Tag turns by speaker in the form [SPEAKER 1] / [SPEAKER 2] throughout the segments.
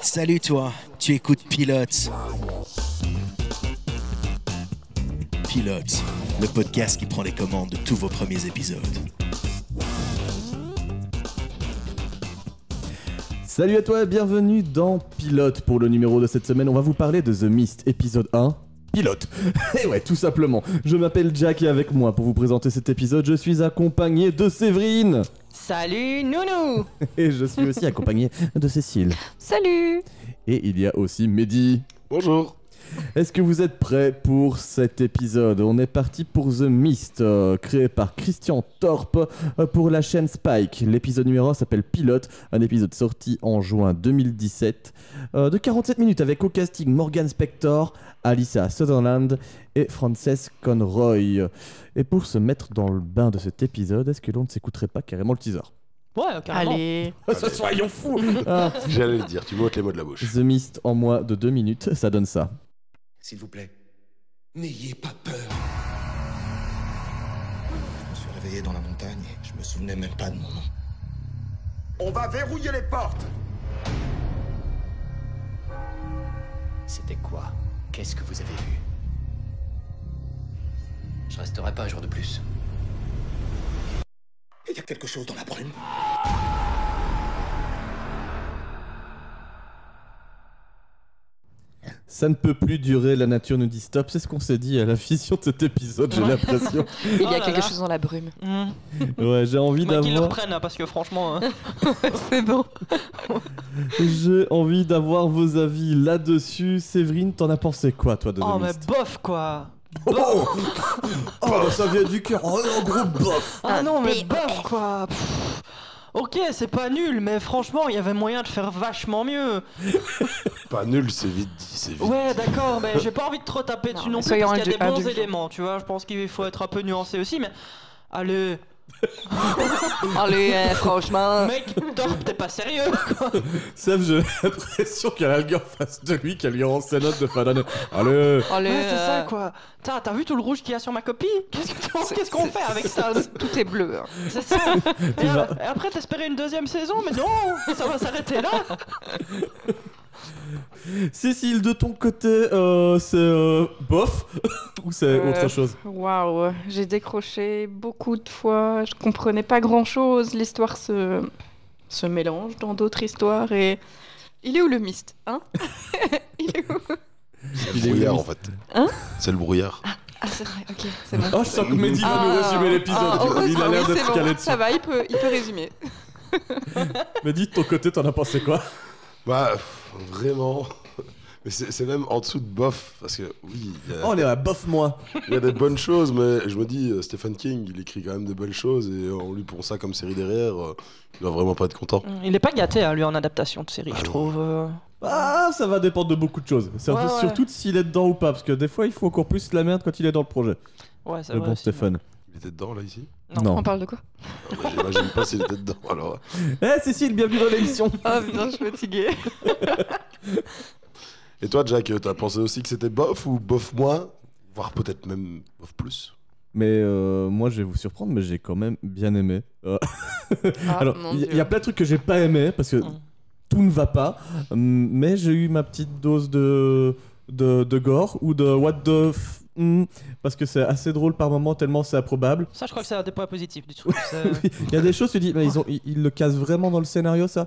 [SPEAKER 1] Salut toi, tu écoutes Pilote. Pilote, le podcast qui prend les commandes de tous vos premiers épisodes.
[SPEAKER 2] Salut à toi, bienvenue dans Pilote pour le numéro de cette semaine. On va vous parler de The Mist, épisode 1. Pilote. Et ouais, tout simplement. Je m'appelle Jack et avec moi pour vous présenter cet épisode, je suis accompagné de Séverine.
[SPEAKER 3] Salut Nounou
[SPEAKER 2] Et je suis aussi accompagné de Cécile.
[SPEAKER 4] Salut
[SPEAKER 2] Et il y a aussi Mehdi.
[SPEAKER 5] Bonjour.
[SPEAKER 2] Est-ce que vous êtes prêts pour cet épisode On est parti pour The Mist, euh, créé par Christian Torp euh, pour la chaîne Spike. L'épisode numéro 1 s'appelle Pilote, un épisode sorti en juin 2017, euh, de 47 minutes avec au casting Morgan Spector, Alyssa Sutherland et Frances Conroy. Et pour se mettre dans le bain de cet épisode, est-ce que l'on ne s'écouterait pas carrément le teaser
[SPEAKER 3] Ouais, Ah, carrément.
[SPEAKER 4] Allez
[SPEAKER 2] Ça, Soyons fous Ah,
[SPEAKER 5] J'allais le dire, tu m'ôtes les mots de la bouche.
[SPEAKER 2] The Mist en moins de 2 minutes, ça donne ça.
[SPEAKER 6] S'il vous plaît, n'ayez pas peur. Je me suis réveillé dans la montagne, je me souvenais même pas de mon nom.
[SPEAKER 7] On va verrouiller les portes
[SPEAKER 8] C'était quoi Qu'est-ce que vous avez vu Je resterai pas un jour de plus.
[SPEAKER 6] Il y a quelque chose dans la brume.
[SPEAKER 2] Ça ne peut plus durer, la nature nous dit stop. C'est ce qu'on s'est dit à la vision de cet épisode, j'ai l'impression.
[SPEAKER 4] Il y
[SPEAKER 3] Oh
[SPEAKER 4] a
[SPEAKER 3] là
[SPEAKER 4] quelque
[SPEAKER 3] là.
[SPEAKER 4] chose dans la brume.
[SPEAKER 3] Mmh.
[SPEAKER 2] Ouais, j'ai envie
[SPEAKER 3] Faudrait qu'ils le
[SPEAKER 2] d'avoir,
[SPEAKER 3] reprennent, hein, parce que franchement, hein,
[SPEAKER 4] C'est bon.
[SPEAKER 2] j'ai envie d'avoir vos avis là-dessus. Séverine, t'en as pensé quoi, toi, de The
[SPEAKER 3] oh mais
[SPEAKER 2] Mist
[SPEAKER 3] bof quoi.
[SPEAKER 2] oh, oh, ça vient du cœur. Oh, un gros bof.
[SPEAKER 3] Ah
[SPEAKER 4] Un
[SPEAKER 3] non mais
[SPEAKER 4] P.O.F.
[SPEAKER 3] bof quoi. Pff. Ok, c'est pas nul, mais franchement, il y avait moyen de faire vachement mieux.
[SPEAKER 5] Pas nul, c'est vite dit, c'est vite.
[SPEAKER 3] Ouais, d'accord, mais j'ai pas envie de trop taper dessus non
[SPEAKER 4] Non, mais
[SPEAKER 3] plus
[SPEAKER 4] soyons
[SPEAKER 3] parce qu'il y a des
[SPEAKER 4] indul-
[SPEAKER 3] bons
[SPEAKER 4] indulgents.
[SPEAKER 3] éléments, tu vois. Je pense qu'il faut être un peu nuancé aussi, mais allez,
[SPEAKER 4] Allez, euh, franchement.
[SPEAKER 3] mec, Torp, t'es pas sérieux.
[SPEAKER 2] Seb, j'ai l'impression qu'il y a la gueule en face de lui, qu'elle lui rend ses notes de fin d'année. Allez.
[SPEAKER 4] Allez,
[SPEAKER 3] Ouais, c'est ça
[SPEAKER 4] euh,
[SPEAKER 3] quoi. Putain, T'as vu tout le rouge qu'il y a sur ma copie Qu'est-ce que tu penses
[SPEAKER 4] c'est-
[SPEAKER 3] Qu'est-ce qu'on
[SPEAKER 4] c'est-
[SPEAKER 3] fait avec
[SPEAKER 4] c'est-
[SPEAKER 3] ça
[SPEAKER 4] Tout est bleu. hein.
[SPEAKER 3] C'est ça. Et,
[SPEAKER 2] vas-
[SPEAKER 3] euh, et après, t'espérais une deuxième saison, mais non, ça va s'arrêter là.
[SPEAKER 2] Cécile, de ton côté, euh, c'est euh, bof ou c'est
[SPEAKER 4] Euh,
[SPEAKER 2] autre chose
[SPEAKER 4] Waouh, j'ai décroché beaucoup de fois. Je comprenais pas grand chose. L'histoire se... se mélange dans d'autres histoires et. Il est où le mist Hein Il est où
[SPEAKER 5] C'est
[SPEAKER 2] Il
[SPEAKER 5] le
[SPEAKER 2] est
[SPEAKER 5] brouillard
[SPEAKER 2] où
[SPEAKER 5] en fait.
[SPEAKER 4] Hein
[SPEAKER 5] C'est le brouillard.
[SPEAKER 4] Ah, c'est vrai, ok, c'est bon.
[SPEAKER 2] Oh, je sens que Mehdi va nous résumer l'épisode.
[SPEAKER 4] ah,
[SPEAKER 2] Il a
[SPEAKER 4] heureusement,
[SPEAKER 2] l'air
[SPEAKER 4] oui,
[SPEAKER 2] d'être
[SPEAKER 4] c'est bon.
[SPEAKER 2] calé dessus.
[SPEAKER 4] Ça va, il peut, il peut résumer.
[SPEAKER 2] Mehdi, de ton côté, t'en as pensé quoi
[SPEAKER 5] Bah, pff, vraiment. Mais c'est c'est même en dessous de bof, parce que oui, il y a-
[SPEAKER 2] Oh, on est à bof moi.
[SPEAKER 5] il y a des bonnes choses, mais je me dis, euh, Stephen King, il écrit quand même des belles choses, et on lui pond ça comme série derrière, euh, il doit vraiment pas être content.
[SPEAKER 3] Il est pas gâté, hein, lui, en adaptation de série,
[SPEAKER 5] Ah
[SPEAKER 3] je
[SPEAKER 5] non.
[SPEAKER 3] trouve. euh.
[SPEAKER 2] Ah, ça va dépendre de beaucoup de choses. Ça
[SPEAKER 3] Ouais, ouais.
[SPEAKER 2] Surtout de s'il est dedans ou pas, parce que des fois, il faut encore plus de la merde quand il est dans le projet.
[SPEAKER 3] Ouais, c'est
[SPEAKER 2] Le
[SPEAKER 3] vrai.
[SPEAKER 2] bon
[SPEAKER 3] aussi,
[SPEAKER 2] Stéphane.
[SPEAKER 5] Il était dedans là, ici
[SPEAKER 3] Non.
[SPEAKER 4] On parle de quoi
[SPEAKER 5] Ah, bah, J'imagine pas s'il était dedans alors.
[SPEAKER 2] Eh, Cécile, bienvenue dans l'émission.
[SPEAKER 4] Ah, putain, je suis fatiguée.
[SPEAKER 5] Et toi, Jack, euh, t'as pensé aussi que c'était bof ou bof moins Voire peut-être même bof plus
[SPEAKER 2] Mais euh, moi, je vais vous surprendre, mais j'ai quand même bien aimé. Euh,
[SPEAKER 4] Ah,
[SPEAKER 2] Alors,
[SPEAKER 4] mon
[SPEAKER 2] il y- il y,
[SPEAKER 4] Dieu.
[SPEAKER 2] a plein de trucs que j'ai pas aimé parce que
[SPEAKER 3] Mm.
[SPEAKER 2] tout ne va pas. Hum, Mais j'ai eu ma petite dose de, de, de gore ou de what the. F... hum, parce que c'est assez drôle par moment, tellement c'est improbable.
[SPEAKER 3] Ça, je crois que c'est un des points positifs du truc. c'est-
[SPEAKER 2] Il y a des choses, tu dis, mais ils, ont, ils, ils le cassent vraiment dans le scénario, ça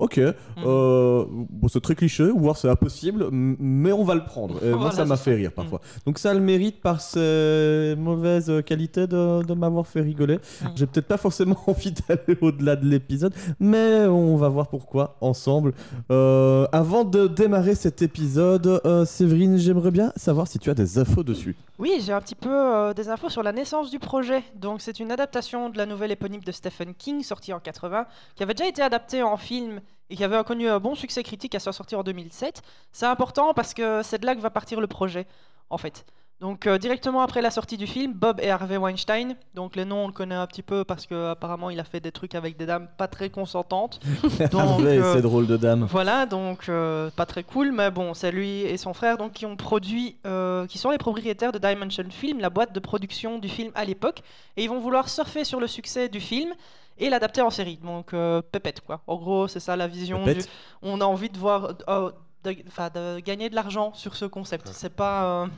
[SPEAKER 2] Ok, euh,
[SPEAKER 3] Mm.
[SPEAKER 2] bon, c'est très cliché, ou alors c'est impossible, m- mais on va le prendre. Et moi,
[SPEAKER 3] Voilà,
[SPEAKER 2] ça m'a
[SPEAKER 3] c'est Mm.
[SPEAKER 2] fait rire parfois. Donc ça a le mérite par ses mauvaises qualités de, de m'avoir fait rigoler.
[SPEAKER 3] Mm.
[SPEAKER 2] J'ai peut-être pas forcément envie d'aller au-delà de l'épisode, mais on va voir pourquoi ensemble. Euh, avant de démarrer cet épisode, euh, Séverine, j'aimerais bien savoir si tu as des infos dessus.
[SPEAKER 3] Oui, j'ai un petit peu euh, des infos sur la naissance du projet. Donc, c'est une adaptation de la nouvelle éponyme de Stephen King, sortie en 80, qui avait déjà été adaptée en film et qui avait connu un bon succès critique à sa sortie en 2007. C'est important parce que c'est de là que va partir le projet, en fait. Donc, euh, directement après la sortie du film, Bob et Harvey Weinstein, donc les noms on le connaît un petit peu parce que apparemment il a fait des trucs avec des dames pas très consentantes. Donc,
[SPEAKER 2] Harvey,
[SPEAKER 3] euh,
[SPEAKER 2] c'est drôle de dame.
[SPEAKER 3] Voilà, donc euh, pas très cool, mais bon, c'est lui et son frère donc qui ont produit, euh, qui sont les propriétaires de Dimension Film, la boîte de production du film à l'époque, et ils vont vouloir surfer sur le succès du film et l'adapter en série. Donc, euh, pépette, quoi. En gros, c'est ça la vision. du-
[SPEAKER 2] Pépette.
[SPEAKER 3] On a envie de voir. euh, de, enfin, de gagner de l'argent sur ce concept. C'est pas. euh, un-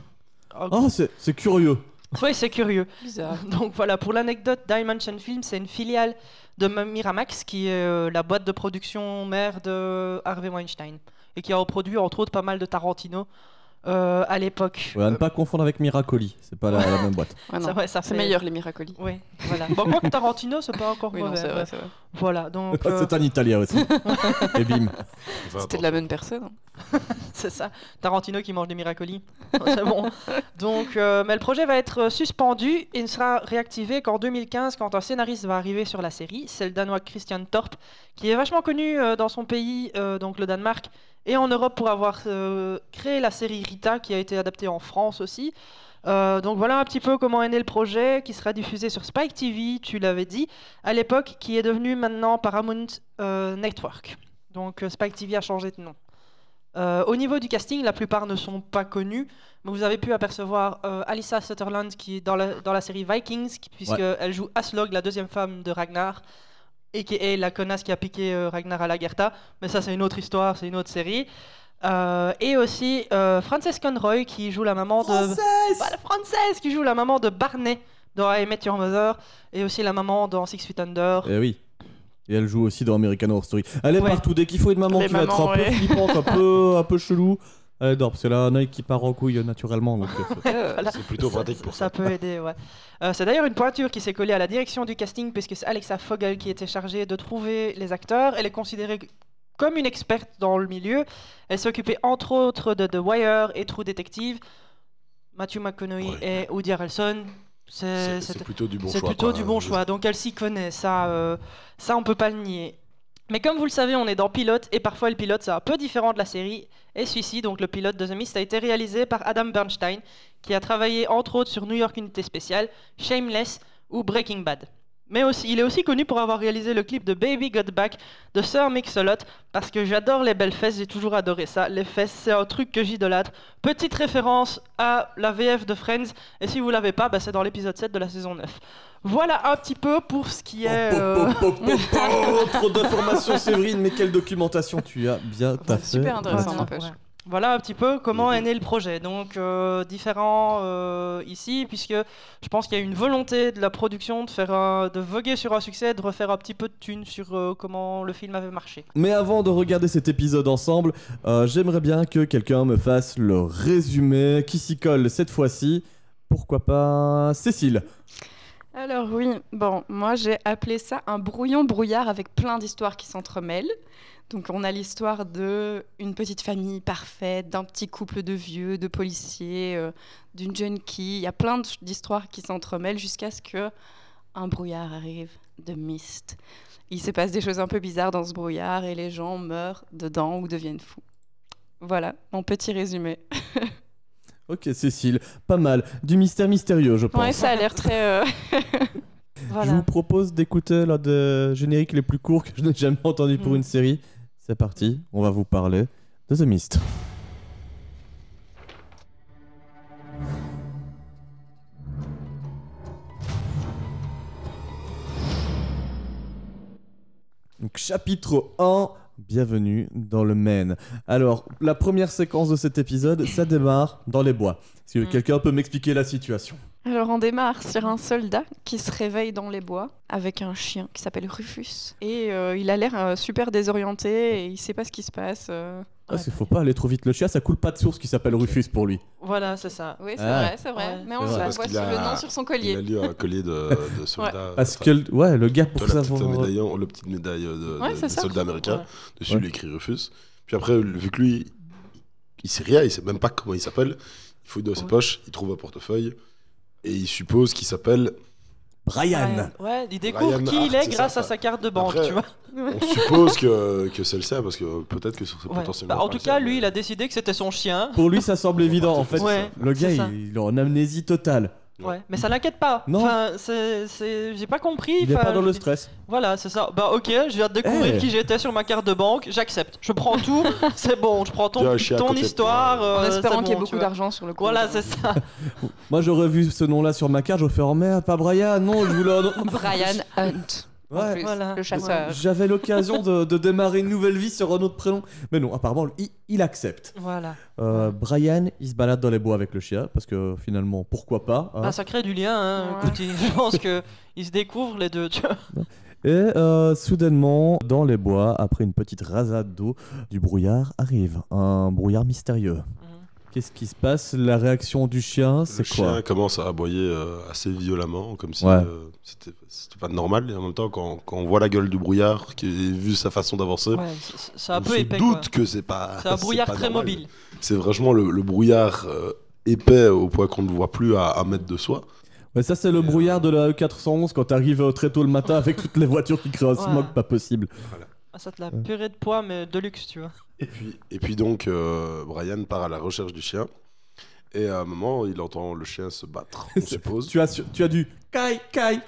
[SPEAKER 2] Oh, c'est c'est curieux.
[SPEAKER 3] Oui, c'est curieux.
[SPEAKER 4] Bizarre.
[SPEAKER 3] Donc voilà, pour l'anecdote, Dimension Film, c'est une filiale de M- Miramax, qui est euh, la boîte de production mère de Harvey Weinstein, et qui a produit entre autres pas mal de Tarantino euh, à l'époque.
[SPEAKER 2] Ouais, à ne pas confondre avec Miracoli, c'est pas la, la même boîte.
[SPEAKER 4] Ouais, Ah, non.
[SPEAKER 3] Ça, ouais, ça
[SPEAKER 4] C'est
[SPEAKER 3] fait-
[SPEAKER 4] meilleur les miracoli.
[SPEAKER 3] Oui, voilà. Bon, contre Tarantino, c'est pas encore
[SPEAKER 4] Oui, non,
[SPEAKER 3] mauvais.
[SPEAKER 4] c'est
[SPEAKER 3] ouais.
[SPEAKER 4] vrai, c'est vrai.
[SPEAKER 3] Voilà, donc euh,
[SPEAKER 2] c'est un italien aussi. Et bim.
[SPEAKER 5] Enfin,
[SPEAKER 4] C'était de
[SPEAKER 5] attends.
[SPEAKER 4] la bonne personne. hein.
[SPEAKER 3] c'est ça. Tarantino qui mange des miracoli. c'est bon. Donc, euh, mais le projet va être euh, suspendu et ne sera réactivé qu'en 2015 quand un scénariste va arriver sur la série. C'est le Danois Christian Torp qui est vachement connu euh, dans son pays, euh, donc le Danemark, et en Europe pour avoir euh, créé la série Rita qui a été adaptée en France aussi. Euh, donc voilà un petit peu comment est né le projet qui sera diffusé sur Spike TV, tu l'avais dit, à l'époque qui est devenu maintenant Paramount euh, Network. Donc euh, Spike TV a changé de nom. Euh, au niveau du casting, la plupart ne sont pas connus, mais vous avez pu apercevoir euh, Alyssa Sutherland qui est dans la, dans la série Vikings, qui- puisqu'elle joue Aslog, la deuxième femme de Ragnar, et qui est la connasse qui a piqué euh, Ragnar à la Gerta, mais ça c'est une autre histoire, c'est une autre série. Euh, et aussi euh, Frances Conroy qui joue la maman de... Bah, la Française qui joue la maman de Barney dans I Met Your Mother, et aussi la maman dans Six Feet Under.
[SPEAKER 2] Eh oui. Et elle joue aussi dans American Horror Story. Elle est
[SPEAKER 3] Ouais.
[SPEAKER 2] partout. Dès qu'il faut une maman
[SPEAKER 4] Les
[SPEAKER 2] qui va être
[SPEAKER 4] mamans,
[SPEAKER 2] un peu
[SPEAKER 4] ouais.
[SPEAKER 2] flippante, un peu, un peu chelou, elle adore. Parce qu'elle a un œil qui part en couille euh, naturellement. donc, euh, c'est-
[SPEAKER 4] Euh,
[SPEAKER 5] C'est plutôt
[SPEAKER 3] ça,
[SPEAKER 5] pratique pour
[SPEAKER 3] ça
[SPEAKER 5] ça.
[SPEAKER 3] peut aider, ouais. Euh, c'est d'ailleurs une pointure qui s'est collée à la direction du casting, puisque c'est Alexa Fogel qui était chargée de trouver les acteurs. Elle est considérée comme une experte dans le milieu. Elle s'est occupée entre autres de The Wire et True Detective. Matthew McConaughey et Woody Harrelson. C'est
[SPEAKER 5] C'est
[SPEAKER 3] c'est-
[SPEAKER 5] c'est plutôt du bon choix.
[SPEAKER 3] c'est plutôt
[SPEAKER 5] quoi. hein,
[SPEAKER 3] du bon choix. Donc elle s'y connaît, ça, euh, ça on peut pas le nier. Mais comme vous le savez, on est dans Pilote et parfois le pilote c'est un peu différent de la série. Et celui-ci, donc le pilote de The Mist, a été réalisé par Adam Bernstein, qui a travaillé entre autres sur New York Unité Spéciale, Shameless ou Breaking Bad. Mais aussi, il est aussi connu pour avoir réalisé le clip de Baby Got Back de Sir Mix-a-Lot parce que j'adore les belles fesses, j'ai toujours adoré ça. Les fesses, c'est un truc que j'idolâtre. Petite référence à la VF de Friends et si vous l'avez pas, bah, c'est dans l'épisode 7 de la saison 9. Voilà un petit peu pour ce qui est. euh,
[SPEAKER 2] Oh, oh, oh, oh, oh, trop d'informations, Séverine, mais quelle documentation tu as bien
[SPEAKER 4] Ouais,
[SPEAKER 2] t'as fait.
[SPEAKER 4] super intéressant,
[SPEAKER 2] Ouais.
[SPEAKER 4] n'empêche.
[SPEAKER 3] euh, Ouais. Voilà un petit peu comment est né le projet. Donc euh, différent euh, ici, puisque je pense qu'il y a une volonté de la production de faire un- de voguer sur un succès, de refaire un petit peu de thunes sur euh, comment le film avait marché.
[SPEAKER 2] Mais avant de regarder cet épisode ensemble, euh, j'aimerais bien que quelqu'un me fasse le résumé qui s'y colle cette fois-ci. Pourquoi pas Cécile
[SPEAKER 4] Alors oui, bon, moi j'ai appelé ça un brouillon brouillard avec plein d'histoires qui s'entremêlent. Donc on a l'histoire de une petite famille parfaite, d'un petit couple de vieux, de policiers, euh, d'une jeune qui. Il y a plein de- d'histoires qui s'entremêlent jusqu'à ce que un brouillard arrive de mist. Il se passe des choses un peu bizarres dans ce brouillard et les gens meurent dedans ou deviennent fous. Voilà mon petit résumé.
[SPEAKER 2] Ok, Cécile, pas mal. Du mystère mystérieux, je pense.
[SPEAKER 4] Ouais, ça a l'air très. euh,
[SPEAKER 2] Je
[SPEAKER 3] Voilà.
[SPEAKER 2] vous propose d'écouter l'un des génériques les plus courts que je n'ai jamais entendu pour
[SPEAKER 3] Mm.
[SPEAKER 2] une série. C'est parti, on va vous parler de The Mist. Donc, chapitre 1, bienvenue dans le Maine. Alors, la première séquence de cet épisode, ça démarre dans les bois. Si
[SPEAKER 3] Mm.
[SPEAKER 2] quelqu'un peut m'expliquer la situation.
[SPEAKER 4] Alors on démarre sur un soldat qui se réveille dans les bois avec un chien qui s'appelle Rufus. Et euh, il a l'air euh, super désorienté et il sait pas ce qui se passe. euh.
[SPEAKER 2] Parce
[SPEAKER 3] bah,
[SPEAKER 2] qu'il Ah, faut pas aller trop vite. Le chien, ça coule pas de source qui s'appelle Rufus pour lui.
[SPEAKER 3] Voilà, c'est ça.
[SPEAKER 4] Oui, c'est
[SPEAKER 2] Ah.
[SPEAKER 4] vrai, c'est vrai.
[SPEAKER 3] Ouais.
[SPEAKER 4] Mais on
[SPEAKER 2] C'est vrai.
[SPEAKER 4] voit
[SPEAKER 5] Parce
[SPEAKER 4] sur
[SPEAKER 5] qu'il a-
[SPEAKER 4] le nom sur son
[SPEAKER 5] Il a
[SPEAKER 4] collier.
[SPEAKER 5] lu un collier de, de soldats.
[SPEAKER 2] Parce
[SPEAKER 5] enfin,
[SPEAKER 2] Ah, que, le- ouais, le gars, pour
[SPEAKER 5] de la petite
[SPEAKER 2] savoir.
[SPEAKER 5] médaille, oh, la petite médaille euh, de,
[SPEAKER 4] Ouais,
[SPEAKER 5] de-
[SPEAKER 4] c'est
[SPEAKER 5] des
[SPEAKER 4] ça.
[SPEAKER 5] soldats américains.
[SPEAKER 3] Ouais.
[SPEAKER 5] Dessus,
[SPEAKER 2] Ouais.
[SPEAKER 5] il écrit Rufus. Puis après, vu que lui, il sait rien, il sait même pas comment il s'appelle, il fouille dans ses
[SPEAKER 3] Ouais.
[SPEAKER 5] poches, il trouve un portefeuille et il suppose qu'il s'appelle.
[SPEAKER 2] Brian
[SPEAKER 3] Ouais, il découvre
[SPEAKER 5] Ryan
[SPEAKER 3] qui il
[SPEAKER 5] Hart,
[SPEAKER 3] est
[SPEAKER 5] c'est
[SPEAKER 3] grâce
[SPEAKER 5] ça,
[SPEAKER 3] à
[SPEAKER 5] ça.
[SPEAKER 3] sa carte de banque,
[SPEAKER 5] Après, euh,
[SPEAKER 3] tu vois.
[SPEAKER 5] On suppose que, que c'est le sien, parce que euh, peut-être que c'est
[SPEAKER 3] Ouais.
[SPEAKER 5] potentiellement.
[SPEAKER 3] Bah, en tout cas, lui, il a décidé que c'était son chien.
[SPEAKER 2] Pour lui, ça semble évident. En fait,
[SPEAKER 5] C'est
[SPEAKER 3] Ouais,
[SPEAKER 2] le gars,
[SPEAKER 3] c'est ça.
[SPEAKER 2] il, il est en amnésie totale.
[SPEAKER 5] Ouais.
[SPEAKER 3] Ouais, mais ça l'inquiète pas.
[SPEAKER 2] Non.
[SPEAKER 3] Enfin, c'est- c'est- j'ai pas compris.
[SPEAKER 2] Il est
[SPEAKER 3] enfin,
[SPEAKER 2] pas dans le
[SPEAKER 3] je-
[SPEAKER 2] stress.
[SPEAKER 3] Voilà, c'est ça. Bah ok, je viens de découvrir
[SPEAKER 2] Eh.
[SPEAKER 3] qui j'étais sur ma carte de banque, j'accepte. Je prends tout, c'est bon, je prends
[SPEAKER 5] Tiens,
[SPEAKER 3] ton,
[SPEAKER 5] un chien à
[SPEAKER 3] ton
[SPEAKER 5] côté de
[SPEAKER 3] histoire.
[SPEAKER 5] toi.
[SPEAKER 4] En
[SPEAKER 3] euh,
[SPEAKER 4] espérant
[SPEAKER 3] c'est
[SPEAKER 4] qu'il y ait
[SPEAKER 3] bon, tu
[SPEAKER 4] beaucoup
[SPEAKER 3] vois.
[SPEAKER 4] d'argent sur le compte.
[SPEAKER 3] Voilà, c'est ça.
[SPEAKER 2] Moi, j'aurais vu ce nom-là sur ma carte, j'aurais fait Oh merde, pas Brian, non, je voulais. un autre.
[SPEAKER 4] Brian Hunt. en
[SPEAKER 9] Ouais.
[SPEAKER 4] plus,
[SPEAKER 3] Voilà.
[SPEAKER 4] le chasseur.
[SPEAKER 9] J'avais l'occasion de, de démarrer une nouvelle vie sur un autre prénom. Mais non, apparemment, il, il accepte.
[SPEAKER 3] Voilà.
[SPEAKER 2] Euh, Brian, il se balade dans les bois avec le chien parce que finalement, pourquoi pas hein.
[SPEAKER 3] Bah, ça crée du lien. hein.
[SPEAKER 4] Ouais.
[SPEAKER 3] Écoute, il- je pense que ils se découvrent les deux. tu vois.
[SPEAKER 2] Et euh, soudainement, dans les bois, après une petite rasade d'eau, du brouillard arrive. Un brouillard mystérieux.
[SPEAKER 3] Mhm.
[SPEAKER 2] Qu'est-ce qui se passe La réaction du chien,
[SPEAKER 5] Le
[SPEAKER 2] c'est
[SPEAKER 5] chien
[SPEAKER 2] quoi
[SPEAKER 5] commence à aboyer euh, assez violemment, comme si
[SPEAKER 2] Ouais.
[SPEAKER 5] euh, c'était c'était pas normal. Et en même temps, quand, quand on voit la gueule du brouillard, qui vu sa façon d'avancer,
[SPEAKER 3] Ouais, c'est- c'est c'est un
[SPEAKER 5] on
[SPEAKER 3] peu
[SPEAKER 5] se
[SPEAKER 3] épais.
[SPEAKER 5] doute
[SPEAKER 3] quoi.
[SPEAKER 5] que c'est pas.
[SPEAKER 3] C'est un brouillard
[SPEAKER 5] pas
[SPEAKER 3] très
[SPEAKER 5] normal.
[SPEAKER 3] mobile.
[SPEAKER 5] C'est franchement le, le brouillard euh, épais au point qu'on ne voit plus à un mètre de soi.
[SPEAKER 2] Ouais, Ça, c'est le
[SPEAKER 5] Euh,
[SPEAKER 2] brouillard de la E E411 quand t'arrives euh, très tôt le matin avec toutes les voitures qui créent un smog
[SPEAKER 3] Ouais.
[SPEAKER 2] pas possible.
[SPEAKER 3] Ah, ça te la purée de poids, mais de luxe, tu vois.
[SPEAKER 5] Et puis, et puis donc, euh, Brian part à la recherche du chien. Et à un moment, il entend le chien se battre, on suppose.
[SPEAKER 2] Tu as, su- tu as du Kai, Kai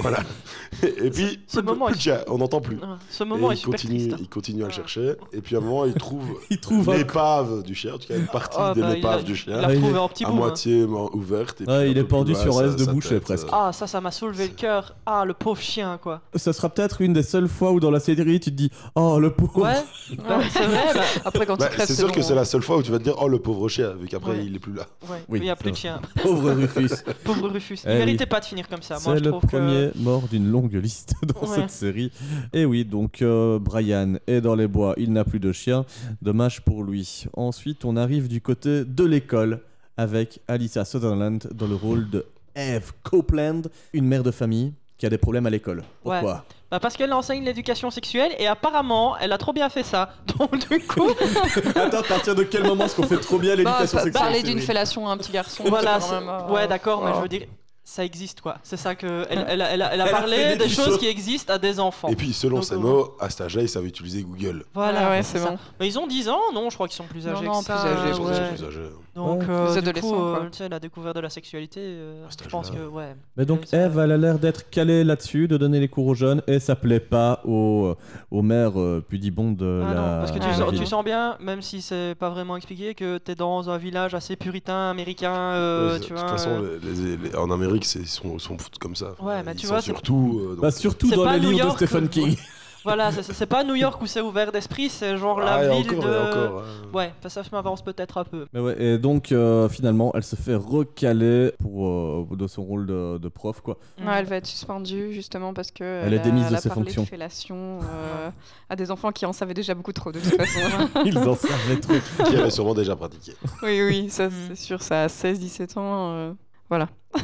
[SPEAKER 5] voilà. Et puis,
[SPEAKER 3] Ce moment
[SPEAKER 5] plus de chien, on n'entend plus.
[SPEAKER 3] Ouais, Ah, Ce moment
[SPEAKER 5] Et
[SPEAKER 3] est
[SPEAKER 5] il,
[SPEAKER 3] super
[SPEAKER 5] continue,
[SPEAKER 3] triste. hein. Ah.
[SPEAKER 5] il continue à le chercher. Et puis à un moment, il trouve
[SPEAKER 2] Il trouve un.
[SPEAKER 5] l'épave du chien, en tout cas une partie
[SPEAKER 3] Ah,
[SPEAKER 5] de
[SPEAKER 3] bah, il
[SPEAKER 5] l'épave
[SPEAKER 3] a-
[SPEAKER 5] du
[SPEAKER 3] Il
[SPEAKER 5] chien,
[SPEAKER 3] l'a
[SPEAKER 2] Ah, il
[SPEAKER 3] retrouvé
[SPEAKER 2] est
[SPEAKER 3] en petit
[SPEAKER 5] à
[SPEAKER 3] bout. hein.
[SPEAKER 5] moitié mo- ouverte. Et puis
[SPEAKER 2] Ouais,
[SPEAKER 5] un
[SPEAKER 2] Ah, il
[SPEAKER 5] peu
[SPEAKER 2] est
[SPEAKER 5] plus
[SPEAKER 2] pendu
[SPEAKER 5] bas,
[SPEAKER 2] sur un
[SPEAKER 5] sa-
[SPEAKER 2] laisse de
[SPEAKER 5] sa
[SPEAKER 2] boucher,
[SPEAKER 5] tête,
[SPEAKER 2] presque.
[SPEAKER 5] euh,
[SPEAKER 3] Ah, ça, ça m'a soulevé le cœur. Ah, le pauvre chien, quoi.
[SPEAKER 2] Ça sera peut-être une des seules fois où dans la série tu te dis Oh le pauvre
[SPEAKER 3] Ouais, ouais, c'est vrai. bah,
[SPEAKER 4] Après, quand
[SPEAKER 5] bah,
[SPEAKER 4] il crève,
[SPEAKER 5] c'est sûr que
[SPEAKER 4] bon,
[SPEAKER 5] c'est la seule fois où tu vas te dire Oh le pauvre chien, vu qu'après
[SPEAKER 3] Ouais.
[SPEAKER 5] il est plus là.
[SPEAKER 3] ouais,
[SPEAKER 2] Oui,
[SPEAKER 3] il n'y a plus de
[SPEAKER 2] ça
[SPEAKER 3] chien.
[SPEAKER 2] pauvre Rufus
[SPEAKER 3] Pauvre Rufus. Il
[SPEAKER 2] Eh oui.
[SPEAKER 3] méritait pas de finir comme ça. Moi,
[SPEAKER 2] C'est
[SPEAKER 3] je
[SPEAKER 2] le
[SPEAKER 3] trouve que.
[SPEAKER 2] premier mort d'une longue liste dans
[SPEAKER 3] Ouais.
[SPEAKER 2] cette série. Et oui, donc euh, Brian est dans les bois, il n'a plus de chien, dommage pour lui. Ensuite, on arrive du côté de l'école avec Alyssa Sutherland dans le rôle de Eve Copeland, une mère de famille qui a des problèmes à l'école.
[SPEAKER 3] Ouais.
[SPEAKER 2] Pourquoi
[SPEAKER 3] Bah, parce qu'elle enseigne l'éducation sexuelle et apparemment, elle a trop bien fait ça. Donc, du coup,
[SPEAKER 2] Attends, à partir de quel moment est-ce qu'on fait trop bien
[SPEAKER 4] bah,
[SPEAKER 2] l'éducation
[SPEAKER 4] pa-
[SPEAKER 2] sexuelle
[SPEAKER 4] parler d'une
[SPEAKER 2] Cyril
[SPEAKER 4] fellation à un petit garçon.
[SPEAKER 3] voilà.
[SPEAKER 4] c'est quand
[SPEAKER 3] c'est-
[SPEAKER 4] même, euh,
[SPEAKER 3] Ouais, d'accord, mais
[SPEAKER 4] voilà.
[SPEAKER 3] je veux dire, ça existe, quoi. C'est ça que. Elle, elle a- elle a, elle a
[SPEAKER 2] Elle a
[SPEAKER 3] parlé
[SPEAKER 2] fait des
[SPEAKER 3] des choses
[SPEAKER 2] choses.
[SPEAKER 3] qui existent à des enfants.
[SPEAKER 5] Et puis selon
[SPEAKER 3] Donc,
[SPEAKER 5] ses
[SPEAKER 3] on-
[SPEAKER 5] mots, à cet âge-là, il savait utiliser Google.
[SPEAKER 3] Voilà,
[SPEAKER 4] Ah ouais,
[SPEAKER 3] c'est
[SPEAKER 4] c'est
[SPEAKER 3] ça.
[SPEAKER 4] bon.
[SPEAKER 3] Mais ils ont 10 ans, non Je crois qu'ils sont plus
[SPEAKER 4] Non,
[SPEAKER 3] âgés
[SPEAKER 4] non,
[SPEAKER 3] que
[SPEAKER 4] plus
[SPEAKER 3] ça.
[SPEAKER 4] âgés,
[SPEAKER 5] Je pense que
[SPEAKER 3] Ah ouais.
[SPEAKER 5] c'est plus âgé.
[SPEAKER 3] Donc,
[SPEAKER 2] Ouais.
[SPEAKER 3] euh,
[SPEAKER 4] Plus
[SPEAKER 3] du coup,
[SPEAKER 4] adolescents,
[SPEAKER 3] euh,
[SPEAKER 4] quoi.
[SPEAKER 3] tu sais, elle a découvert de la sexualité. euh,
[SPEAKER 5] À cet
[SPEAKER 3] je pense
[SPEAKER 5] âge-là.
[SPEAKER 3] que, ouais.
[SPEAKER 2] Mais donc
[SPEAKER 3] Ouais,
[SPEAKER 2] Eve, elle a l'air d'être calée là-dessus, de donner les cours aux jeunes, et ça plaît pas aux, aux mères euh, pudibondes de la...
[SPEAKER 3] Ah non, parce que tu,
[SPEAKER 4] la
[SPEAKER 3] sens,
[SPEAKER 2] ville.
[SPEAKER 3] tu sens bien, même si c'est pas vraiment expliqué, que t'es dans un village assez puritain, américain, euh,
[SPEAKER 5] Ouais,
[SPEAKER 3] tu
[SPEAKER 5] de
[SPEAKER 3] vois.
[SPEAKER 5] toute façon,
[SPEAKER 3] euh,
[SPEAKER 5] les- les- les- en Amérique, c'est- ils sont, ils sont foutus comme ça.
[SPEAKER 3] Ouais, mais
[SPEAKER 5] Ils
[SPEAKER 3] tu
[SPEAKER 5] sont
[SPEAKER 3] vois, c'est-
[SPEAKER 5] surtout. euh, donc-
[SPEAKER 2] Bah, surtout
[SPEAKER 3] C'est
[SPEAKER 2] dans
[SPEAKER 3] pas
[SPEAKER 2] les
[SPEAKER 3] New
[SPEAKER 2] livres
[SPEAKER 3] York,
[SPEAKER 2] de Stephen
[SPEAKER 3] euh,
[SPEAKER 2] King.
[SPEAKER 3] Voilà, c'est- c'est pas New York où c'est ouvert d'esprit, c'est genre la
[SPEAKER 5] Ah, et
[SPEAKER 3] ville
[SPEAKER 5] encore,
[SPEAKER 3] de.
[SPEAKER 5] et encore, hein.
[SPEAKER 3] Ouais, bah, ça je m'avance peut-être un peu.
[SPEAKER 2] Mais ouais, et donc euh, finalement, elle se fait recaler pour, euh, de son rôle de, de prof, quoi.
[SPEAKER 4] Ouais, elle va être suspendue justement parce que
[SPEAKER 2] Elle est démise
[SPEAKER 4] a-
[SPEAKER 2] de
[SPEAKER 4] elle a
[SPEAKER 2] ses
[SPEAKER 4] parlé
[SPEAKER 2] fonctions.
[SPEAKER 4] De fellation euh, à des enfants qui en savaient déjà beaucoup trop de toute façon.
[SPEAKER 2] Ils en savaient trop.
[SPEAKER 5] Qui avait sûrement déjà pratiqué.
[SPEAKER 4] oui, oui, ça
[SPEAKER 3] Mm.
[SPEAKER 4] c'est sûr, ça à 16-17 ans. euh,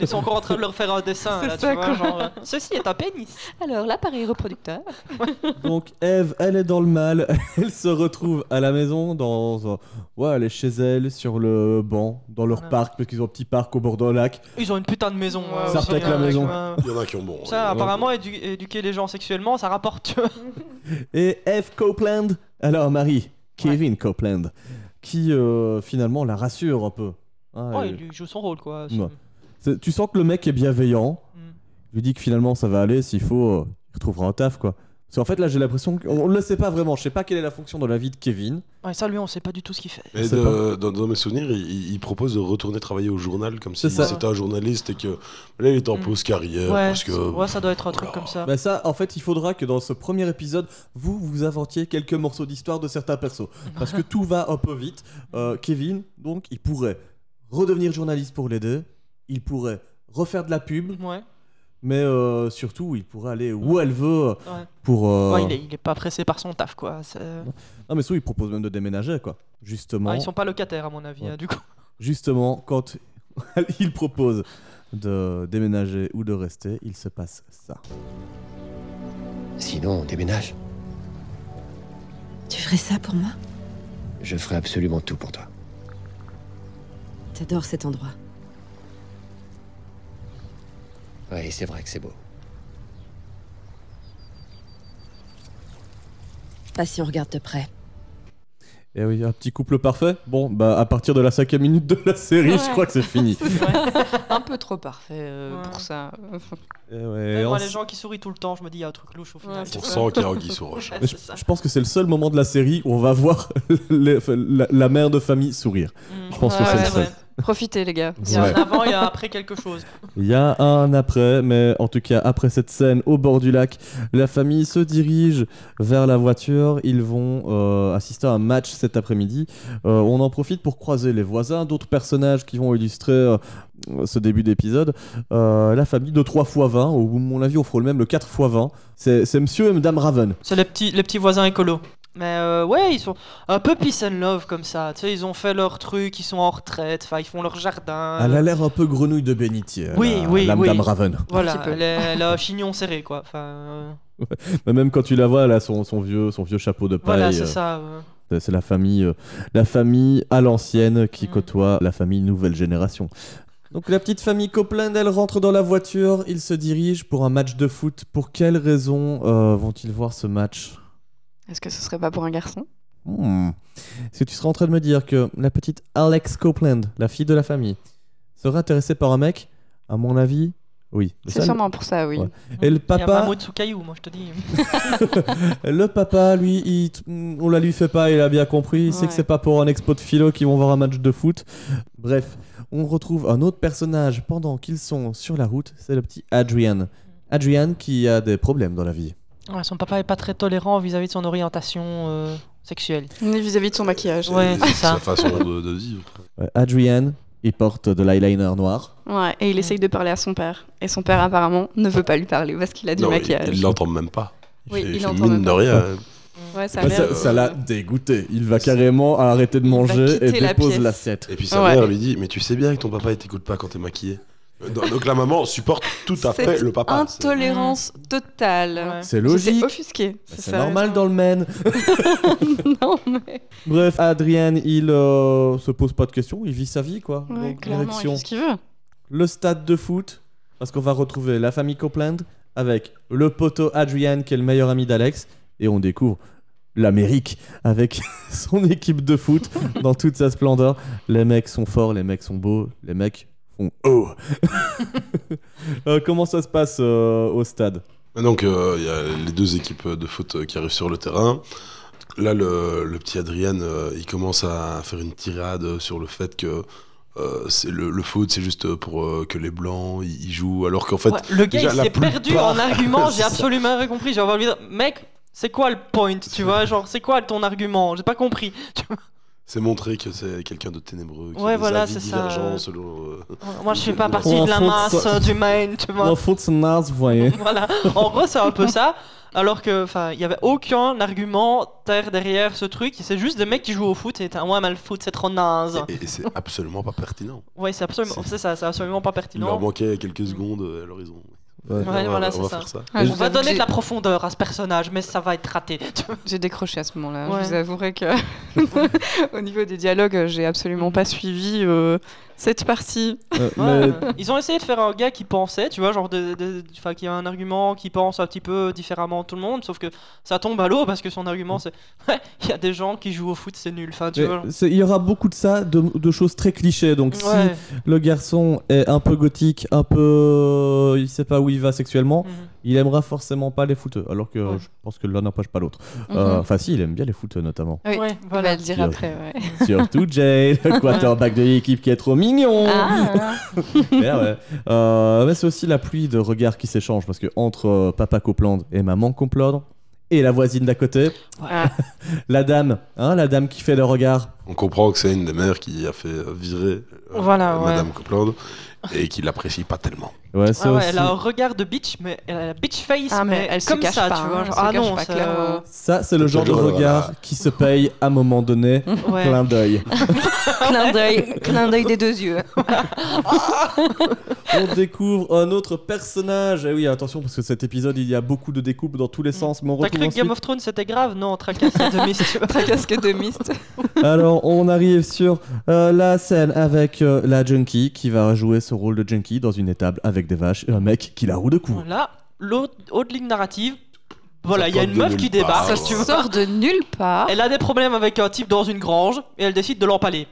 [SPEAKER 3] Ils sont encore en train de leur faire un dessin,
[SPEAKER 4] C'est
[SPEAKER 3] là, tu
[SPEAKER 4] ça,
[SPEAKER 3] vois,
[SPEAKER 4] quoi.
[SPEAKER 3] genre, euh, Ceci est un pénis
[SPEAKER 4] Alors l'appareil reproducteur.
[SPEAKER 2] Donc Eve, elle est dans le mal. Elle se retrouve à la maison, dans. un- Ouais, elle est chez elle, sur le banc, dans leur
[SPEAKER 3] Ouais.
[SPEAKER 2] parc, parce qu'ils ont un petit parc au bord d'un lac.
[SPEAKER 3] Ils ont une putain de maison.
[SPEAKER 4] Ouais,
[SPEAKER 3] euh,
[SPEAKER 4] ça
[SPEAKER 3] aussi,
[SPEAKER 2] repète
[SPEAKER 3] hein,
[SPEAKER 2] la maison.
[SPEAKER 3] euh,
[SPEAKER 5] Il y en a qui ont bon.
[SPEAKER 3] Ça,
[SPEAKER 5] euh,
[SPEAKER 3] apparemment, édu- éduquer les gens sexuellement, ça rapporte, tu vois.
[SPEAKER 2] Et Eve Copeland, alors Marie, Kevin Copeland, qui euh, finalement la rassure un peu. Hein,
[SPEAKER 3] Ouais,
[SPEAKER 2] elle-
[SPEAKER 3] Oh, il joue son rôle, quoi.
[SPEAKER 2] Ouais. c'est- Tu sens que le mec est bienveillant.
[SPEAKER 3] Mm.
[SPEAKER 2] lui dit que finalement ça va aller, s'il faut, euh, il retrouvera un taf quoi. Parce qu'en fait là j'ai l'impression qu'on ne le sait pas vraiment, je sais pas quelle est la fonction dans la vie de Kevin.
[SPEAKER 3] Ouais, ça, lui, on sait pas du tout ce qu'il fait.
[SPEAKER 5] Et
[SPEAKER 2] Je sais
[SPEAKER 5] de- dans, dans mes souvenirs, il, il propose de retourner travailler au journal comme si
[SPEAKER 2] C'est ça.
[SPEAKER 5] c'était un journaliste et que là, il est en
[SPEAKER 3] Mm.
[SPEAKER 5] pause
[SPEAKER 2] Euh,
[SPEAKER 5] carrière.
[SPEAKER 3] Ouais,
[SPEAKER 5] parce que,
[SPEAKER 3] ouais, ça doit être un truc
[SPEAKER 5] Oh là.
[SPEAKER 3] comme ça.
[SPEAKER 2] Bah ça en fait il faudra que dans ce premier épisode vous vous inventiez quelques morceaux d'histoire de certains persos. Parce que tout va un peu vite. Euh, Kevin donc il pourrait redevenir journaliste pour les deux, il pourrait refaire de la pub,
[SPEAKER 3] Ouais.
[SPEAKER 2] mais euh, surtout il pourrait aller où elle veut
[SPEAKER 3] Ouais.
[SPEAKER 2] pour... euh,
[SPEAKER 3] Ouais, il, est, il est pas pressé par son taf, quoi. c'est-
[SPEAKER 2] Ah mais surtout il propose même de déménager quoi. Justement.
[SPEAKER 3] Ah, ils sont pas locataires, à mon avis,
[SPEAKER 2] Ouais.
[SPEAKER 3] hein, du coup.
[SPEAKER 2] justement, quand il propose de déménager ou de rester, il se passe ça.
[SPEAKER 10] Sinon, on déménage.
[SPEAKER 11] Tu ferais ça pour moi
[SPEAKER 10] Je ferai absolument tout pour toi.
[SPEAKER 11] T'adores cet endroit.
[SPEAKER 10] Oui, c'est vrai que c'est beau.
[SPEAKER 11] Pas si on regarde de près.
[SPEAKER 2] Et Eh oui, un petit couple parfait. Bon, bah à partir de la cinquième minute de la série, je
[SPEAKER 4] Ouais.
[SPEAKER 2] crois que c'est fini.
[SPEAKER 4] un peu trop parfait euh,
[SPEAKER 3] Ouais.
[SPEAKER 4] pour ça.
[SPEAKER 2] Et Eh ouais,
[SPEAKER 3] Même
[SPEAKER 2] on
[SPEAKER 3] moi,
[SPEAKER 2] s-
[SPEAKER 3] les gens qui sourient tout le temps, je me dis, il y a un truc louche au final.
[SPEAKER 4] Ouais,
[SPEAKER 5] On
[SPEAKER 4] c'est ça.
[SPEAKER 5] sent qu'il y a Anguille sous roche.
[SPEAKER 3] Ouais,
[SPEAKER 2] Mais
[SPEAKER 3] c'est
[SPEAKER 2] je,
[SPEAKER 3] ça.
[SPEAKER 2] je pense que c'est le seul moment de la série où on va voir les- la, la mère de famille sourire.
[SPEAKER 3] Mm.
[SPEAKER 2] je pense que
[SPEAKER 4] c'est le
[SPEAKER 3] vrai.
[SPEAKER 2] seul.
[SPEAKER 4] Profitez, les gars.
[SPEAKER 3] Il y a
[SPEAKER 2] Ouais.
[SPEAKER 3] un avant, il y a après quelque chose.
[SPEAKER 2] Il y a un après, mais en tout cas, après cette scène au bord du lac, la famille se dirige vers la voiture. Ils vont euh, assister à un match cet après-midi. Euh, on en profite pour croiser les voisins, d'autres personnages qui vont illustrer euh, ce début d'épisode. Euh, la famille de 3 x 20, ou à mon avis, on fera le même, le 4 x 20. C'est c'est monsieur et madame Raven.
[SPEAKER 3] C'est les petits, les petits voisins écolos. Mais euh, ouais, ils sont un peu peace and love comme ça. Tu sais, ils ont fait leur truc, ils sont en retraite, enfin, ils font leur jardin.
[SPEAKER 2] Elle a l'air un peu grenouille de bénitier,
[SPEAKER 3] Oui,
[SPEAKER 2] la,
[SPEAKER 3] oui,
[SPEAKER 2] la
[SPEAKER 3] oui.
[SPEAKER 2] madame Raven.
[SPEAKER 3] Voilà,
[SPEAKER 4] Un petit peu.
[SPEAKER 3] elle est- elle a un chignon serré, quoi. Enfin, euh,
[SPEAKER 2] Mais même quand tu la vois, elle a son, son vieux, son vieux chapeau de paille.
[SPEAKER 3] voilà, c'est
[SPEAKER 2] euh,
[SPEAKER 3] ça. euh.
[SPEAKER 2] C'est c'est la famille, euh, la famille à l'ancienne qui
[SPEAKER 3] Mm.
[SPEAKER 2] côtoie la famille nouvelle génération. Donc la petite famille Copeland, elle rentre dans la voiture, ils se dirigent pour un match de foot. Pour quelles raisons euh, vont-ils voir ce match
[SPEAKER 4] Est-ce que ce serait pas pour un garçon
[SPEAKER 2] Hmm. Est-ce que tu seras en train de me dire que la petite Alex Copeland, la fille de la famille, sera intéressée par un mec À mon avis, oui.
[SPEAKER 4] C'est
[SPEAKER 2] Ça,
[SPEAKER 4] sûrement pour ça, oui.
[SPEAKER 2] Ouais. Et le
[SPEAKER 3] Il y a
[SPEAKER 2] papa,
[SPEAKER 3] Mahmoud sous caillou, moi, je te dis.
[SPEAKER 2] le papa, lui, il t- on la lui fait pas, il a bien compris. Il sait que
[SPEAKER 4] Ouais.
[SPEAKER 2] c'est pas pour un expo de philo qu'ils vont voir un match de foot. Bref, on retrouve un autre personnage pendant qu'ils sont sur la route, c'est le petit Adrian. Adrian qui a des problèmes dans la vie.
[SPEAKER 3] Ouais, son papa est pas très tolérant vis-à-vis de son orientation euh, sexuelle.
[SPEAKER 4] Ni vis-à-vis de son maquillage.
[SPEAKER 3] Ouais,
[SPEAKER 5] Et
[SPEAKER 3] c'est ça.
[SPEAKER 5] Sa façon de, de vivre.
[SPEAKER 2] Ouais, Euh, Adrian, il porte de l'eyeliner noir.
[SPEAKER 4] Ouais, et il essaye de parler à son père. Et son père, apparemment, ne veut pas lui parler parce qu'il a du
[SPEAKER 5] Non, il-
[SPEAKER 4] maquillage.
[SPEAKER 5] il l'entend même pas. Il
[SPEAKER 4] Oui,
[SPEAKER 5] fait,
[SPEAKER 4] il
[SPEAKER 5] il fait
[SPEAKER 4] l'entend
[SPEAKER 5] mine
[SPEAKER 4] même
[SPEAKER 5] de
[SPEAKER 4] pas.
[SPEAKER 5] rien.
[SPEAKER 4] Ouais, ça a
[SPEAKER 2] Bah,
[SPEAKER 4] l'air-
[SPEAKER 2] ça ça l'a dégoûté. Il va carrément arrêter de manger et
[SPEAKER 4] quitter la
[SPEAKER 2] dépose
[SPEAKER 4] pièce.
[SPEAKER 2] l'assiette.
[SPEAKER 5] Et puis sa
[SPEAKER 4] Ouais.
[SPEAKER 5] mère lui dit Mais tu sais bien que ton papa il t'écoute pas quand t'es maquillée. Euh, Donc donc la maman supporte tout à
[SPEAKER 4] Cette
[SPEAKER 5] fait le papa. c'est-
[SPEAKER 4] Intolérance totale.
[SPEAKER 3] Ouais.
[SPEAKER 2] C'est
[SPEAKER 4] J'étais
[SPEAKER 2] logique.
[SPEAKER 4] offusquée.
[SPEAKER 2] Bah, C'est normal dans le Maine.
[SPEAKER 4] non, mais.
[SPEAKER 2] Bref, Adrien, il euh, se pose pas de questions, il vit sa vie quoi.
[SPEAKER 4] Ouais,
[SPEAKER 2] Donc,
[SPEAKER 4] clairement, il
[SPEAKER 2] direction
[SPEAKER 4] fait ce qu'il veut.
[SPEAKER 2] le stade de foot, parce qu'on va retrouver la famille Copeland avec le poteau Adrian qui est le meilleur ami d'Alex, et on découvre l'Amérique avec son équipe de foot dans toute sa splendeur. Les mecs sont forts, les mecs sont beaux, les mecs font oh. Euh, comment ça se passe euh, au stade
[SPEAKER 5] Et Donc euh, il y a les deux équipes de foot euh, qui arrivent sur le terrain. Là, le, le petit Adrien, euh, il commence à faire une tirade sur le fait que euh, c'est le, le foot, c'est juste pour euh, que les blancs ils ils jouent, alors qu'en fait,
[SPEAKER 3] Ouais, le gars,
[SPEAKER 5] déjà,
[SPEAKER 3] il
[SPEAKER 5] la
[SPEAKER 3] s'est perdu
[SPEAKER 5] plupart-
[SPEAKER 3] en argument,
[SPEAKER 5] C'est
[SPEAKER 3] j'ai
[SPEAKER 5] ça.
[SPEAKER 3] absolument rien compris. J'avais envie de dire, mec, c'est quoi le point Tu vois, genre, c'est quoi ton argument J'ai pas compris. Tu vois,
[SPEAKER 5] c'est montrer que c'est quelqu'un de ténébreux, qui
[SPEAKER 3] Ouais,
[SPEAKER 5] a des
[SPEAKER 3] voilà,
[SPEAKER 5] avis
[SPEAKER 3] c'est ça.
[SPEAKER 5] divergents selon. euh,
[SPEAKER 3] Moi, je suis pas partie
[SPEAKER 2] Ou
[SPEAKER 3] de la
[SPEAKER 2] un fond de
[SPEAKER 3] masse
[SPEAKER 2] so-
[SPEAKER 3] euh, du Maine, tu vois.
[SPEAKER 2] Au foot, c'est naze, vous voyez.
[SPEAKER 3] voilà. En gros, c'est un peu ça. Alors que, enfin, il y avait aucun argumentaire derrière ce truc. C'est juste des mecs qui jouent au foot et t'as, ouais, mais le foot, c'est trop naze.
[SPEAKER 5] et et c'est absolument pas pertinent.
[SPEAKER 3] Ouais, c'est absolument,
[SPEAKER 5] C'est-
[SPEAKER 3] c'est ça, c'est absolument pas
[SPEAKER 5] Il leur
[SPEAKER 3] pertinent.
[SPEAKER 5] manquait quelques secondes euh, à l'horizon.
[SPEAKER 2] Ouais.
[SPEAKER 5] On
[SPEAKER 3] Ouais,
[SPEAKER 5] va-
[SPEAKER 3] voilà,
[SPEAKER 5] on
[SPEAKER 3] c'est
[SPEAKER 5] va
[SPEAKER 3] ça.
[SPEAKER 5] faire ça.
[SPEAKER 4] Ah, je
[SPEAKER 3] On
[SPEAKER 4] vous
[SPEAKER 3] va
[SPEAKER 4] avoue
[SPEAKER 3] donner
[SPEAKER 4] que
[SPEAKER 3] de la profondeur à ce personnage, mais ça va être raté. Tu vois.
[SPEAKER 4] J'ai décroché à ce moment-là.
[SPEAKER 3] Ouais.
[SPEAKER 4] Je vous avouerai que au niveau des dialogues, j'ai absolument pas suivi euh, cette partie.
[SPEAKER 2] Euh,
[SPEAKER 3] Ouais.
[SPEAKER 2] mais
[SPEAKER 3] Ils ont essayé de faire un gars qui pensait, tu vois, genre, de, de- enfin, qui a un argument, qui pense un petit peu différemment de tout le monde, sauf que ça tombe à l'eau parce que son argument c'est, ouais, il y a des gens qui jouent au foot, c'est nul. Enfin, tu
[SPEAKER 2] mais
[SPEAKER 3] vois. genre.
[SPEAKER 2] c'est- Il y aura beaucoup de ça, de, de choses très clichés. Donc, si
[SPEAKER 3] Ouais.
[SPEAKER 2] le garçon est un peu gothique, un peu. Il sait pas où il va sexuellement,
[SPEAKER 3] Mhm.
[SPEAKER 2] il aimera forcément pas les footeux. Alors que
[SPEAKER 3] Ouais.
[SPEAKER 2] je pense que l'un n'empêche pas l'autre.
[SPEAKER 5] Ah.
[SPEAKER 4] Mhm.
[SPEAKER 2] Euh, Enfin, si, il aime bien les footeux notamment.
[SPEAKER 4] Oui,
[SPEAKER 3] Ouais,
[SPEAKER 4] on
[SPEAKER 3] voilà.
[SPEAKER 4] va le dire
[SPEAKER 2] Qui, euh,
[SPEAKER 4] après. Ouais.
[SPEAKER 2] Surtout Jay,
[SPEAKER 3] Ah.
[SPEAKER 2] le quarterback de l'équipe qui est trop mignon. Mais, ah ouais. Euh, mais c'est aussi la pluie de regards qui s'échangent parce que entre euh, papa Copeland et maman Copeland et la voisine d'à côté,
[SPEAKER 4] Ah,
[SPEAKER 2] la dame, hein, la dame qui fait le regard.
[SPEAKER 5] On comprend que c'est une des mères qui a fait euh, virer euh,
[SPEAKER 3] Voilà,
[SPEAKER 5] Madame Copeland et qui l'apprécie pas tellement.
[SPEAKER 2] Ouais, c'est
[SPEAKER 3] Ah ouais,
[SPEAKER 2] aussi-
[SPEAKER 3] elle a un regard de bitch, mais elle a la bitch face,
[SPEAKER 4] Ah, mais
[SPEAKER 3] mais,
[SPEAKER 4] elle se
[SPEAKER 3] comme
[SPEAKER 4] cache
[SPEAKER 3] ça,
[SPEAKER 4] pas,
[SPEAKER 3] tu
[SPEAKER 4] hein,
[SPEAKER 3] vois.
[SPEAKER 4] elle
[SPEAKER 3] genre,
[SPEAKER 4] se
[SPEAKER 3] ah
[SPEAKER 4] cache
[SPEAKER 3] non,
[SPEAKER 4] pas,
[SPEAKER 3] ça-
[SPEAKER 4] clairement.
[SPEAKER 2] Ça, c'est le genre de
[SPEAKER 5] Voilà.
[SPEAKER 2] regard qui se paye à un moment donné.
[SPEAKER 3] ouais.
[SPEAKER 2] Clin d'œil.
[SPEAKER 11] clin d'œil, clin d'œil des deux yeux.
[SPEAKER 2] On découvre un autre personnage. Et oui, attention, parce que cet épisode, il y a beaucoup de découpes dans tous les sens. Mais on
[SPEAKER 3] Mm. T'as
[SPEAKER 2] retrouve
[SPEAKER 3] cru que Game
[SPEAKER 2] ensuite-
[SPEAKER 3] of Thrones c'était grave Non, Tracassia de Mist, tu vois.
[SPEAKER 4] Tracasque de mist.
[SPEAKER 2] Alors, on arrive sur euh, la scène avec euh, la junkie qui va jouer ce rôle de junkie dans une étable avec des vaches et un mec qui la roue de cou.
[SPEAKER 3] Voilà, l'autre haute ligne narrative. Voilà,
[SPEAKER 5] Ça
[SPEAKER 3] il y a
[SPEAKER 5] part
[SPEAKER 3] une
[SPEAKER 5] de
[SPEAKER 3] meuf
[SPEAKER 5] nulle
[SPEAKER 3] qui
[SPEAKER 5] part,
[SPEAKER 3] débarque,
[SPEAKER 5] ouais.
[SPEAKER 3] tu vois.
[SPEAKER 4] Sort de nulle part
[SPEAKER 3] Elle a des problèmes avec un type dans une grange et elle décide de l'empaler,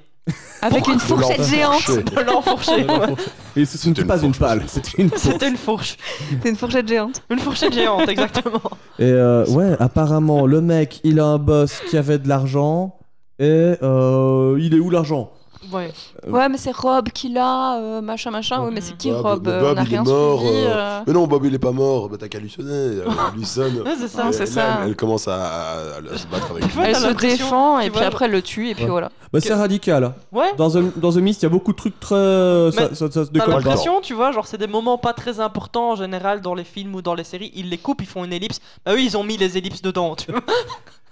[SPEAKER 4] avec une fourchette géante.
[SPEAKER 3] de l'enfourcher.
[SPEAKER 2] Euh, la fourche- Et ce n'est
[SPEAKER 5] une
[SPEAKER 2] pas une
[SPEAKER 5] fourche.
[SPEAKER 2] pâle, c'était une fourche.
[SPEAKER 3] C'était une fourche.
[SPEAKER 4] C'est une fourchette géante.
[SPEAKER 3] Une fourchette géante, exactement.
[SPEAKER 2] Et euh, ouais, apparemment, le mec, il a un boss qui avait de l'argent. Et euh, il est où l'argent
[SPEAKER 3] Ouais.
[SPEAKER 4] Ouais, mais c'est Rob qui l'a, euh, machin, machin. Ouais, mais c'est qui
[SPEAKER 5] Bob,
[SPEAKER 4] Rob
[SPEAKER 5] mais
[SPEAKER 4] Euh, On
[SPEAKER 5] Bob,
[SPEAKER 4] n'a
[SPEAKER 5] il est
[SPEAKER 4] rien
[SPEAKER 5] mort,
[SPEAKER 4] suivi.
[SPEAKER 5] euh,
[SPEAKER 4] euh.
[SPEAKER 5] Mais non, Bob, il est pas mort. Bah, t'as qu'à lui sonner. Euh, lui sonne.
[SPEAKER 3] Ouais, c'est ça.
[SPEAKER 5] Et
[SPEAKER 4] c'est
[SPEAKER 5] là,
[SPEAKER 4] ça.
[SPEAKER 5] Elle, elle commence à, à- à se battre avec
[SPEAKER 3] En
[SPEAKER 5] lui.
[SPEAKER 3] fait,
[SPEAKER 4] Elle
[SPEAKER 3] t'as
[SPEAKER 4] se
[SPEAKER 3] l'impression,
[SPEAKER 4] défend
[SPEAKER 3] tu
[SPEAKER 4] et puis
[SPEAKER 3] vois.
[SPEAKER 4] après elle le tue et puis
[SPEAKER 2] Ouais.
[SPEAKER 4] voilà.
[SPEAKER 2] Bah, c'est radical. hein.
[SPEAKER 3] Ouais.
[SPEAKER 2] Dans The, dans The Mist, il y a beaucoup de trucs très. euh, Ça, ça- ça se
[SPEAKER 3] T'as
[SPEAKER 2] décolle pas.
[SPEAKER 3] l'impression, tu vois, genre c'est des moments pas très importants en général dans les films ou dans les séries. Ils les coupent, ils font une ellipse. Bah eux, ils ont mis les ellipses dedans, tu vois.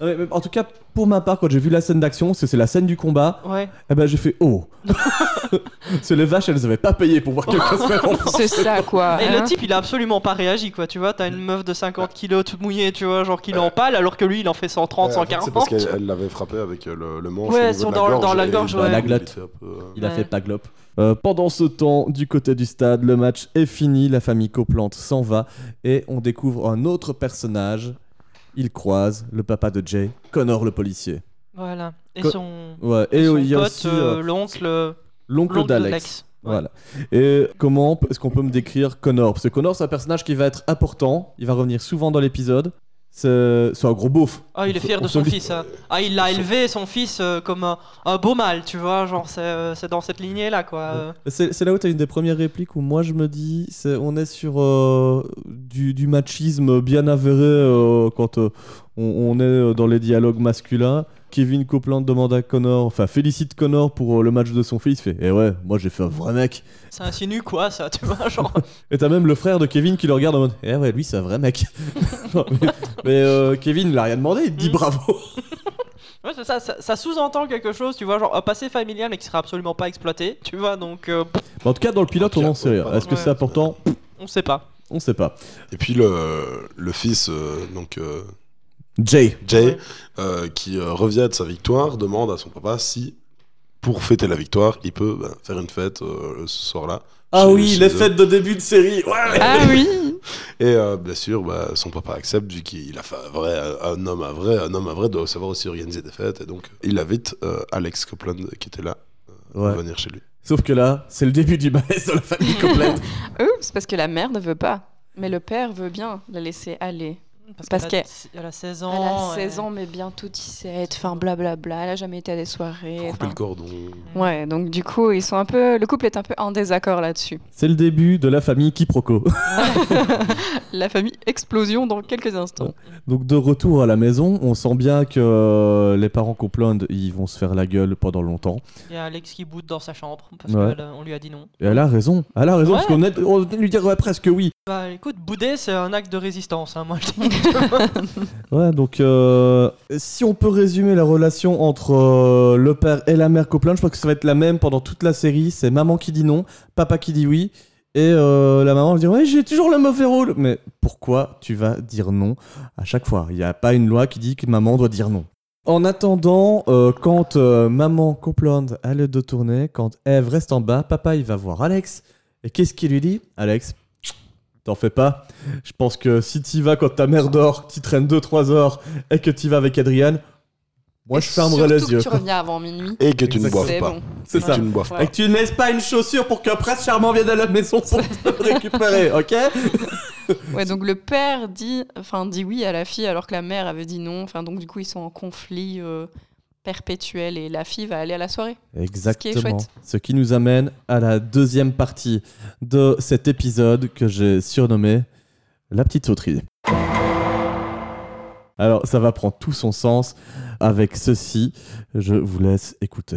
[SPEAKER 2] Ah, mais- mais En tout cas, pour ma part, quand j'ai vu la scène d'action, parce que c'est la scène du combat,
[SPEAKER 3] Ouais.
[SPEAKER 2] eh ben, j'ai fait Oh C'est les vaches, elles avaient pas payé pour voir quelqu'un se faire enfoncer.
[SPEAKER 4] C'est ça quoi.
[SPEAKER 3] Et
[SPEAKER 4] hein.
[SPEAKER 3] le type, il a absolument pas réagi, quoi. Tu vois, t'as une meuf de 50 kilos toute mouillée, tu vois, genre qu'il en pâle, alors que lui, il en fait 130,
[SPEAKER 5] Ouais, en fait,
[SPEAKER 3] 140.
[SPEAKER 5] C'est parce qu'elle elle l'avait frappé avec euh, le, le manche.
[SPEAKER 3] Ouais,
[SPEAKER 5] au niveau
[SPEAKER 3] sur-
[SPEAKER 5] de
[SPEAKER 3] dans-
[SPEAKER 5] la gorge,
[SPEAKER 3] dans la
[SPEAKER 5] et
[SPEAKER 3] gorge,
[SPEAKER 5] du
[SPEAKER 3] ouais.
[SPEAKER 5] coup,
[SPEAKER 2] La
[SPEAKER 5] il
[SPEAKER 2] glotte.
[SPEAKER 5] était un peu, euh,
[SPEAKER 2] Il a
[SPEAKER 3] Ouais.
[SPEAKER 2] fait Paglop.
[SPEAKER 12] Euh, pendant ce temps, du côté du stade, le match est fini, la famille Copeland s'en va et on découvre un autre personnage. Il croise le papa de Jay, Connor le policier.
[SPEAKER 3] Voilà. Et
[SPEAKER 12] Co-
[SPEAKER 3] son,
[SPEAKER 12] Ouais,
[SPEAKER 3] et
[SPEAKER 12] et
[SPEAKER 3] son
[SPEAKER 12] il y a
[SPEAKER 3] pote,
[SPEAKER 12] aussi
[SPEAKER 3] euh,
[SPEAKER 12] euh,
[SPEAKER 3] l'oncle, euh,
[SPEAKER 12] l'oncle
[SPEAKER 3] l'oncle d'Alex.
[SPEAKER 12] d'Alex.
[SPEAKER 3] Ouais.
[SPEAKER 12] Voilà. Et comment p- est-ce qu'on peut me décrire Connor Parce que Connor, c'est un personnage qui va être important, il va revenir souvent dans l'épisode. C'est c'est un gros beauf.
[SPEAKER 3] Ah, il est
[SPEAKER 12] On se-
[SPEAKER 3] fier
[SPEAKER 12] on
[SPEAKER 3] de
[SPEAKER 12] se
[SPEAKER 3] son
[SPEAKER 12] le dit.
[SPEAKER 3] fils. hein. Ah, il l'a élevé, son fils, euh, comme un, un beau mâle, tu vois. Genre, c'est euh, c'est dans cette lignée-là, quoi. euh.
[SPEAKER 2] C'est c'est là où t'as une des premières répliques où moi je me dis c'est- on est sur euh, du, du machisme bien avéré euh, quand euh, on, on est euh, dans les dialogues masculins. Kevin Copeland demande à Connor, enfin félicite Connor pour euh, le match de son fils. Il fait Eh ouais, moi j'ai fait un vrai mec.
[SPEAKER 3] Ça insinue quoi, ça, tu vois. Genre,
[SPEAKER 2] Et t'as même le frère de Kevin qui le regarde en mode Eh ouais, lui c'est un vrai mec. Non, mais mais, euh, Kevin il a rien demandé, il te dit
[SPEAKER 3] Mm.
[SPEAKER 2] bravo.
[SPEAKER 3] ouais, c'est ça, ça, ça sous-entend quelque chose, tu vois. Genre, un passé familial, mais qui sera absolument pas exploité, tu vois. Donc, euh, pff,
[SPEAKER 2] Mais en tout cas, dans le pilote, on en sait rien. Est-ce que c'est
[SPEAKER 3] Ouais.
[SPEAKER 2] important
[SPEAKER 3] on sait pas.
[SPEAKER 2] On sait pas.
[SPEAKER 5] Et puis le, le fils, euh, donc euh,
[SPEAKER 2] Jay.
[SPEAKER 5] Jay,
[SPEAKER 3] Ouais.
[SPEAKER 5] euh, qui euh, revient de sa victoire, demande à son papa si, pour fêter la victoire, il peut ben, faire une fête euh, ce soir-là.
[SPEAKER 2] Ah
[SPEAKER 5] Chez-
[SPEAKER 2] oui,
[SPEAKER 5] chez
[SPEAKER 2] les
[SPEAKER 5] eux.
[SPEAKER 2] fêtes de début de série. Ouais.
[SPEAKER 4] Ah oui
[SPEAKER 5] Et euh, bien sûr, bah, son papa accepte, vu qu'il a fait un, vrai, un homme à vrai. Un homme à vrai doit savoir aussi organiser des fêtes. Et donc, il invite euh, Alex Copeland, qui était là, à
[SPEAKER 2] Ouais.
[SPEAKER 5] venir chez lui.
[SPEAKER 2] Sauf que là, c'est le début du malaise de la famille complète.
[SPEAKER 4] Oups, parce que la mère ne veut pas. Mais le père veut bien la laisser aller. Parce
[SPEAKER 3] qu'elle a-
[SPEAKER 4] que-
[SPEAKER 3] elle a 16
[SPEAKER 4] Elle
[SPEAKER 3] ans.
[SPEAKER 4] a 16 ans, mais bientôt 17. Enfin, blablabla. Elle a jamais été à des soirées.
[SPEAKER 5] Couper le cordon.
[SPEAKER 4] enfin. Ouais, donc du coup, ils sont un peu. Le couple est un peu en désaccord là-dessus.
[SPEAKER 2] c'est le début de la famille quiproquo.
[SPEAKER 4] La famille explosion dans quelques instants.
[SPEAKER 2] Donc de retour à la maison, on sent bien que euh, les parents Copeland, ils vont se faire la gueule pendant longtemps.
[SPEAKER 3] Il y a Alex qui boude dans sa chambre parce
[SPEAKER 2] Ouais.
[SPEAKER 3] qu'on lui a dit non.
[SPEAKER 2] Et elle a raison. Elle a raison
[SPEAKER 3] Ouais.
[SPEAKER 2] parce qu'on est, on lui dirait presque oui.
[SPEAKER 3] Bah écoute, bouder c'est un acte de résistance, hein, moi je dis.
[SPEAKER 2] Ouais, donc euh, si on peut résumer la relation entre euh, le père et la mère Copeland, je crois que ça va être la même pendant toute la série. C'est maman qui dit non, papa qui dit oui. Et euh, la maman va dire ouais j'ai toujours le mauvais rôle mais pourquoi tu vas dire non à chaque fois il n'y a pas une loi qui dit que maman doit dire non en attendant euh, quand euh, maman Copeland a le dos tourné quand Eve reste en bas papa il va voir Alex et qu'est-ce qu'il lui dit Alex t'en fais pas je pense que si t'y vas quand ta mère dort que t'y traînes 2-3 heures et que t'y vas avec Adrienne moi
[SPEAKER 4] Et
[SPEAKER 2] je fermerai les
[SPEAKER 4] surtout que
[SPEAKER 2] yeux
[SPEAKER 4] tu reviens avant minuit.
[SPEAKER 5] Et que tu ne
[SPEAKER 2] Exactement.
[SPEAKER 5] boives
[SPEAKER 2] c'est
[SPEAKER 4] C'est bon.
[SPEAKER 5] pas. Et que
[SPEAKER 2] ça
[SPEAKER 5] Tu ne boives
[SPEAKER 4] Ouais.
[SPEAKER 2] et que tu ne laisses pas une chaussure pour qu'un prince charmant vienne à la maison pour te récupérer, ok
[SPEAKER 4] Ouais, donc le père dit, enfin, dit oui à la fille alors que la mère avait dit non. Enfin, donc du coup, ils sont en conflit euh, perpétuel et la fille va aller à la soirée.
[SPEAKER 2] Exactement.
[SPEAKER 4] Ce qui est chouette.
[SPEAKER 2] Ce qui nous amène à la deuxième partie de cet épisode que j'ai surnommé La petite sauterie. Alors, ça va prendre tout son sens avec ceci. Je vous laisse écouter.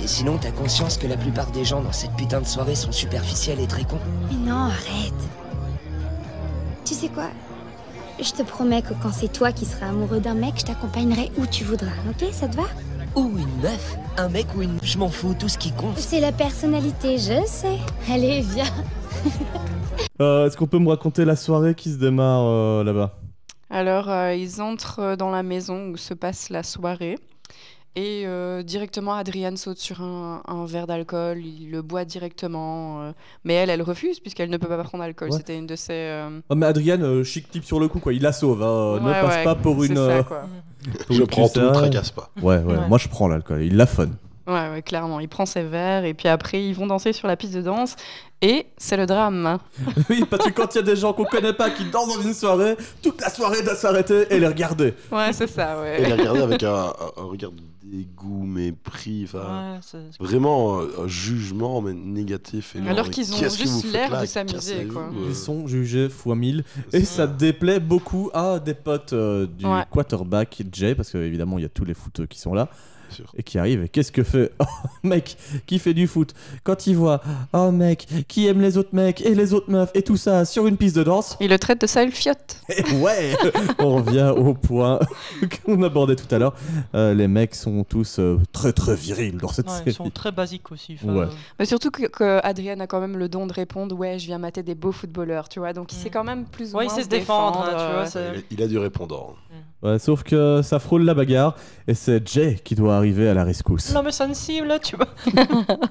[SPEAKER 10] Et sinon, t'as conscience que la plupart des gens dans cette putain de soirée sont superficiels et très cons
[SPEAKER 13] Mais non, arrête. Tu sais quoi Je te promets que quand c'est toi qui seras amoureux d'un mec, je t'accompagnerai où tu voudras, ok Ça te va
[SPEAKER 10] Ou une meuf, un mec ou une... Je m'en fous, tout ce qui compte.
[SPEAKER 13] C'est la personnalité, je sais. Allez, viens.
[SPEAKER 2] Euh, Est-ce qu'on peut me raconter la soirée qui se démarre euh, là-bas
[SPEAKER 4] Alors, euh, ils entrent euh, dans la maison où se passe la soirée. Et euh, directement, Adrienne saute sur un, un verre d'alcool. Il le boit directement. euh, mais elle, elle refuse puisqu'elle ne peut pas prendre d'alcool.
[SPEAKER 2] Ouais.
[SPEAKER 4] C'était une de ses. euh,
[SPEAKER 2] Oh, mais Adrienne, euh, chic type sur le coup, quoi. Il la sauve. hein. ne
[SPEAKER 4] ouais,
[SPEAKER 2] passe
[SPEAKER 4] ouais,
[SPEAKER 2] pas pour
[SPEAKER 4] c'est
[SPEAKER 2] une.
[SPEAKER 4] ça,
[SPEAKER 2] euh,
[SPEAKER 4] quoi.
[SPEAKER 2] pour
[SPEAKER 5] Je
[SPEAKER 2] une
[SPEAKER 5] prends tout, ne
[SPEAKER 2] puce, hein.
[SPEAKER 5] tracasse pas.
[SPEAKER 2] Ouais, ouais,
[SPEAKER 3] Ouais.
[SPEAKER 2] moi je prends l'alcool, il la fun.
[SPEAKER 4] Ouais, ouais, clairement. Il prend ses verres et puis après, ils vont danser sur la piste de danse. Et c'est le drame.
[SPEAKER 2] oui, parce que quand il y a des gens qu'on connaît pas qui dansent dans une soirée, toute la soirée doit s'arrêter et les regarder.
[SPEAKER 4] Ouais, c'est ça, ouais.
[SPEAKER 5] Et il a regardé avec un, un- un regard de dégoût, mépris, enfin
[SPEAKER 3] Ouais, c'est- c'est-
[SPEAKER 5] vraiment euh, un jugement mais négatif. Et genre,
[SPEAKER 4] Alors
[SPEAKER 5] mais
[SPEAKER 4] qu'ils ont
[SPEAKER 5] qu'est-ce que
[SPEAKER 4] juste
[SPEAKER 5] vous faites
[SPEAKER 4] l'air
[SPEAKER 5] là
[SPEAKER 4] de s'amuser,
[SPEAKER 5] Cassez-vous,
[SPEAKER 4] quoi.
[SPEAKER 5] euh.
[SPEAKER 2] Ils sont jugés fois 1000 et ça déplaît beaucoup à des potes euh, du
[SPEAKER 4] Ouais.
[SPEAKER 2] quarterback Jay parce qu'évidemment il y a tous les footeux qui sont là et qui arrivent et qu'est-ce que fait oh, mec qui fait du foot quand il voit oh mec qui aime les autres mecs et les autres meufs et tout ça sur une piste de danse
[SPEAKER 4] Il le traite de sale fiotte.
[SPEAKER 2] ouais on revient au point qu'on abordait tout à l'heure Euh, les mecs sont tous euh, très très virils dans cette
[SPEAKER 3] Ouais,
[SPEAKER 2] série
[SPEAKER 3] ils sont très basiques aussi. enfin,
[SPEAKER 2] Ouais.
[SPEAKER 3] euh,
[SPEAKER 4] Mais surtout que, que Adrien a quand même le don de répondre Ouais, je viens mater des beaux footballeurs, tu vois. Donc il sait quand même plus ou
[SPEAKER 3] Mm. Ouais, il
[SPEAKER 4] moins.
[SPEAKER 3] sait se défendre, hein, tu
[SPEAKER 4] euh,
[SPEAKER 3] vois, c'est-
[SPEAKER 5] Il a du répondant.
[SPEAKER 2] Ouais, sauf que ça frôle la bagarre et c'est Jay qui doit arriver à la rescousse
[SPEAKER 3] Non, mais ça me cible, tu vois.
[SPEAKER 2] Bah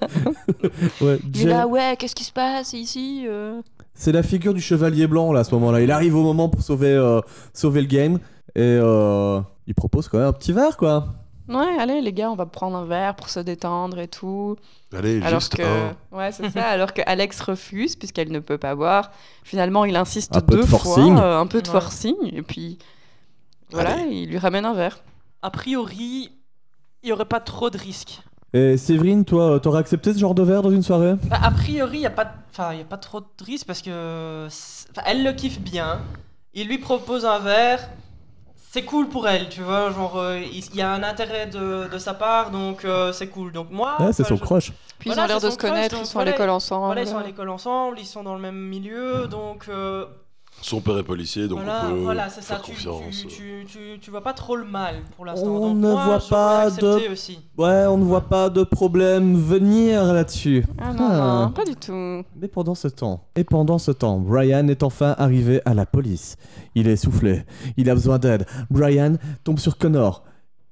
[SPEAKER 2] Ouais,
[SPEAKER 4] Il est
[SPEAKER 2] Jay-
[SPEAKER 4] là, ouais, qu'est-ce qui se passe ici euh
[SPEAKER 2] C'est la figure du chevalier blanc là à ce moment-là. Il arrive au moment pour sauver, euh, sauver le game et euh, il propose quand même un petit verre quoi.
[SPEAKER 4] Ouais, allez, les gars, on va prendre un verre pour se détendre et tout.
[SPEAKER 5] Allez,
[SPEAKER 4] alors
[SPEAKER 5] juste
[SPEAKER 4] que...
[SPEAKER 5] un.
[SPEAKER 4] Ouais, c'est ça. Alors que Alex refuse, puisqu'elle ne peut pas boire. Finalement, il insiste
[SPEAKER 2] Un peu de
[SPEAKER 4] deux
[SPEAKER 2] forcing.
[SPEAKER 4] fois, euh, un peu de
[SPEAKER 3] Ouais.
[SPEAKER 4] forcing, et puis voilà, il lui ramène un verre.
[SPEAKER 3] A priori, il n'y aurait pas trop de risques.
[SPEAKER 2] Et Séverine, toi, euh, t'aurais accepté ce genre de verre dans une soirée
[SPEAKER 3] Bah, a priori, il n'y a, pas- enfin, y a pas trop de risques parce que. c'est- enfin, elle le kiffe bien. Il lui propose un verre. C'est cool pour elle, tu vois. Genre, euh, il il y a un intérêt de, de sa part, donc euh, c'est cool. Donc moi.
[SPEAKER 4] Ah,
[SPEAKER 2] Ouais, c'est
[SPEAKER 4] bah,
[SPEAKER 3] enfin,
[SPEAKER 2] son
[SPEAKER 3] je-
[SPEAKER 2] crush.
[SPEAKER 4] Puis
[SPEAKER 3] Voilà,
[SPEAKER 4] ils ont l'air
[SPEAKER 3] c'est
[SPEAKER 4] de
[SPEAKER 3] son
[SPEAKER 4] se
[SPEAKER 3] crush,
[SPEAKER 4] connaître,
[SPEAKER 3] donc
[SPEAKER 4] ils sont
[SPEAKER 3] voilà,
[SPEAKER 4] à l'école ensemble.
[SPEAKER 3] Voilà, ils sont à l'école ensemble, ils sont dans le même milieu, donc. euh,
[SPEAKER 5] Son père est policier, donc
[SPEAKER 3] voilà,
[SPEAKER 5] on peut
[SPEAKER 3] voilà, c'est ça.
[SPEAKER 5] faire
[SPEAKER 3] Tu,
[SPEAKER 5] confiance.
[SPEAKER 3] tu, tu, tu- tu vois pas trop le mal pour l'instant.
[SPEAKER 2] euh. On
[SPEAKER 3] donc
[SPEAKER 2] ne
[SPEAKER 3] moi,
[SPEAKER 2] voit
[SPEAKER 3] j'aurais
[SPEAKER 2] pas
[SPEAKER 3] accepté
[SPEAKER 2] de-
[SPEAKER 3] aussi.
[SPEAKER 2] Ouais, on ne voit pas de problème venir là-dessus.
[SPEAKER 4] Ah non,
[SPEAKER 2] Ah.
[SPEAKER 4] non, pas du tout.
[SPEAKER 2] Mais pendant ce temps, et pendant ce temps, Brian est enfin arrivé à la police. Il est soufflé, il a besoin d'aide. Brian tombe sur Connor.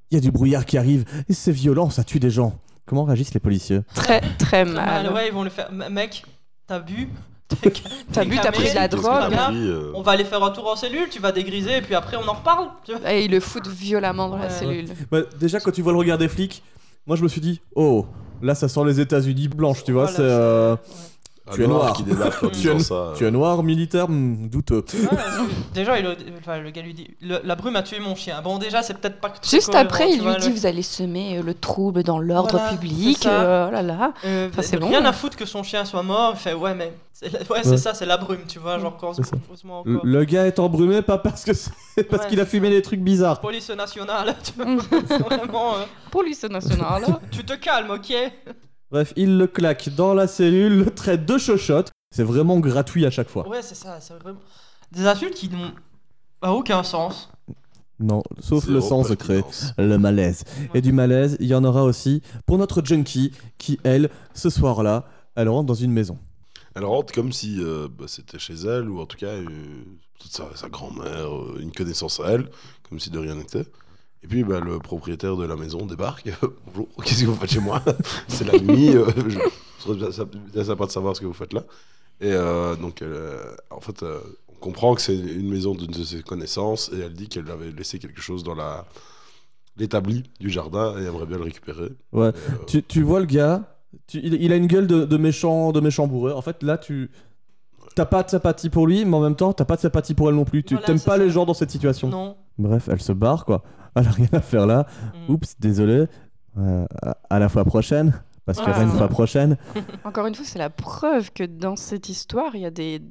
[SPEAKER 2] Il y a du brouillard qui arrive et c'est violent, ça tue des gens. Comment réagissent les policiers
[SPEAKER 4] Très, très
[SPEAKER 3] Très mal,
[SPEAKER 4] mal.
[SPEAKER 3] Bah, ouais, ils vont le faire. M- Mec, t'as bu T'es ca-
[SPEAKER 4] T'as bu, t'as
[SPEAKER 3] camé,
[SPEAKER 4] pris de la
[SPEAKER 3] c'est
[SPEAKER 4] drogue.
[SPEAKER 3] pas grave,
[SPEAKER 5] Oui, euh,
[SPEAKER 3] On va aller faire un tour en cellule, tu vas dégriser et puis après on en reparle. tu vois.
[SPEAKER 4] Et ils le foutent violemment dans
[SPEAKER 3] Ouais.
[SPEAKER 4] la cellule.
[SPEAKER 2] Bah, déjà, quand tu vois le regard des flics, moi je me suis dit, oh, là ça sent les États-Unis blanches, tu vois,
[SPEAKER 3] Voilà,
[SPEAKER 2] c'est. euh,
[SPEAKER 5] un
[SPEAKER 2] tu es noir.
[SPEAKER 5] qui débarque en
[SPEAKER 2] Tu es-
[SPEAKER 5] disant ça.
[SPEAKER 2] Tu es noir, militaire, hmm, douteux.
[SPEAKER 3] Ouais, parce que déjà, il, le- enfin, le gars lui dit le- La brume a tué mon chien. Bon, déjà, c'est peut-être pas que
[SPEAKER 4] Juste après, il lui dit Vous allez semer euh, le trouble dans l'ordre
[SPEAKER 3] Voilà, c'est
[SPEAKER 4] public.
[SPEAKER 3] ça.
[SPEAKER 4] euh, oh là là. Enfin, c'est
[SPEAKER 3] c'est
[SPEAKER 4] bon.
[SPEAKER 3] rien à foutre que son chien soit mort. Il fait Ouais, mais c'est la- ouais,
[SPEAKER 2] Ouais.
[SPEAKER 3] c'est ça, c'est la brume, tu vois. Genre, quand on se
[SPEAKER 2] C'est ça.
[SPEAKER 3] pose moi
[SPEAKER 2] Le,
[SPEAKER 3] encore.
[SPEAKER 2] le gars est embrumé pas parce que c'est- parce
[SPEAKER 3] Ouais,
[SPEAKER 2] qu'il a fumé des trucs bizarres.
[SPEAKER 3] Police nationale, tu vois. c'est vraiment, euh,
[SPEAKER 4] Police nationale.
[SPEAKER 3] tu te calmes, ok
[SPEAKER 2] Bref, il le claque dans la cellule, le traite de chochotte. C'est vraiment gratuit à chaque fois.
[SPEAKER 3] Ouais, c'est ça, c'est vraiment. Des insultes qui n'ont pas aucun sens.
[SPEAKER 2] Non, sauf
[SPEAKER 5] zéro
[SPEAKER 2] le sens de créer
[SPEAKER 5] pertinence.
[SPEAKER 2] le malaise. Et du malaise, il y en aura aussi pour notre junkie qui, elle, ce soir-là, elle rentre dans une maison.
[SPEAKER 5] Elle rentre comme si euh, bah, c'était chez elle, ou en tout cas euh, toute sa, sa grand-mère, euh, une connaissance à elle, comme si de rien n'était. Et puis bah, le propriétaire de la maison débarque. Bonjour, qu'est-ce que vous faites chez moi C'est la nuit, euh, je je trouve ça- ça- bien sympa de savoir ce que vous faites là. Et euh, donc, elle, euh, en fait, euh, on comprend que c'est une maison d'une de ses connaissances, et elle dit qu'elle avait laissé quelque chose dans la l'établi du jardin et aimerait bien le récupérer.
[SPEAKER 2] Ouais.
[SPEAKER 5] Et, euh,
[SPEAKER 2] Tu, tu vois le gars, tu- il, il a une gueule de, de méchant, de méchant bourré. En fait, là, tu. T'as pas de sympathie pour lui, mais en même temps, t'as pas de sympathie pour elle non plus. Tu
[SPEAKER 3] Voilà,
[SPEAKER 2] t'aimes
[SPEAKER 3] c'est
[SPEAKER 2] pas
[SPEAKER 3] ça.
[SPEAKER 2] les gens dans cette situation.
[SPEAKER 3] Non.
[SPEAKER 2] Bref, elle se barre, quoi. Elle a rien à faire là.
[SPEAKER 3] Mm.
[SPEAKER 2] Oups, désolé. Euh, à- à la fois prochaine. Parce qu'il y aura
[SPEAKER 4] Ouais.
[SPEAKER 2] une fois prochaine.
[SPEAKER 4] Encore une fois, c'est la preuve que dans cette histoire, il y a des.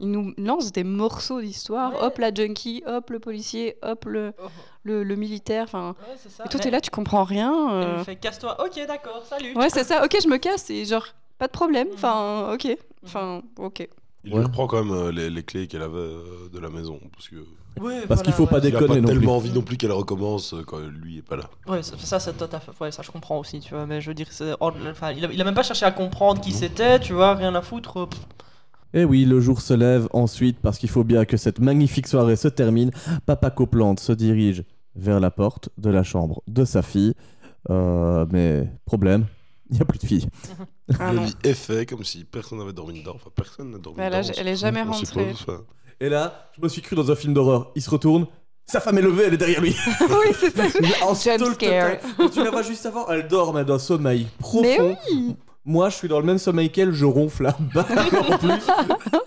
[SPEAKER 4] Ils nous lancent des morceaux d'histoire.
[SPEAKER 3] Ouais.
[SPEAKER 4] Hop la junkie, hop le policier, hop le,
[SPEAKER 3] Oh.
[SPEAKER 4] le, le militaire. Enfin,
[SPEAKER 3] Ouais, c'est ça.
[SPEAKER 4] et toi,
[SPEAKER 3] Mais
[SPEAKER 4] t'es là, tu comprends rien.
[SPEAKER 3] elle
[SPEAKER 4] euh.
[SPEAKER 3] me fait casse-toi. Ok, d'accord, salut.
[SPEAKER 4] Ouais, c'est ça. Ok, je me casse. Et genre, pas de problème.
[SPEAKER 3] Mm.
[SPEAKER 4] Enfin, ok. Enfin, ok.
[SPEAKER 5] Il
[SPEAKER 2] Ouais.
[SPEAKER 5] lui reprend quand même euh, les, les clés qu'elle avait euh, de la maison. Parce que
[SPEAKER 3] Ouais,
[SPEAKER 2] Parce
[SPEAKER 3] voilà,
[SPEAKER 2] qu'il faut pas
[SPEAKER 3] ouais.
[SPEAKER 5] il a pas
[SPEAKER 2] déconner non plus.
[SPEAKER 5] tellement envie non plus qu'elle recommence euh, quand lui est pas là.
[SPEAKER 3] Ouais, ça, ça, c'est tout à fait- ouais, ça, je comprends aussi, tu vois. Mais je veux dire, c'est hors- enfin, il, a, il a même pas cherché à comprendre qui c'était, tu vois, rien à foutre. euh, pff.
[SPEAKER 2] Et Eh oui, le jour se lève ensuite parce qu'il faut bien que cette magnifique soirée se termine. Papa Copeland se dirige vers la porte de la chambre de sa fille. Euh, mais problème, il n'y a plus de fille.
[SPEAKER 4] Ah
[SPEAKER 5] le
[SPEAKER 4] non.
[SPEAKER 5] lit est fait comme si personne n'avait dormi dedans. Enfin, personne n'a dormi
[SPEAKER 4] Mais elle, a-
[SPEAKER 5] dedans. on
[SPEAKER 4] elle est jamais
[SPEAKER 5] suppose,
[SPEAKER 4] rentrée.
[SPEAKER 5] enfin.
[SPEAKER 2] Et là, je me suis cru dans un film d'horreur. Il se retourne, sa femme est levée, elle est derrière lui.
[SPEAKER 4] oui, c'est ça.
[SPEAKER 2] En
[SPEAKER 4] Jump
[SPEAKER 2] stalk
[SPEAKER 4] scare.
[SPEAKER 2] total. Tu la vois juste avant, elle dort, mais d'un sommeil profond.
[SPEAKER 4] oui.
[SPEAKER 2] Moi, je suis dans le même sommeil qu'elle, je ronfle là-bas. en plus.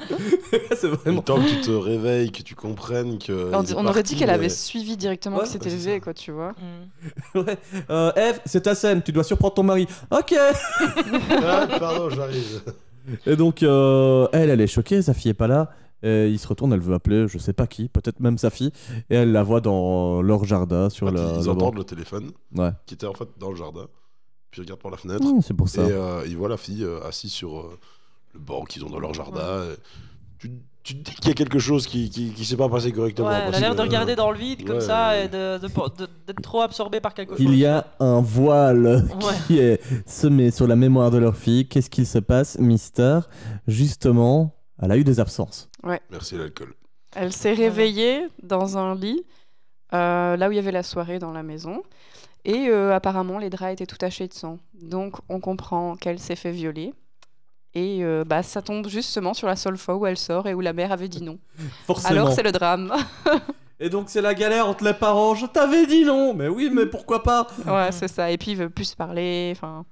[SPEAKER 2] c'est vraiment.
[SPEAKER 5] Le temps que tu te réveilles, que tu comprennes que.
[SPEAKER 4] On,
[SPEAKER 5] il est
[SPEAKER 4] on aurait dit
[SPEAKER 5] parti,
[SPEAKER 4] qu'elle
[SPEAKER 5] mais-
[SPEAKER 4] avait suivi directement
[SPEAKER 2] Ouais,
[SPEAKER 4] que c'était Zé, quoi, tu vois.
[SPEAKER 3] Hmm.
[SPEAKER 2] Ouais. Euh, Eve, c'est ta scène, tu dois surprendre ton mari. Ok
[SPEAKER 5] Ah, pardon, j'arrive.
[SPEAKER 2] Et donc, euh, elle, elle est choquée, sa fille est pas là. Et il se retourne, elle veut appeler, je sais pas qui, peut-être même sa fille. Et elle la voit dans leur jardin, sur
[SPEAKER 5] Ils-
[SPEAKER 2] la.
[SPEAKER 5] ils
[SPEAKER 2] la
[SPEAKER 5] entendent Ah,
[SPEAKER 2] borne.
[SPEAKER 5] le téléphone
[SPEAKER 2] Ouais.
[SPEAKER 5] qui était en fait dans le jardin. Puis ils regardent par la fenêtre.
[SPEAKER 2] Mmh, c'est pour ça.
[SPEAKER 5] Et euh, ils voient la fille euh, assise sur euh, le banc qu'ils ont dans leur jardin. Et Tu, tu te dis qu'il y a quelque chose qui, qui, qui s'est pas passé correctement.
[SPEAKER 3] Ouais, elle a
[SPEAKER 5] parce
[SPEAKER 3] l'air
[SPEAKER 5] que, euh,
[SPEAKER 3] de regarder dans le vide comme
[SPEAKER 5] ouais.
[SPEAKER 3] ça et de- de- de- d'être trop absorbée par
[SPEAKER 5] euh,
[SPEAKER 3] quelque chose.
[SPEAKER 2] Il y a un voile
[SPEAKER 3] Ouais.
[SPEAKER 2] qui est semé sur la mémoire de leur fille. Qu'est-ce qu'il se passe, Mister Justement, elle a eu des absences.
[SPEAKER 4] Ouais.
[SPEAKER 5] Merci l'alcool.
[SPEAKER 4] Elle s'est réveillée dans un lit, euh, là où il y avait la soirée dans la maison. Et euh, apparemment, les draps étaient tout tachés de sang. Donc, on comprend qu'elle s'est fait violer. Et euh, bah, ça tombe justement sur la seule fois où elle sort et où la mère avait dit non.
[SPEAKER 2] Forcément.
[SPEAKER 4] Alors, c'est le drame.
[SPEAKER 2] Et donc, c'est la galère entre les parents. Je t'avais dit non Mais oui, mais pourquoi pas
[SPEAKER 4] ouais, c'est ça. Et puis, il veut plus se parler. Enfin,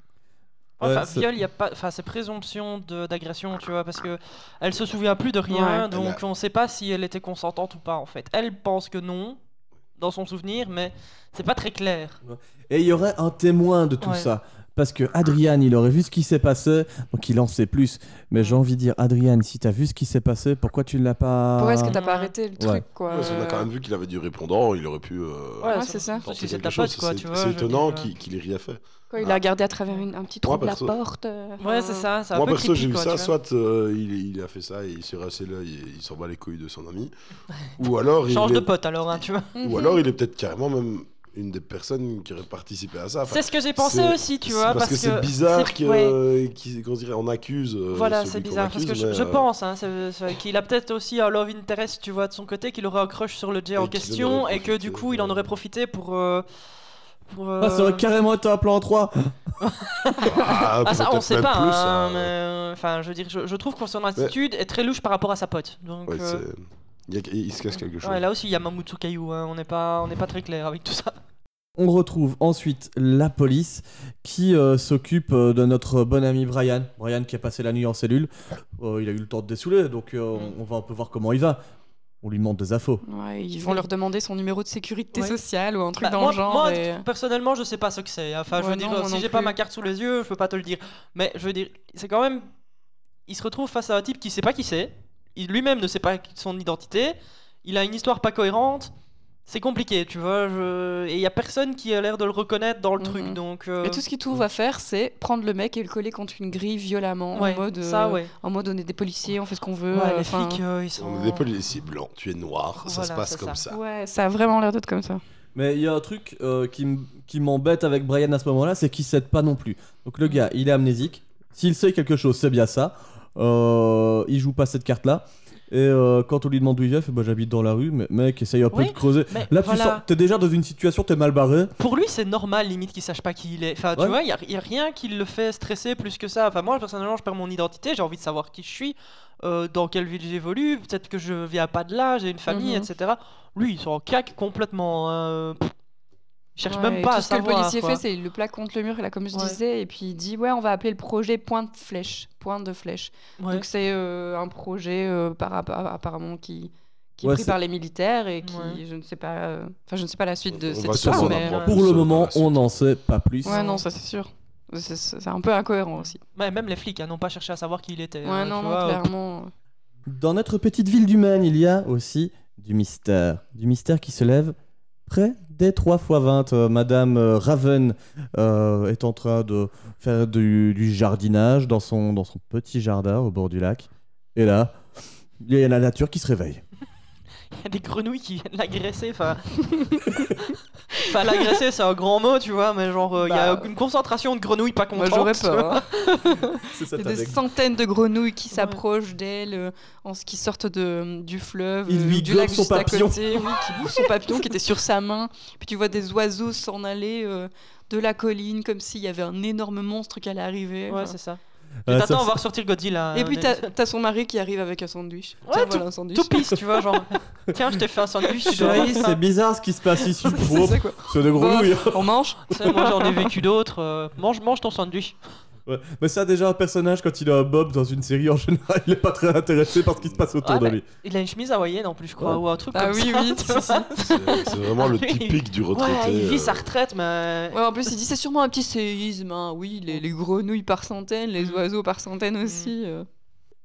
[SPEAKER 3] Enfin,
[SPEAKER 2] Ouais, c'est-
[SPEAKER 3] viol, il y a pas. Enfin, c'est présomption de- d'agression, tu vois, parce que elle se souvient plus de rien,
[SPEAKER 4] Ouais.
[SPEAKER 3] donc on sait pas si elle était consentante ou pas en fait. Elle pense que non, dans son souvenir, mais c'est pas très clair.
[SPEAKER 2] Et il y aurait un témoin de tout
[SPEAKER 3] Ouais.
[SPEAKER 2] ça. Parce que Adrian, il aurait vu ce qui s'est passé, donc il en sait plus. Mais j'ai envie de dire, Adrian, si t'as vu ce qui s'est passé, pourquoi tu ne l'as pas.
[SPEAKER 4] pourquoi est-ce que t'as pas arrêté le
[SPEAKER 2] Ouais.
[SPEAKER 4] truc, quoi
[SPEAKER 5] Parce qu'on a quand même vu qu'il avait du répondant, il aurait pu. euh,
[SPEAKER 4] Ouais, c'est ça.
[SPEAKER 5] tenter
[SPEAKER 3] Si c'est
[SPEAKER 5] quelque
[SPEAKER 3] ta
[SPEAKER 5] chose.
[SPEAKER 3] pote, quoi,
[SPEAKER 5] C'est-
[SPEAKER 3] tu vois, je
[SPEAKER 5] C'est
[SPEAKER 3] veux
[SPEAKER 5] étonnant
[SPEAKER 3] dire,
[SPEAKER 5] qu'il qu'il ait rien fait.
[SPEAKER 4] Quoi, il a regardé à travers une- un petit trou
[SPEAKER 5] Moi,
[SPEAKER 4] de la
[SPEAKER 5] perso-
[SPEAKER 4] porte. euh,
[SPEAKER 3] Ouais,
[SPEAKER 4] enfin,
[SPEAKER 3] c'est ça. c'est un
[SPEAKER 5] Moi
[SPEAKER 3] peu
[SPEAKER 5] perso,
[SPEAKER 3] creepy,
[SPEAKER 5] j'ai vu
[SPEAKER 3] quoi,
[SPEAKER 5] ça,
[SPEAKER 3] tu vois.
[SPEAKER 5] soit euh, il, il a fait ça et il s'est rassé l'œil et il s'en bat les couilles de son ami. ou alors il
[SPEAKER 3] Change
[SPEAKER 5] est-
[SPEAKER 3] de pote alors, hein, tu vois.
[SPEAKER 5] Ou alors il est peut-être carrément même une des personnes qui aurait participé à ça. Enfin,
[SPEAKER 3] C'est ce que j'ai pensé
[SPEAKER 5] c'est-
[SPEAKER 3] aussi, tu
[SPEAKER 5] c'est
[SPEAKER 3] vois,
[SPEAKER 5] Parce,
[SPEAKER 3] parce
[SPEAKER 5] que, c'est
[SPEAKER 3] que
[SPEAKER 5] bizarre
[SPEAKER 3] c'est-
[SPEAKER 5] que- euh,
[SPEAKER 3] ouais.
[SPEAKER 5] qu'il- qu'on dirait on accuse. euh,
[SPEAKER 3] Voilà,
[SPEAKER 5] celui
[SPEAKER 3] c'est
[SPEAKER 5] qu'on
[SPEAKER 3] bizarre parce que
[SPEAKER 5] accuse,
[SPEAKER 3] je,
[SPEAKER 5] mais,
[SPEAKER 3] je
[SPEAKER 5] euh,
[SPEAKER 3] pense hein, c'est- c'est- qu'il a peut-être aussi un love interest, tu vois, de son côté, qu'il aurait un crush sur le Jay en
[SPEAKER 5] qu'il en
[SPEAKER 3] question
[SPEAKER 5] aurait
[SPEAKER 3] et que du coup, il en aurait profité pour. euh, pour,
[SPEAKER 2] Ah, ça
[SPEAKER 3] euh,
[SPEAKER 2] aurait carrément été un plan 3
[SPEAKER 5] Ah,
[SPEAKER 3] Ah, ça, on
[SPEAKER 5] peut-être
[SPEAKER 3] sait
[SPEAKER 5] même
[SPEAKER 3] pas,
[SPEAKER 5] plus,
[SPEAKER 3] hein,
[SPEAKER 5] hein.
[SPEAKER 3] mais euh, enfin, je veux dire, je, je trouve que son attitude est très louche par rapport à sa pote. Donc,
[SPEAKER 5] Ouais,
[SPEAKER 3] euh,
[SPEAKER 5] c'est- il, y a- il se casse quelque chose.
[SPEAKER 3] ouais, là aussi, il y a Mamoutou Caillou, hein, on n'est pas, on n'est pas très clair avec tout ça.
[SPEAKER 2] On retrouve ensuite la police qui euh, s'occupe euh, de notre bon ami Brian. Brian qui a passé la nuit en cellule. Euh, il a eu le temps de dessouler, donc euh,
[SPEAKER 4] Mm.
[SPEAKER 2] on, on va un peu voir comment il va. On lui demande des infos.
[SPEAKER 4] Ouais, ils vont leur demander son numéro de sécurité
[SPEAKER 3] Ouais.
[SPEAKER 4] sociale ou un truc
[SPEAKER 3] Bah,
[SPEAKER 4] dans
[SPEAKER 3] moi,
[SPEAKER 4] le genre.
[SPEAKER 3] moi,
[SPEAKER 4] et-
[SPEAKER 3] personnellement, je sais pas ce que c'est. hein. Enfin, je
[SPEAKER 4] Ouais,
[SPEAKER 3] veux dire,
[SPEAKER 4] non, moi
[SPEAKER 3] si
[SPEAKER 4] non
[SPEAKER 3] j'ai pas
[SPEAKER 4] plus.
[SPEAKER 3] ma carte sous les yeux, je peux pas te le dire. Mais je veux dire, c'est quand même, il se retrouve face à un type qui sait pas qui c'est. Il lui-même ne sait pas son identité. Il a une histoire pas cohérente. C'est compliqué, tu vois. je- Et il y a personne qui a l'air de le reconnaître dans le truc, donc. euh,
[SPEAKER 4] Et Mm-hmm. tout ce qu'il trouve à faire, c'est prendre le mec et le coller contre une grille violemment.
[SPEAKER 3] Ouais,
[SPEAKER 4] en, mode, euh,
[SPEAKER 3] ça, ouais.
[SPEAKER 4] en mode on est des policiers, on fait ce qu'on veut.
[SPEAKER 3] Ouais,
[SPEAKER 4] euh,
[SPEAKER 3] les
[SPEAKER 4] enfin,
[SPEAKER 3] flics, euh, ils sont.
[SPEAKER 5] On est des policiers blancs, tu es noir, ça se
[SPEAKER 3] Voilà,
[SPEAKER 5] passe
[SPEAKER 3] c'est
[SPEAKER 5] comme
[SPEAKER 3] ça.
[SPEAKER 5] ça.
[SPEAKER 4] Ouais, ça a vraiment l'air d'être comme ça.
[SPEAKER 2] Mais il y a un truc euh, qui m- qui m'embête avec Brian à ce moment-là, c'est qu'il s'aide pas non plus. Donc le gars, il est amnésique. S'il sait quelque chose, c'est bien ça. Euh, il joue pas cette carte-là. Et euh, quand on lui demande où il vient, il fait, bah, j'habite dans la rue, mais mec, essaye un peu
[SPEAKER 3] Oui,
[SPEAKER 2] de creuser.
[SPEAKER 3] mais
[SPEAKER 2] Là, tu
[SPEAKER 3] voilà.
[SPEAKER 2] sens- t'es déjà dans une situation, t'es mal barré.
[SPEAKER 3] Pour lui, c'est normal, limite, qu'il sache pas qui il est. Enfin, tu
[SPEAKER 2] Ouais.
[SPEAKER 3] vois, il n'y a, rien qui le fait stresser plus que ça. Enfin, moi, personnellement, je perds mon identité, j'ai envie de savoir qui je suis, euh, dans quelle ville j'évolue, peut-être que je viens pas de là, j'ai une famille,
[SPEAKER 4] Mhm.
[SPEAKER 3] etc. Lui, il s'en caque complètement. euh, pff, il cherche
[SPEAKER 4] Ouais,
[SPEAKER 3] même pas
[SPEAKER 4] tout
[SPEAKER 3] à
[SPEAKER 4] ce que le
[SPEAKER 3] savoir.
[SPEAKER 4] policier
[SPEAKER 3] quoi.
[SPEAKER 4] fait, c'est il le plaque contre le mur, et là, comme je
[SPEAKER 3] Ouais.
[SPEAKER 4] disais, et puis il dit Ouais, on va appeler le projet Pointe Flèche. Pointe de Flèche.
[SPEAKER 3] Ouais.
[SPEAKER 4] Donc, c'est euh, un projet euh, par, appa- apparemment qui, qui
[SPEAKER 2] Ouais,
[SPEAKER 4] est pris
[SPEAKER 2] c'est-
[SPEAKER 4] par les militaires et qui,
[SPEAKER 3] Ouais.
[SPEAKER 4] je ne sais pas, euh, enfin, je ne sais pas la suite de
[SPEAKER 5] On
[SPEAKER 4] cette
[SPEAKER 5] va
[SPEAKER 4] histoire.
[SPEAKER 5] sûrement
[SPEAKER 4] Mais...
[SPEAKER 3] Ah.
[SPEAKER 5] l'apprendre.
[SPEAKER 2] Pour
[SPEAKER 5] Plus,
[SPEAKER 2] le
[SPEAKER 5] euh,
[SPEAKER 2] moment,
[SPEAKER 5] par la suite.
[SPEAKER 2] on n'en sait pas plus.
[SPEAKER 4] Ouais, non, ça c'est sûr. C'est- C'est c'est un peu incohérent aussi.
[SPEAKER 3] Ouais, même les flics hein, n'ont pas cherché à savoir qui il était.
[SPEAKER 4] Ouais,
[SPEAKER 3] hein,
[SPEAKER 4] non,
[SPEAKER 3] tu
[SPEAKER 4] non,
[SPEAKER 3] vois.
[SPEAKER 4] clairement.
[SPEAKER 2] Dans notre petite ville du Maine, il y a aussi du mystère. Du mystère qui se lève près des 3 x 20. Euh, Madame euh, Raven euh, est en train de faire du, du jardinage dans son, dans son petit jardin au bord du lac. Et là, il y a la nature qui se réveille.
[SPEAKER 3] Il y a des grenouilles qui viennent l'agresser. Enfin, enfin l'agresser, c'est un grand mot, tu vois, mais genre, euh, il y a
[SPEAKER 4] Bah,
[SPEAKER 3] une concentration de grenouilles pas
[SPEAKER 4] Moi
[SPEAKER 3] contentes.
[SPEAKER 4] j'aurais
[SPEAKER 3] tu vois.
[SPEAKER 4] peur. hein.
[SPEAKER 2] C'est
[SPEAKER 4] Il y a des centaines de grenouilles qui s'approchent d'elle euh, en ce qui sortent de, du fleuve,
[SPEAKER 2] Il
[SPEAKER 4] euh,
[SPEAKER 2] lui
[SPEAKER 4] du
[SPEAKER 2] gobe
[SPEAKER 4] lac
[SPEAKER 2] son
[SPEAKER 4] juste à
[SPEAKER 2] papillon.
[SPEAKER 4] côté, oui, qui bouffe son papillon qui était sur sa main. Puis tu vois des oiseaux s'en aller euh, de la colline comme s'il y avait un énorme monstre qui allait arriver.
[SPEAKER 3] Ouais,
[SPEAKER 4] Enfin.
[SPEAKER 3] c'est ça.
[SPEAKER 2] Euh,
[SPEAKER 3] Je t'attends,
[SPEAKER 2] ça-
[SPEAKER 3] on va ressortir Godzilla.
[SPEAKER 4] Et
[SPEAKER 3] hein,
[SPEAKER 4] puis
[SPEAKER 3] mais-
[SPEAKER 4] t'as t'as son mari qui arrive avec un sandwich.
[SPEAKER 3] Ouais,
[SPEAKER 4] Tiens, voilà un sandwich.
[SPEAKER 3] Tout pisse, tu vois, genre. Tiens, je t'ai fait un sandwich. tu dois
[SPEAKER 2] Chérie,
[SPEAKER 3] avoir
[SPEAKER 2] c'est
[SPEAKER 3] faim.
[SPEAKER 2] bizarre ce qui se passe ici.
[SPEAKER 4] C'est ça, quoi.
[SPEAKER 2] C'est des grenouilles.
[SPEAKER 4] Bah, on mange
[SPEAKER 3] Tu sais, Moi, j'en ai vécu d'autres. euh, mange, mange ton sandwich.
[SPEAKER 2] Ouais. Mais ça, déjà, un personnage, quand il a un Bob dans une série, en général, il est pas très intéressé par ce qui se passe autour
[SPEAKER 3] Ouais,
[SPEAKER 4] bah,
[SPEAKER 2] de
[SPEAKER 3] mais
[SPEAKER 2] lui.
[SPEAKER 3] Il a une chemise hawaïenne en plus, je crois,
[SPEAKER 2] Ouais.
[SPEAKER 3] ou un truc
[SPEAKER 4] Ah
[SPEAKER 3] comme
[SPEAKER 4] oui,
[SPEAKER 3] ça.
[SPEAKER 4] oui,
[SPEAKER 3] tu
[SPEAKER 4] si,
[SPEAKER 3] vois.
[SPEAKER 4] si.
[SPEAKER 5] C'est c'est vraiment le typique du retraité.
[SPEAKER 3] Ah Ouais, il vit
[SPEAKER 5] euh,
[SPEAKER 3] sa retraite, mais.
[SPEAKER 4] Ouais, en plus, il dit c'est sûrement un petit séisme. hein. Oui, les, les grenouilles par centaines, les
[SPEAKER 3] Mm.
[SPEAKER 4] oiseaux par centaines aussi. euh.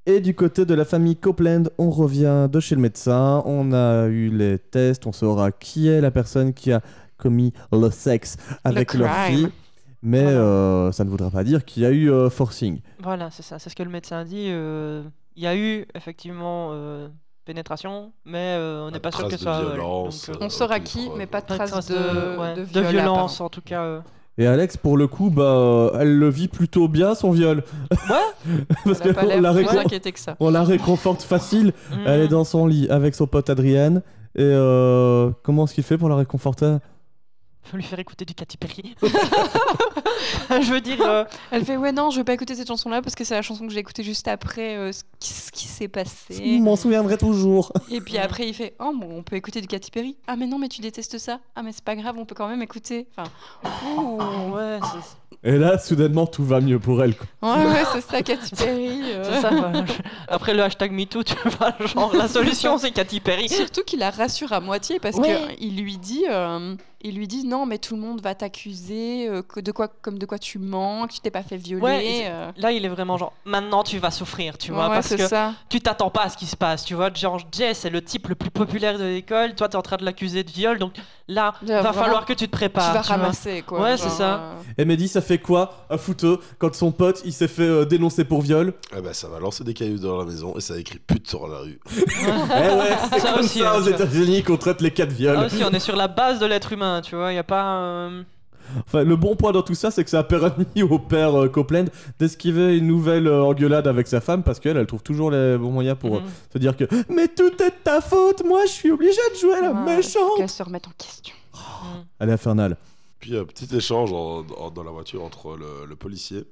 [SPEAKER 2] Et du côté de la famille Copeland, on revient de chez le médecin, on a eu les tests, on saura qui est la personne qui a commis le sexe avec leur
[SPEAKER 3] crime.
[SPEAKER 2] fille. Mais euh, ça ne voudra pas dire qu'il y a eu euh, forcing.
[SPEAKER 3] Voilà, c'est ça, c'est ce que le médecin dit. euh, Il y a eu effectivement euh, pénétration, mais euh, on n'est pas sûr
[SPEAKER 5] trace
[SPEAKER 3] que
[SPEAKER 5] de
[SPEAKER 3] ça. voilà.
[SPEAKER 5] violence,
[SPEAKER 3] Donc, euh,
[SPEAKER 4] On saura qui, mais pas de traces de,
[SPEAKER 3] ouais,
[SPEAKER 4] de
[SPEAKER 3] de
[SPEAKER 4] viol,
[SPEAKER 3] violence en tout cas. euh.
[SPEAKER 2] Et Alex, pour le coup, bah, euh, elle le vit plutôt bien son viol.
[SPEAKER 3] Ouais.
[SPEAKER 2] Parce
[SPEAKER 4] Elle a pas
[SPEAKER 2] qu'on
[SPEAKER 4] l'air
[SPEAKER 2] la,
[SPEAKER 4] plus
[SPEAKER 2] récon-
[SPEAKER 4] inquiétée que ça.
[SPEAKER 2] on la réconforte facile.
[SPEAKER 4] Mm.
[SPEAKER 2] Elle est
[SPEAKER 3] Hmm.
[SPEAKER 2] dans son lit avec son pote Adrienne. Et euh, comment est-ce qu'il fait pour la réconforter
[SPEAKER 3] Faut lui faire écouter du Katy Perry. je veux dire, euh,
[SPEAKER 4] Elle fait ouais non, je vais pas écouter cette chanson-là parce que c'est la chanson que j'ai écoutée juste après euh, ce qui, ce qui s'est
[SPEAKER 2] Je
[SPEAKER 4] passé.
[SPEAKER 2] m'en souviendrai toujours.
[SPEAKER 4] Et puis après, il fait oh bon, on peut écouter du Katy Perry. Ah mais non, mais tu détestes ça. Ah mais c'est pas grave, on peut quand même écouter. Enfin, ouh.
[SPEAKER 3] ouais, c'est
[SPEAKER 2] Et là, soudainement, tout va mieux pour elle. quoi.
[SPEAKER 4] ouais, ouais, c'est ça Katy Perry. euh.
[SPEAKER 3] c'est ça. voilà. Après le hashtag MeToo, tu vois, genre la solution c'est Katy Perry.
[SPEAKER 4] Surtout qu'il la rassure à moitié parce
[SPEAKER 3] Ouais.
[SPEAKER 4] que qu'il lui dit, euh, il lui dit non mais tout le monde va t'accuser euh, que de quoi comme de quoi tu manques, tu t'es pas fait violer.
[SPEAKER 3] Ouais, et-
[SPEAKER 4] euh.
[SPEAKER 3] Là, il est vraiment genre, maintenant tu vas souffrir, tu vois,
[SPEAKER 4] Ouais,
[SPEAKER 3] parce
[SPEAKER 4] c'est
[SPEAKER 3] que
[SPEAKER 4] ça.
[SPEAKER 3] tu t'attends pas à ce qui se passe, tu vois. Genre, Jay, c'est le type le plus populaire de l'école, toi, t'es en train de l'accuser de viol, donc là,
[SPEAKER 4] Là,
[SPEAKER 3] va
[SPEAKER 4] vraiment,
[SPEAKER 3] falloir que Bah, tu te
[SPEAKER 4] Tu
[SPEAKER 3] prépares.
[SPEAKER 4] vas
[SPEAKER 3] vois.
[SPEAKER 4] ramasser quoi.
[SPEAKER 3] Ouais,
[SPEAKER 4] genre,
[SPEAKER 3] c'est ça.
[SPEAKER 4] euh.
[SPEAKER 2] Et Mehdi, ça fait quoi à fouteux quand son pote il s'est fait euh, dénoncer pour viol
[SPEAKER 5] Ah bah ça va lancer des cailloux dans la maison et ça a écrit pute sur la rue.
[SPEAKER 2] Eh ouais, c'est
[SPEAKER 3] Ça
[SPEAKER 2] comme
[SPEAKER 3] aussi,
[SPEAKER 2] ça
[SPEAKER 3] hein,
[SPEAKER 2] aux
[SPEAKER 3] tu vois.
[SPEAKER 2] États-Unis qu'on traite les cas de viol.
[SPEAKER 3] Ah, aussi, on est sur la base de l'être humain, tu vois, y a pas. euh,
[SPEAKER 2] Enfin, le bon point dans tout ça, c'est que ça a permis au père euh, Copeland d'esquiver une nouvelle euh, engueulade avec sa femme parce qu'elle, elle trouve toujours les bons moyens pour euh,
[SPEAKER 3] Mhm.
[SPEAKER 2] se dire que Mais tout est de ta faute, moi je suis obligé de jouer la
[SPEAKER 4] Ouais,
[SPEAKER 2] méchante.
[SPEAKER 4] Qu'elle se remette en question.
[SPEAKER 3] mm.
[SPEAKER 2] Elle est infernale.
[SPEAKER 5] Puis un petit échange en- en- dans la voiture entre le, le policier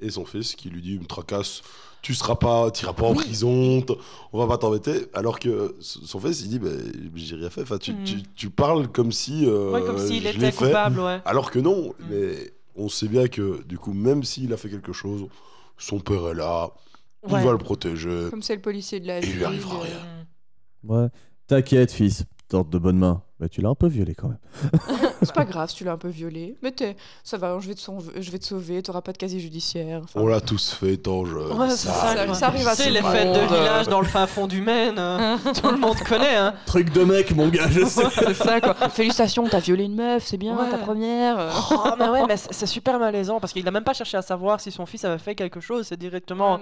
[SPEAKER 5] et son fils qui lui dit une tracasse tu seras pas t'iras pas en prison t- on va pas t'embêter alors que s- son fils il dit bah, j'ai rien fait enfin tu,
[SPEAKER 3] Mhm.
[SPEAKER 5] tu- tu parles comme si euh,
[SPEAKER 3] Ouais, comme s'il
[SPEAKER 5] je
[SPEAKER 3] était
[SPEAKER 5] l'ai fait.
[SPEAKER 3] coupable, Hmm. ouais.
[SPEAKER 5] alors que non mais on sait bien que du coup même s'il a fait quelque chose son père est là
[SPEAKER 3] Ouais.
[SPEAKER 5] il va le protéger
[SPEAKER 4] Comme c'est le policier de la
[SPEAKER 5] Euh, et il
[SPEAKER 4] ville,
[SPEAKER 5] lui arrivera
[SPEAKER 4] euh,
[SPEAKER 5] rien
[SPEAKER 2] Ouais. T'inquiète, fils, t'ordres de bonnes mains. Mais tu l'as un peu violé quand même.
[SPEAKER 4] C'est pas grave si tu l'as un peu violé. Mais t'es, ça va, je vais te, sauve- je vais te sauver, t'auras pas de casier judiciaire. Enfin,
[SPEAKER 5] on l'a tous fait tant je
[SPEAKER 3] Ouais, c'est ça,
[SPEAKER 4] ça-
[SPEAKER 3] quoi.
[SPEAKER 4] ça arrive à
[SPEAKER 3] Tu sais,
[SPEAKER 4] tout
[SPEAKER 3] les
[SPEAKER 4] le
[SPEAKER 3] fêtes de
[SPEAKER 4] monde.
[SPEAKER 3] village dans le fin fond du Maine, euh, tout le monde connaît, hein.
[SPEAKER 2] Truc de mec, mon gars, je sais.
[SPEAKER 4] c'est ça quoi. Félicitations, t'as violé une meuf, c'est bien,
[SPEAKER 3] Ouais.
[SPEAKER 4] ta première. euh.
[SPEAKER 3] Oh, mais ouais, mais c'est c'est super malaisant parce qu'il a même pas cherché à savoir si son fils avait fait quelque chose. C'est directement,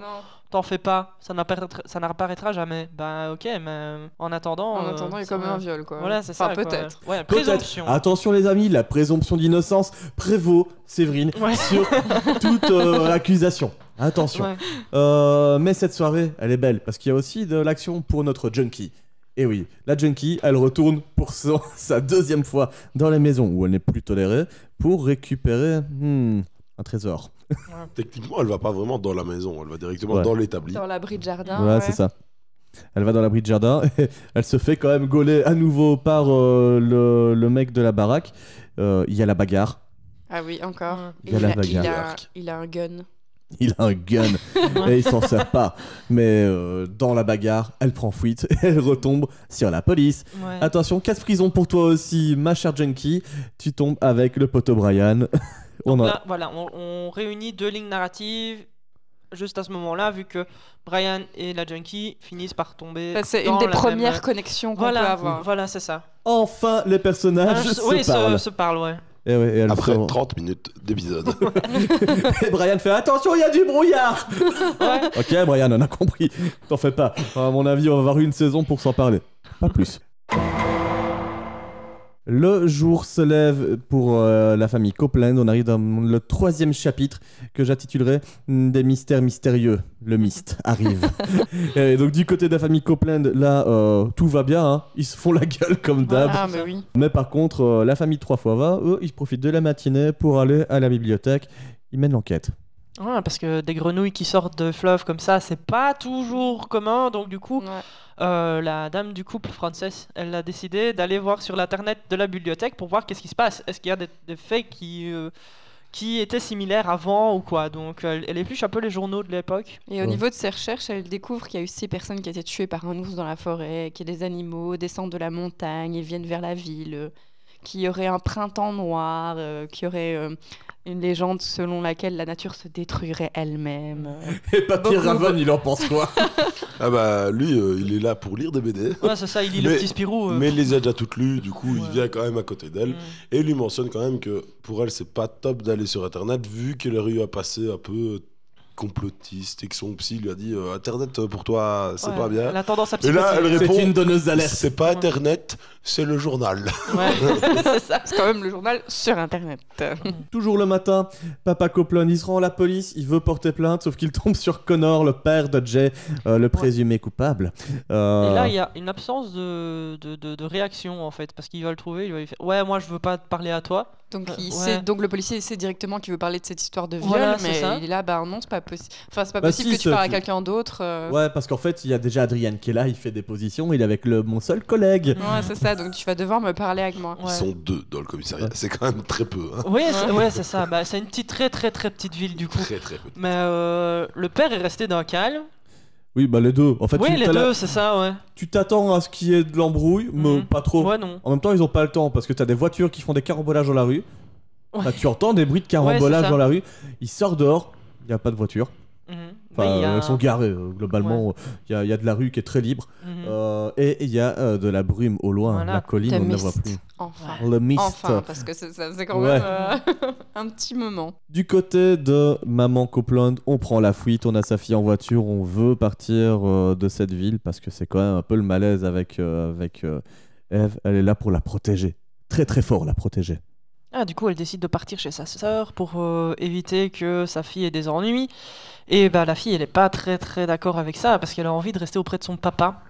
[SPEAKER 3] t'en fais pas, ça n'apparaîtra ça n'apparaîtra jamais. Bah ok, mais en attendant.
[SPEAKER 4] En
[SPEAKER 3] euh,
[SPEAKER 4] attendant, il y a
[SPEAKER 3] ça-
[SPEAKER 4] quand même un viol quoi.
[SPEAKER 3] Voilà, c'est
[SPEAKER 4] Enfin,
[SPEAKER 3] ça. quoi.
[SPEAKER 4] peut-être.
[SPEAKER 3] Ouais,
[SPEAKER 2] Peut-être.
[SPEAKER 3] présomption.
[SPEAKER 2] Attention les amis, la présomption d'innocence prévaut, Séverine,
[SPEAKER 3] Ouais.
[SPEAKER 2] sur toute euh, accusation. Attention.
[SPEAKER 3] Ouais.
[SPEAKER 2] Euh, mais cette soirée, elle est belle, parce qu'il y a aussi de l'action pour notre junkie. Et oui, la junkie, elle retourne pour son- sa deuxième fois dans les maisons où elle n'est plus tolérée pour récupérer hmm, un trésor.
[SPEAKER 5] techniquement elle va pas vraiment dans la maison elle va directement
[SPEAKER 2] Ouais.
[SPEAKER 5] dans l'établi
[SPEAKER 4] Dans l'abri de
[SPEAKER 3] Ah
[SPEAKER 4] jardin.
[SPEAKER 2] voilà,
[SPEAKER 4] ouais.
[SPEAKER 2] c'est ça. Elle va dans l'abri de jardin et elle se fait quand même gauler à nouveau par euh, le, le mec de la baraque. Euh, Il y a la bagarre.
[SPEAKER 4] Ah oui, encore.
[SPEAKER 3] Ouais.
[SPEAKER 2] Il y a la
[SPEAKER 4] il, a,
[SPEAKER 5] bagarre.
[SPEAKER 4] il a un gun.
[SPEAKER 2] Il a un gun et il s'en sert pas. Mais euh, dans la bagarre, elle prend fuite et elle retombe sur la police.
[SPEAKER 3] Ouais.
[SPEAKER 2] Attention, casse prison pour toi aussi, ma chère Junkie. Tu tombes avec le poteau Brian. On a...
[SPEAKER 3] Là, voilà, on, on réunit deux lignes narratives juste à ce moment-là, vu que Brian et la junkie finissent par tomber.
[SPEAKER 4] Enfin, Bah, c'est
[SPEAKER 3] dans
[SPEAKER 4] une des
[SPEAKER 3] la même-
[SPEAKER 4] premières connexions qu'on peut
[SPEAKER 3] Voilà,
[SPEAKER 4] avoir.
[SPEAKER 3] voilà, c'est ça.
[SPEAKER 2] Enfin, les personnages
[SPEAKER 3] Ah,
[SPEAKER 2] se
[SPEAKER 3] oui,
[SPEAKER 2] parlent.
[SPEAKER 3] se parlent, ouais.
[SPEAKER 2] Et, ouais, et elle
[SPEAKER 5] après
[SPEAKER 2] sort.
[SPEAKER 5] 30 minutes d'épisode
[SPEAKER 2] Et Brian fait attention, il y a du brouillard.
[SPEAKER 3] Ouais.
[SPEAKER 2] ok, Brian, on a compris. T'en fais pas. À mon avis, on va avoir une saison pour s'en parler. Pas plus. Le jour se lève pour euh, la famille Copeland. On arrive dans le troisième chapitre que j'intitulerai mm, Des mystères mystérieux. Le mist arrive. Et donc, du côté de la famille Copeland, là, euh, tout va bien. hein. Ils se font la gueule comme d'hab.
[SPEAKER 4] Ah, mais oui.
[SPEAKER 2] Mais par contre, euh, la famille 3 fois va, eux, ils profitent de la matinée pour aller à la bibliothèque. Ils mènent l'enquête.
[SPEAKER 3] Ouais, parce que des grenouilles qui sortent de fleuves comme ça, c'est pas toujours commun. Donc du coup,
[SPEAKER 4] Ouais.
[SPEAKER 3] euh, la dame du couple, Frances, elle a décidé d'aller voir sur l'internet de la bibliothèque pour voir qu'est-ce qui se passe. Est-ce qu'il y a des, des faits qui, euh, qui étaient similaires avant ou quoi. Donc elle, elle épluche un peu les journaux de l'époque.
[SPEAKER 4] Et au niveau de ses recherches, elle découvre qu'il y a eu six personnes qui étaient tuées par un ours dans la forêt, qu'il y a des animaux descendent de la montagne et viennent vers la ville, euh, qu'il y aurait un printemps noir, euh, qu'il y aurait euh, une légende selon laquelle la nature se détruirait elle-même.
[SPEAKER 12] Et Papy
[SPEAKER 4] Beaucoup-
[SPEAKER 2] hein.
[SPEAKER 12] Raven, il en pense quoi
[SPEAKER 5] Ah bah lui, euh, il est là pour lire des BD.
[SPEAKER 3] Ouais, c'est ça, il lit le
[SPEAKER 5] Mais-
[SPEAKER 3] petit Spirou. euh. Mm.
[SPEAKER 5] Mais il les a déjà toutes lues, du coup il vient quand même à côté d'elle. Et il lui mentionne quand même que pour elle, c'est pas top d'aller sur Internet, vu que leur eu à passer un peu complotiste et que son psy lui a dit euh, Internet euh, pour toi, c'est
[SPEAKER 3] Ouais,
[SPEAKER 5] pas bien.
[SPEAKER 3] elle a tendance à
[SPEAKER 5] et là, elle
[SPEAKER 3] psychoser.
[SPEAKER 5] répond
[SPEAKER 3] C'est une
[SPEAKER 12] donneuse d'alerte.
[SPEAKER 5] C'est pas Internet, c'est le journal.
[SPEAKER 4] c'est ça, c'est quand même le journal sur Internet.
[SPEAKER 2] Toujours le matin, Papa Copeland, il se rend à la police, il veut porter plainte, sauf qu'il tombe sur Connor, le père de Jay, euh, le présumé coupable. Euh,
[SPEAKER 3] Et là, il y a une absence de, de, de- de réaction en fait, parce qu'il va le trouver, il va lui faire Ouais, moi je veux pas te parler à toi.
[SPEAKER 4] Donc,
[SPEAKER 3] Euh,
[SPEAKER 4] il
[SPEAKER 3] ouais.
[SPEAKER 4] sait, donc le policier sait directement qu'il veut parler de cette histoire de viol,
[SPEAKER 3] Voilà, c'est
[SPEAKER 4] mais
[SPEAKER 3] ça.
[SPEAKER 4] il est là, bah non, c'est pas possible. Enfin, c'est pas
[SPEAKER 2] Bah
[SPEAKER 4] possible
[SPEAKER 2] si,
[SPEAKER 4] que
[SPEAKER 2] ce-
[SPEAKER 4] tu parles à
[SPEAKER 2] tu-
[SPEAKER 4] quelqu'un d'autre. euh.
[SPEAKER 2] Ouais, parce qu'en fait, il y a déjà Adrien qui est là, il fait des positions, il est avec le, mon seul collègue.
[SPEAKER 4] Ouais, c'est ça, donc tu vas devoir me parler avec moi.
[SPEAKER 5] Ils sont deux dans le commissariat, c'est quand même très peu. hein.
[SPEAKER 3] Oui, c'est ouais, c'est ça. Bah, c'est une petite, très très très petite ville du coup.
[SPEAKER 5] Très, très petite.
[SPEAKER 3] Mais euh, le père est resté d'un calme.
[SPEAKER 2] Oui, bah les deux. En fait,
[SPEAKER 3] oui,
[SPEAKER 2] tu-
[SPEAKER 3] les
[SPEAKER 2] t'as la-
[SPEAKER 3] deux, c'est ça, ouais.
[SPEAKER 2] Tu t'attends à ce qu'il y ait de l'embrouille, mais pas trop.
[SPEAKER 3] Ouais, non.
[SPEAKER 2] En même temps, ils ont pas le temps parce que t'as des voitures qui font des carambolages dans la rue. Enfin, tu entends des bruits de
[SPEAKER 3] Ouais,
[SPEAKER 2] carambolages
[SPEAKER 3] c'est ça.
[SPEAKER 2] dans la rue. Il sort dehors, il y a pas de voiture.
[SPEAKER 3] Mhm.
[SPEAKER 2] Enfin,
[SPEAKER 12] Mais il y a-
[SPEAKER 2] elles sont garées euh, globalement. Il y, a, il y a de la rue qui est très libre
[SPEAKER 3] Mhm.
[SPEAKER 2] Euh, et il y a euh, de la brume au loin.
[SPEAKER 4] Mm. Voilà.
[SPEAKER 2] La colline,
[SPEAKER 4] Le
[SPEAKER 2] on ne la voit
[SPEAKER 4] mist,
[SPEAKER 2] plus.
[SPEAKER 4] Enfin.
[SPEAKER 2] Le mist.
[SPEAKER 4] Enfin, parce que ça ça faisait quand
[SPEAKER 2] Ouais.
[SPEAKER 4] même euh, un petit moment.
[SPEAKER 2] Du côté de Maman Copeland, on prend la fuite, on a sa fille en voiture, on veut partir euh, de cette ville parce que c'est quand même un peu le malaise avec, euh, avec euh, Eve. Elle est là pour la protéger. Très très fort la protéger.
[SPEAKER 3] Ah, du coup, elle décide de partir chez sa sœur pour euh, éviter que sa fille ait des ennuis. Et bah, la fille, elle est pas très très d'accord avec ça parce qu'elle a envie de rester auprès de son papa.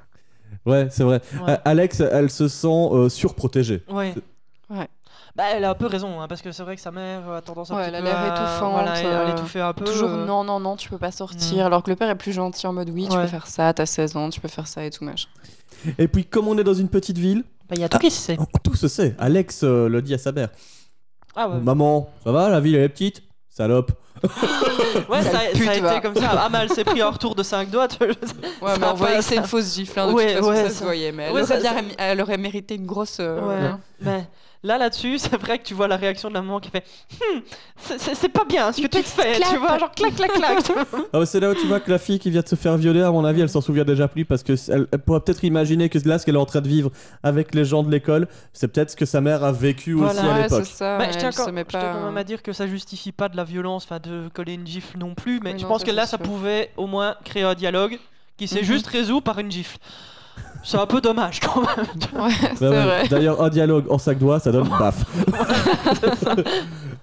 [SPEAKER 2] Ouais, c'est vrai.
[SPEAKER 3] Ouais.
[SPEAKER 2] A- Alex, elle se sent euh, surprotégée.
[SPEAKER 3] Ouais.
[SPEAKER 2] C'est-
[SPEAKER 4] Ouais.
[SPEAKER 3] Bah, elle a un peu raison, hein, parce que c'est vrai que sa mère a tendance à.
[SPEAKER 4] Ouais,
[SPEAKER 3] petit
[SPEAKER 4] elle a
[SPEAKER 3] peu
[SPEAKER 4] l'air
[SPEAKER 3] à-
[SPEAKER 4] étouffante.
[SPEAKER 3] Voilà, elle, elle
[SPEAKER 4] euh, Mm.
[SPEAKER 3] étouffait un peu.
[SPEAKER 4] Toujours
[SPEAKER 3] euh,
[SPEAKER 4] non, non, non, tu peux pas sortir. Alors que le père est plus gentil en mode oui, tu
[SPEAKER 3] Ouais.
[SPEAKER 4] peux faire ça, t'as 16 ans, tu peux faire ça et tout machin.
[SPEAKER 2] Et puis, comme on est dans une petite ville.
[SPEAKER 3] Bah, Il y a tout qui se sait.
[SPEAKER 2] Tout se sait. Alex euh, le dit à sa mère.
[SPEAKER 3] Ah ouais.
[SPEAKER 2] Maman, ça va, la ville elle est petite Salope.
[SPEAKER 3] Ouais, ça, ça
[SPEAKER 4] pute,
[SPEAKER 3] a
[SPEAKER 4] va.
[SPEAKER 3] été comme ça. Ah, mais elle s'est pris un retour de 5 doigts. ouais,
[SPEAKER 4] Ouais, mais on voyait que c'est une fausse gifle, hein, de toute façon, ça se voyait, mais elle aurait bien rémi- elle aurait mérité une grosse. euh,
[SPEAKER 3] Ouais.
[SPEAKER 4] hein.
[SPEAKER 3] Mais là, là-dessus, c'est vrai que tu vois la réaction de la maman qui fait Hum, c'est- c'est c'est pas bien ce que tu fais, tu vois, genre clac, clac, clac. tu vois.
[SPEAKER 2] Ah bah, c'est là où tu vois que la fille qui vient de se faire violer, à mon avis, elle s'en souvient déjà plus parce que c- elle, elle pourra peut-être imaginer que là, ce qu'elle est en train de vivre avec les gens de l'école, c'est peut-être ce que sa mère a vécu aussi à l'époque.
[SPEAKER 3] Mais
[SPEAKER 4] elle
[SPEAKER 3] je tiens,
[SPEAKER 4] se
[SPEAKER 3] quand,
[SPEAKER 4] met
[SPEAKER 3] je tiens
[SPEAKER 4] pas-
[SPEAKER 3] quand même à dire que ça justifie pas de la violence, enfin de coller une gifle non plus, mais
[SPEAKER 4] Oui,
[SPEAKER 3] je
[SPEAKER 4] non,
[SPEAKER 3] pense
[SPEAKER 4] ça,
[SPEAKER 3] que là,
[SPEAKER 4] c'est
[SPEAKER 3] ça
[SPEAKER 4] sûr.
[SPEAKER 3] pouvait au moins créer un dialogue qui s'est
[SPEAKER 4] Mhm.
[SPEAKER 3] juste résolu par une gifle. C'est un peu dommage quand même. tu vois.
[SPEAKER 2] Bah ouais. D'ailleurs, un dialogue en sac doigt, ça donne baf.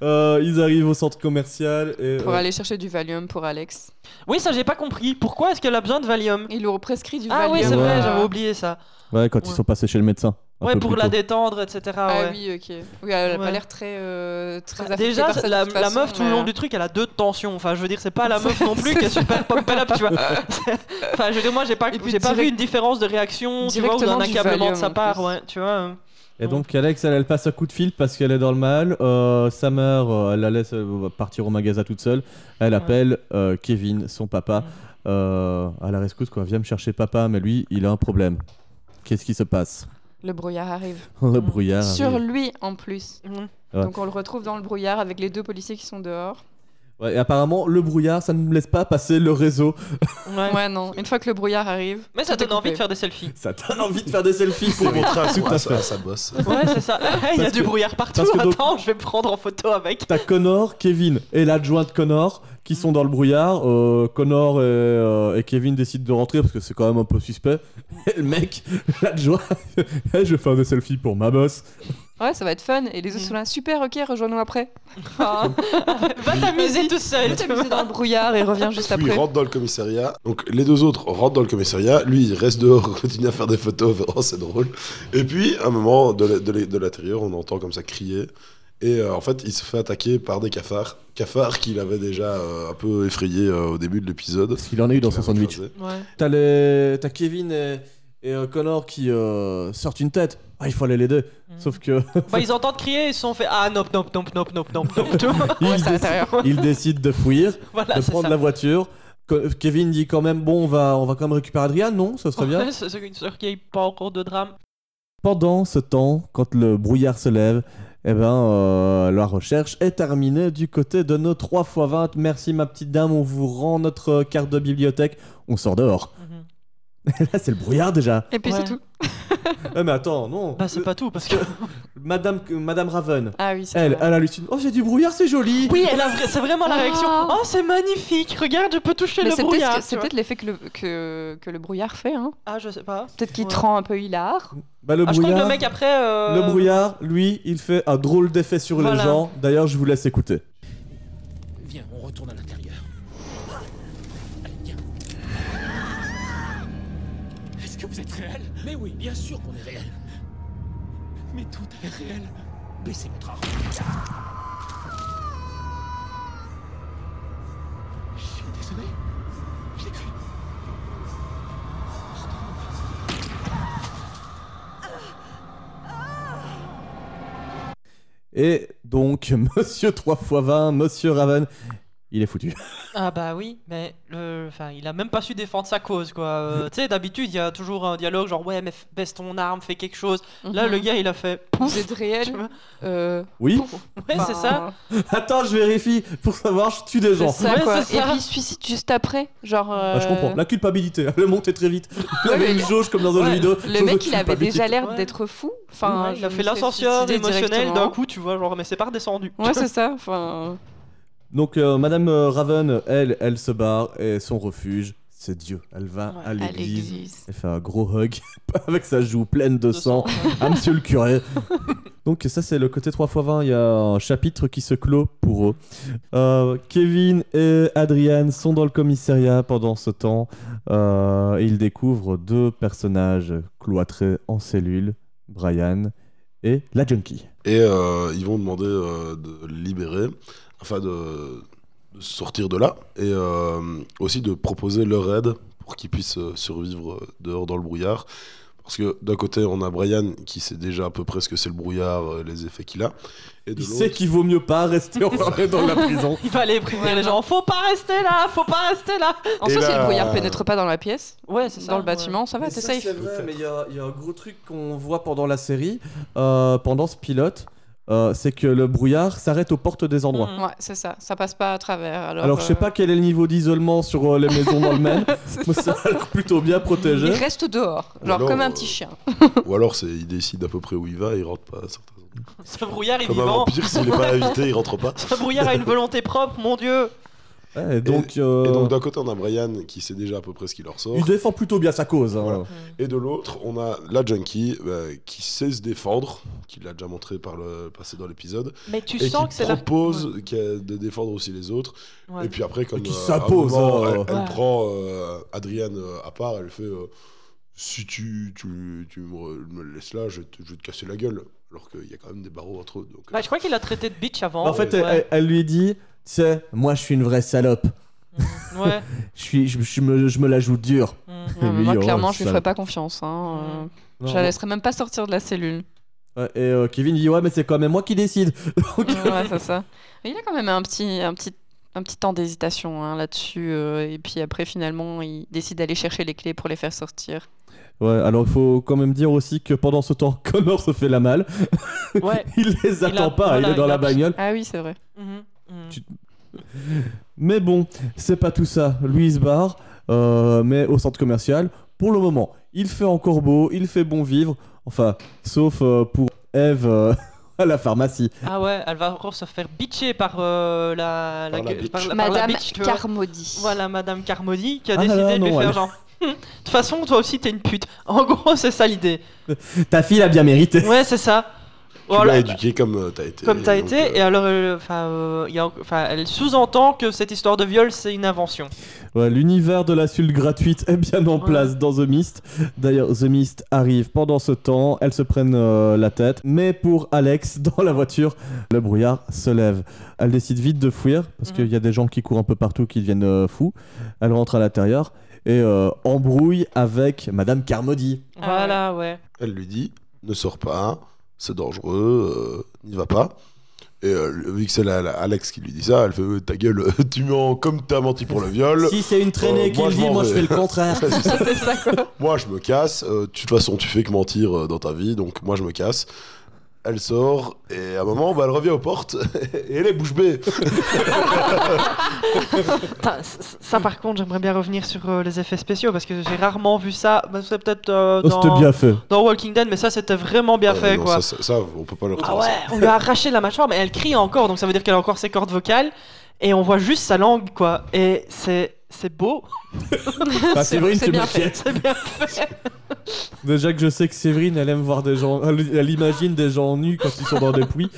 [SPEAKER 2] Euh, ils arrivent au centre commercial et.
[SPEAKER 4] Pour
[SPEAKER 2] euh,
[SPEAKER 4] aller chercher du Valium pour Alex.
[SPEAKER 3] Oui, ça j'ai pas compris. Pourquoi est-ce qu'elle a besoin de Valium
[SPEAKER 4] Ils lui ont prescrit du
[SPEAKER 3] Ah oui,
[SPEAKER 4] Valium,
[SPEAKER 3] c'est vrai,
[SPEAKER 4] euh,
[SPEAKER 3] j'avais oublié ça.
[SPEAKER 2] Ouais, quand ils sont passés chez le médecin. un
[SPEAKER 3] Ouais,
[SPEAKER 2] peu
[SPEAKER 3] pour
[SPEAKER 2] plus
[SPEAKER 3] la
[SPEAKER 2] tôt.
[SPEAKER 3] détendre, etc.
[SPEAKER 4] Ah
[SPEAKER 3] ouais.
[SPEAKER 4] oui, ok. Oui, elle a
[SPEAKER 3] Ouais.
[SPEAKER 4] pas l'air très, euh, très affectée
[SPEAKER 3] Bah, Déjà,
[SPEAKER 4] par ça, de
[SPEAKER 3] la,
[SPEAKER 4] toute
[SPEAKER 3] la
[SPEAKER 4] façon,
[SPEAKER 3] meuf, tout le
[SPEAKER 4] mais,
[SPEAKER 3] long
[SPEAKER 4] euh,
[SPEAKER 3] du truc, elle a deux tensions. Enfin, je veux dire, c'est pas la meuf non plus qui est super pop-up, tu vois. C'est- Enfin, je veux dire, moi, j'ai pas,
[SPEAKER 4] Et puis
[SPEAKER 3] j'ai pas vu
[SPEAKER 4] direct-
[SPEAKER 3] une différence de réaction, tu vois, ou d'un
[SPEAKER 4] directement du
[SPEAKER 3] accablement de
[SPEAKER 4] Valium,
[SPEAKER 3] sa
[SPEAKER 4] en
[SPEAKER 3] part,
[SPEAKER 4] plus.
[SPEAKER 3] ouais, tu vois. euh.
[SPEAKER 2] Et donc, Alex, elle, elle passe un coup de fil parce qu'elle est dans le mal. Euh, sa mère, euh, elle la laisse euh, partir au magasin toute seule. Elle appelle euh, Kevin, son papa, euh, à la rescousse, quoi. Viens me chercher papa, mais lui, il a un problème. Qu'est-ce qui se passe
[SPEAKER 4] Le brouillard arrive.
[SPEAKER 2] Le brouillard.
[SPEAKER 4] Sur
[SPEAKER 2] arrive.
[SPEAKER 4] lui en plus.
[SPEAKER 2] Ah,
[SPEAKER 3] Mm.
[SPEAKER 2] Ouais.
[SPEAKER 4] Donc on le retrouve dans le brouillard avec les deux policiers qui sont dehors.
[SPEAKER 2] Ouais, et apparemment, le brouillard, ça ne me laisse pas passer le réseau.
[SPEAKER 3] Ouais.
[SPEAKER 4] non. Une fois que le brouillard arrive.
[SPEAKER 3] Mais ça
[SPEAKER 4] tout est
[SPEAKER 3] donne envie de
[SPEAKER 4] coupé.
[SPEAKER 3] faire des selfies.
[SPEAKER 2] Ça donne envie de faire des selfies pour
[SPEAKER 5] Oui,
[SPEAKER 2] montrer à tout
[SPEAKER 5] ça-
[SPEAKER 2] à fait.
[SPEAKER 5] ça bosse.
[SPEAKER 3] Ouais, c'est ça. Il y a
[SPEAKER 2] Parce
[SPEAKER 3] du
[SPEAKER 2] que-
[SPEAKER 3] brouillard partout.
[SPEAKER 2] parce que donc-
[SPEAKER 3] Attends, je vais prendre en photo avec.
[SPEAKER 2] T'as Connor, Kevin et l'adjointe Connor qui sont dans le brouillard. Euh, Connor et, euh, et Kevin décident de rentrer parce que c'est quand même un peu suspect. Et le mec, l'adjoint, Eh, je vais faire des selfies pour ma boss.
[SPEAKER 4] Ouais, ça va être fun. Et les
[SPEAKER 3] Mm.
[SPEAKER 4] autres sont là. Super, ok, rejoins-nous après. Enfin,
[SPEAKER 3] Va t'amuser tout seul.
[SPEAKER 4] Va t'amuser dans le brouillard et reviens juste
[SPEAKER 5] Lui, il
[SPEAKER 4] après.
[SPEAKER 5] rentre dans le commissariat. Donc, les deux autres rentrent dans le commissariat. Lui, il reste dehors, continue à faire des photos. Oh, c'est drôle. Et puis, à un moment, de la- de la- de l'intérieur, on entend comme ça crier. Et euh, en fait, il se fait attaquer par des cafards. Cafards qu'il avait déjà euh, un peu effrayé euh, au début de l'épisode.
[SPEAKER 2] Parce qu'il en a eu dans son sandwich.
[SPEAKER 5] écrasé.
[SPEAKER 2] T'as, les- t'as Kevin et, Et euh, Connor qui euh, sort une tête. Ah, il faut aller les deux.
[SPEAKER 3] Mm.
[SPEAKER 2] Sauf que.
[SPEAKER 3] Bah, ils entendent crier et ils se sont fait Ah, nope, nope, nope, nope, nope, nope, nope. tu vois.
[SPEAKER 2] il, décide, il décide de fuir,
[SPEAKER 3] Voilà,
[SPEAKER 2] de
[SPEAKER 3] Bah, c'est
[SPEAKER 2] prendre
[SPEAKER 3] ça.
[SPEAKER 2] la voiture. Co- Kevin dit quand même Bon, on va, on va quand même récupérer Adrien. Non, ça serait bien.
[SPEAKER 3] Ouais, C'est c'est une sœur qui a eu pas encore de drame.
[SPEAKER 2] Pendant ce temps, quand le brouillard se lève, eh ben, euh, la recherche est terminée du côté de nos 3 x 20. Merci ma petite dame, on vous rend notre euh, carte de bibliothèque. On sort dehors.
[SPEAKER 4] Mhm.
[SPEAKER 2] Là, c'est le brouillard déjà.
[SPEAKER 4] Et puis c'est tout.
[SPEAKER 2] Eh, mais attends, non.
[SPEAKER 3] Bah,
[SPEAKER 4] Euh,
[SPEAKER 3] c'est pas tout parce que.
[SPEAKER 2] Madame, euh, Madame Raven.
[SPEAKER 4] Ah oui, c'est
[SPEAKER 2] Elle,
[SPEAKER 4] vrai.
[SPEAKER 2] elle hallucine. Oh, j'ai du brouillard, c'est joli.
[SPEAKER 3] Oui, elle a vra- c'est vraiment la
[SPEAKER 4] Ah.
[SPEAKER 3] réaction. Oh, c'est magnifique, regarde, je peux toucher
[SPEAKER 4] Mais
[SPEAKER 3] le
[SPEAKER 4] c'est peut-être
[SPEAKER 3] brouillard.
[SPEAKER 4] que- c'est
[SPEAKER 3] tu
[SPEAKER 4] peut-être l'effet que le, que, que le brouillard fait. Hein.
[SPEAKER 3] Ah, je sais pas.
[SPEAKER 4] Peut-être qu'il
[SPEAKER 3] Ouais.
[SPEAKER 4] te rend un peu hilar.
[SPEAKER 2] Bah, le
[SPEAKER 3] Ah, je crois que
[SPEAKER 2] brouillard.
[SPEAKER 3] le mec après. euh,
[SPEAKER 2] le brouillard, lui, il fait un drôle d'effet sur les
[SPEAKER 3] Voilà.
[SPEAKER 2] gens. D'ailleurs, je vous laisse écouter.
[SPEAKER 10] Viens, on retourne à l'intérieur.
[SPEAKER 1] Allez, viens. Est-ce que vous êtes réel Mais oui, bien sûr qu'on est réel. Mais tout est réel. Baissez votre arme. Je suis désolé. Je l'ai cru.
[SPEAKER 2] Et donc, monsieur 3 x 20, monsieur Raven, il est foutu.
[SPEAKER 3] Ah, bah oui, mais le... enfin, il a même pas su défendre sa cause quoi.
[SPEAKER 2] Hmm.
[SPEAKER 3] Euh, tu sais, d'habitude, il y a toujours un dialogue genre Ouais, mais f- baisse ton arme, fais quelque chose. Là,
[SPEAKER 4] Mhm.
[SPEAKER 3] le gars, il a fait
[SPEAKER 4] Vous êtes réel. euh,
[SPEAKER 2] Oui
[SPEAKER 3] Ouais, c'est
[SPEAKER 4] Bah,
[SPEAKER 3] ça.
[SPEAKER 2] Attends, je vérifie pour savoir, je tue des
[SPEAKER 4] C'est
[SPEAKER 2] gens.
[SPEAKER 4] ça,
[SPEAKER 3] Ouais,
[SPEAKER 4] quoi.
[SPEAKER 3] c'est
[SPEAKER 4] Et
[SPEAKER 3] ça.
[SPEAKER 4] puis il se suicide juste après. Genre.
[SPEAKER 2] Ah, je
[SPEAKER 4] euh,
[SPEAKER 2] comprends. La culpabilité, hein. elle est montée très vite. Il avait une jauge comme dans un
[SPEAKER 3] Ouais,
[SPEAKER 2] jeu vidéo.
[SPEAKER 4] Le
[SPEAKER 2] jauge de
[SPEAKER 4] mec, il avait
[SPEAKER 2] culpabilité.
[SPEAKER 4] déjà l'air
[SPEAKER 3] Ouais.
[SPEAKER 4] d'être fou. Enfin,
[SPEAKER 3] Ouais, il
[SPEAKER 4] je
[SPEAKER 3] a fait
[SPEAKER 4] me serais
[SPEAKER 3] l'ascension
[SPEAKER 4] suicidée
[SPEAKER 3] émotionnelle d'un
[SPEAKER 4] directement.
[SPEAKER 3] coup, tu vois, genre, mais c'est pas redescendu.
[SPEAKER 4] Ouais, c'est ça. Enfin,
[SPEAKER 2] Donc, euh, madame euh, Raven, elle, elle se barre et son refuge, c'est Dieu. Elle va
[SPEAKER 4] Ouais,
[SPEAKER 2] à
[SPEAKER 4] à
[SPEAKER 2] l'église.
[SPEAKER 4] l'église.
[SPEAKER 2] Elle fait un gros hug avec sa joue pleine de, sang à Ah, monsieur le curé. Donc ça c'est le côté 3x20, il y a un chapitre qui se clôt pour eux. Euh, Kevin et Adrian sont dans le commissariat pendant ce temps. Euh, ils découvrent deux personnages cloîtrés en cellule, Brian et la junkie.
[SPEAKER 5] Et euh, ils vont demander euh, de le libérer, enfin de, de sortir de là, et euh, aussi de proposer leur aide pour qu'ils puissent euh, survivre euh, dehors dans le brouillard. Parce que d'un côté, on a Brian qui sait déjà à peu près ce que c'est le brouillard, euh, les effets qu'il a. Et de
[SPEAKER 2] Il
[SPEAKER 5] l'autre-
[SPEAKER 2] sait qu'il vaut mieux pas rester enfermé dans la prison.
[SPEAKER 3] Il fallait prévenir les gens Faut pas rester là, faut pas rester là.
[SPEAKER 4] en
[SPEAKER 5] Et
[SPEAKER 4] soi, si
[SPEAKER 5] là-
[SPEAKER 4] le brouillard pénètre pas dans la pièce,
[SPEAKER 3] Ouais, c'est ça.
[SPEAKER 4] dans le
[SPEAKER 3] ouais.
[SPEAKER 4] bâtiment, ça va, t'es safe.
[SPEAKER 2] vrai, mais il y, a- il y a un gros truc qu'on voit pendant la série, euh, pendant ce pilote, euh, c'est que le brouillard s'arrête aux portes des endroits.
[SPEAKER 3] Mhm.
[SPEAKER 4] Ouais, c'est ça. Ça passe pas à travers. Alors,
[SPEAKER 2] Alors, je sais
[SPEAKER 4] euh,
[SPEAKER 2] pas quel est le niveau d'isolement sur euh, les maisons dans le Maine.
[SPEAKER 4] c'est
[SPEAKER 2] mais
[SPEAKER 4] ça.
[SPEAKER 2] ça a l'air plutôt bien protégé.
[SPEAKER 4] Il reste dehors,
[SPEAKER 5] Ou
[SPEAKER 4] genre
[SPEAKER 5] alors,
[SPEAKER 4] comme un
[SPEAKER 5] euh,
[SPEAKER 4] petit chien.
[SPEAKER 5] Ou alors, c'est- il décide à peu près où il va et il rentre pas. à certains endroits.
[SPEAKER 3] Ce brouillard est
[SPEAKER 5] Comme un
[SPEAKER 3] vivant.
[SPEAKER 5] vampire, s'il est pas invité, il rentre pas.
[SPEAKER 3] Ce brouillard a une volonté propre, mon dieu.
[SPEAKER 2] Ouais, et donc, euh,
[SPEAKER 5] Et donc d'un côté, on a Brian qui sait déjà à peu près ce qu'il leur sort.
[SPEAKER 2] il défend plutôt bien sa cause. hein.
[SPEAKER 5] Voilà. Et de l'autre, on a la junkie euh, qui sait se défendre, qui l'a déjà montré par le passé dans l'épisode,
[SPEAKER 3] Mais tu
[SPEAKER 5] et
[SPEAKER 3] sens que
[SPEAKER 5] qui
[SPEAKER 3] c'est la.
[SPEAKER 5] propose qu'elle- de défendre aussi les autres.
[SPEAKER 3] Ouais.
[SPEAKER 5] Et puis après, comme
[SPEAKER 2] Et qui
[SPEAKER 5] euh, à un
[SPEAKER 2] s'impose,
[SPEAKER 5] moment,
[SPEAKER 2] hein.
[SPEAKER 5] elle, elle
[SPEAKER 3] Ouais.
[SPEAKER 5] prend euh, Adrienne euh, à part, elle fait euh, si tu, tu, tu me, me laisses là, je, te- je vais te casser la gueule. Alors qu'il y a quand même des barreaux entre eux. Donc, euh,
[SPEAKER 3] Bah, je crois qu'il l'a traité de bitch avant.
[SPEAKER 2] En fait,
[SPEAKER 3] ouais.
[SPEAKER 2] elle, elle- elle lui dit Tu sais, moi je suis une vraie salope.
[SPEAKER 3] Ouais.
[SPEAKER 2] Je, suis, je, je me, je me la joue dure.
[SPEAKER 3] Mm.
[SPEAKER 4] Ouais, mais
[SPEAKER 2] lui,
[SPEAKER 4] moi,
[SPEAKER 2] oh,
[SPEAKER 4] clairement, je lui
[SPEAKER 2] sale.
[SPEAKER 4] ferais pas confiance. Hein. euh,
[SPEAKER 2] Non,
[SPEAKER 4] je
[SPEAKER 2] non.
[SPEAKER 4] la laisserais même pas sortir de la cellule.
[SPEAKER 2] Ouais, Et euh, Kevin dit Ouais, mais c'est quand même moi qui décide. Donc,
[SPEAKER 4] ouais, c'est ça. Mais il a quand même un petit, un petit, un petit temps d'hésitation hein, là-dessus. euh, et puis après, finalement, il décide d'aller chercher les clés pour les faire sortir.
[SPEAKER 2] Ouais, alors il faut quand même dire aussi que pendant ce temps, Connor se fait la malle.
[SPEAKER 3] Ouais.
[SPEAKER 2] Il les
[SPEAKER 3] a-
[SPEAKER 2] attend pas,
[SPEAKER 3] voilà,
[SPEAKER 2] il est dans
[SPEAKER 3] il
[SPEAKER 2] la
[SPEAKER 3] a-
[SPEAKER 2] bagnole.
[SPEAKER 4] Ah oui, c'est vrai.
[SPEAKER 3] Mhm, mhm.
[SPEAKER 2] Tu- Mais bon, c'est pas tout ça. Lui, il se barre, euh, mais au centre commercial. Pour le moment, il fait encore beau, il fait bon vivre. Enfin, sauf euh, pour Eve euh, à la pharmacie.
[SPEAKER 3] Ah ouais, elle va encore se faire bitcher par euh, la,
[SPEAKER 5] Par la bitch.
[SPEAKER 3] par la
[SPEAKER 4] Madame
[SPEAKER 3] bitch, tu vois.
[SPEAKER 4] Carmody.
[SPEAKER 3] Voilà, Madame Carmody qui a
[SPEAKER 2] Ah,
[SPEAKER 3] décidé
[SPEAKER 2] non,
[SPEAKER 3] de lui
[SPEAKER 2] non,
[SPEAKER 3] faire
[SPEAKER 2] elle-
[SPEAKER 3] genre. Hum, De toute façon, toi aussi, t'es une pute. En gros, c'est ça l'idée.
[SPEAKER 2] Ta fille l'a bien mérité.
[SPEAKER 3] Ouais, c'est ça.
[SPEAKER 5] tu l'as
[SPEAKER 3] Voilà.
[SPEAKER 5] éduqué comme euh, t'as été.
[SPEAKER 3] Comme t'as
[SPEAKER 5] donc,
[SPEAKER 3] été,
[SPEAKER 5] euh,
[SPEAKER 3] et alors, euh, enfin, euh, il y a- enfin, elle sous-entend que cette histoire de viol, c'est une invention.
[SPEAKER 2] Ouais, L'univers de la sulte gratuite est bien en
[SPEAKER 3] Ouais.
[SPEAKER 2] place dans The Mist. D'ailleurs, The Mist arrive pendant ce temps, elles se prennent euh, la tête. Mais pour Alex, dans la voiture, le brouillard se lève. Elle décide vite de fuir parce
[SPEAKER 3] Mhm.
[SPEAKER 2] qu'il y a des gens qui courent un peu partout qui deviennent euh, fous. Elle rentre à l'intérieur et euh, embrouille avec Madame Carmody.
[SPEAKER 4] Ah
[SPEAKER 3] Voilà, ouais.
[SPEAKER 5] Elle lui dit ne sors pas, c'est dangereux, euh, n'y va pas. Et euh, vu que c'est la- la Alex qui lui dit ça, elle fait euh, ta gueule, tu mens comme t'as menti pour le viol.
[SPEAKER 2] Si c'est une traînée qui
[SPEAKER 5] moi,
[SPEAKER 2] le
[SPEAKER 5] je
[SPEAKER 2] dit,
[SPEAKER 5] m'en
[SPEAKER 2] moi, je
[SPEAKER 5] vais.
[SPEAKER 2] fais le contraire.
[SPEAKER 5] Ouais, c'est ça. Moi je me casse, euh, tu- de toute façon tu fais que mentir euh, dans ta vie, donc moi je me casse. Elle sort et à un moment bah, elle revient aux portes et elle est bouche bée.
[SPEAKER 3] Putain, c- c- ça, par contre, j'aimerais bien revenir sur euh, les effets spéciaux parce que j'ai rarement vu ça. Bah, c'est peut-être euh,
[SPEAKER 2] Oh,
[SPEAKER 3] dans,
[SPEAKER 2] c'était bien Ah, fait.
[SPEAKER 3] dans Walking Dead, mais ça c'était vraiment bien
[SPEAKER 5] Euh,
[SPEAKER 3] fait
[SPEAKER 5] non,
[SPEAKER 3] quoi.
[SPEAKER 5] Ça, ça- ça, on peut pas le
[SPEAKER 3] Ah
[SPEAKER 5] retracer.
[SPEAKER 3] ouais, on lui a arraché la mâchoire, mais elle crie encore, donc ça veut dire qu'elle a encore ses cordes vocales et on voit juste sa langue quoi. Et c'est c'est beau.
[SPEAKER 2] Bah, Séverine, tu m'inquiètes.
[SPEAKER 3] C'est bien fait.
[SPEAKER 2] Déjà que je sais que Séverine, elle aime voir des gens. Elle, elle imagine des gens nus quand ils sont dans des puits.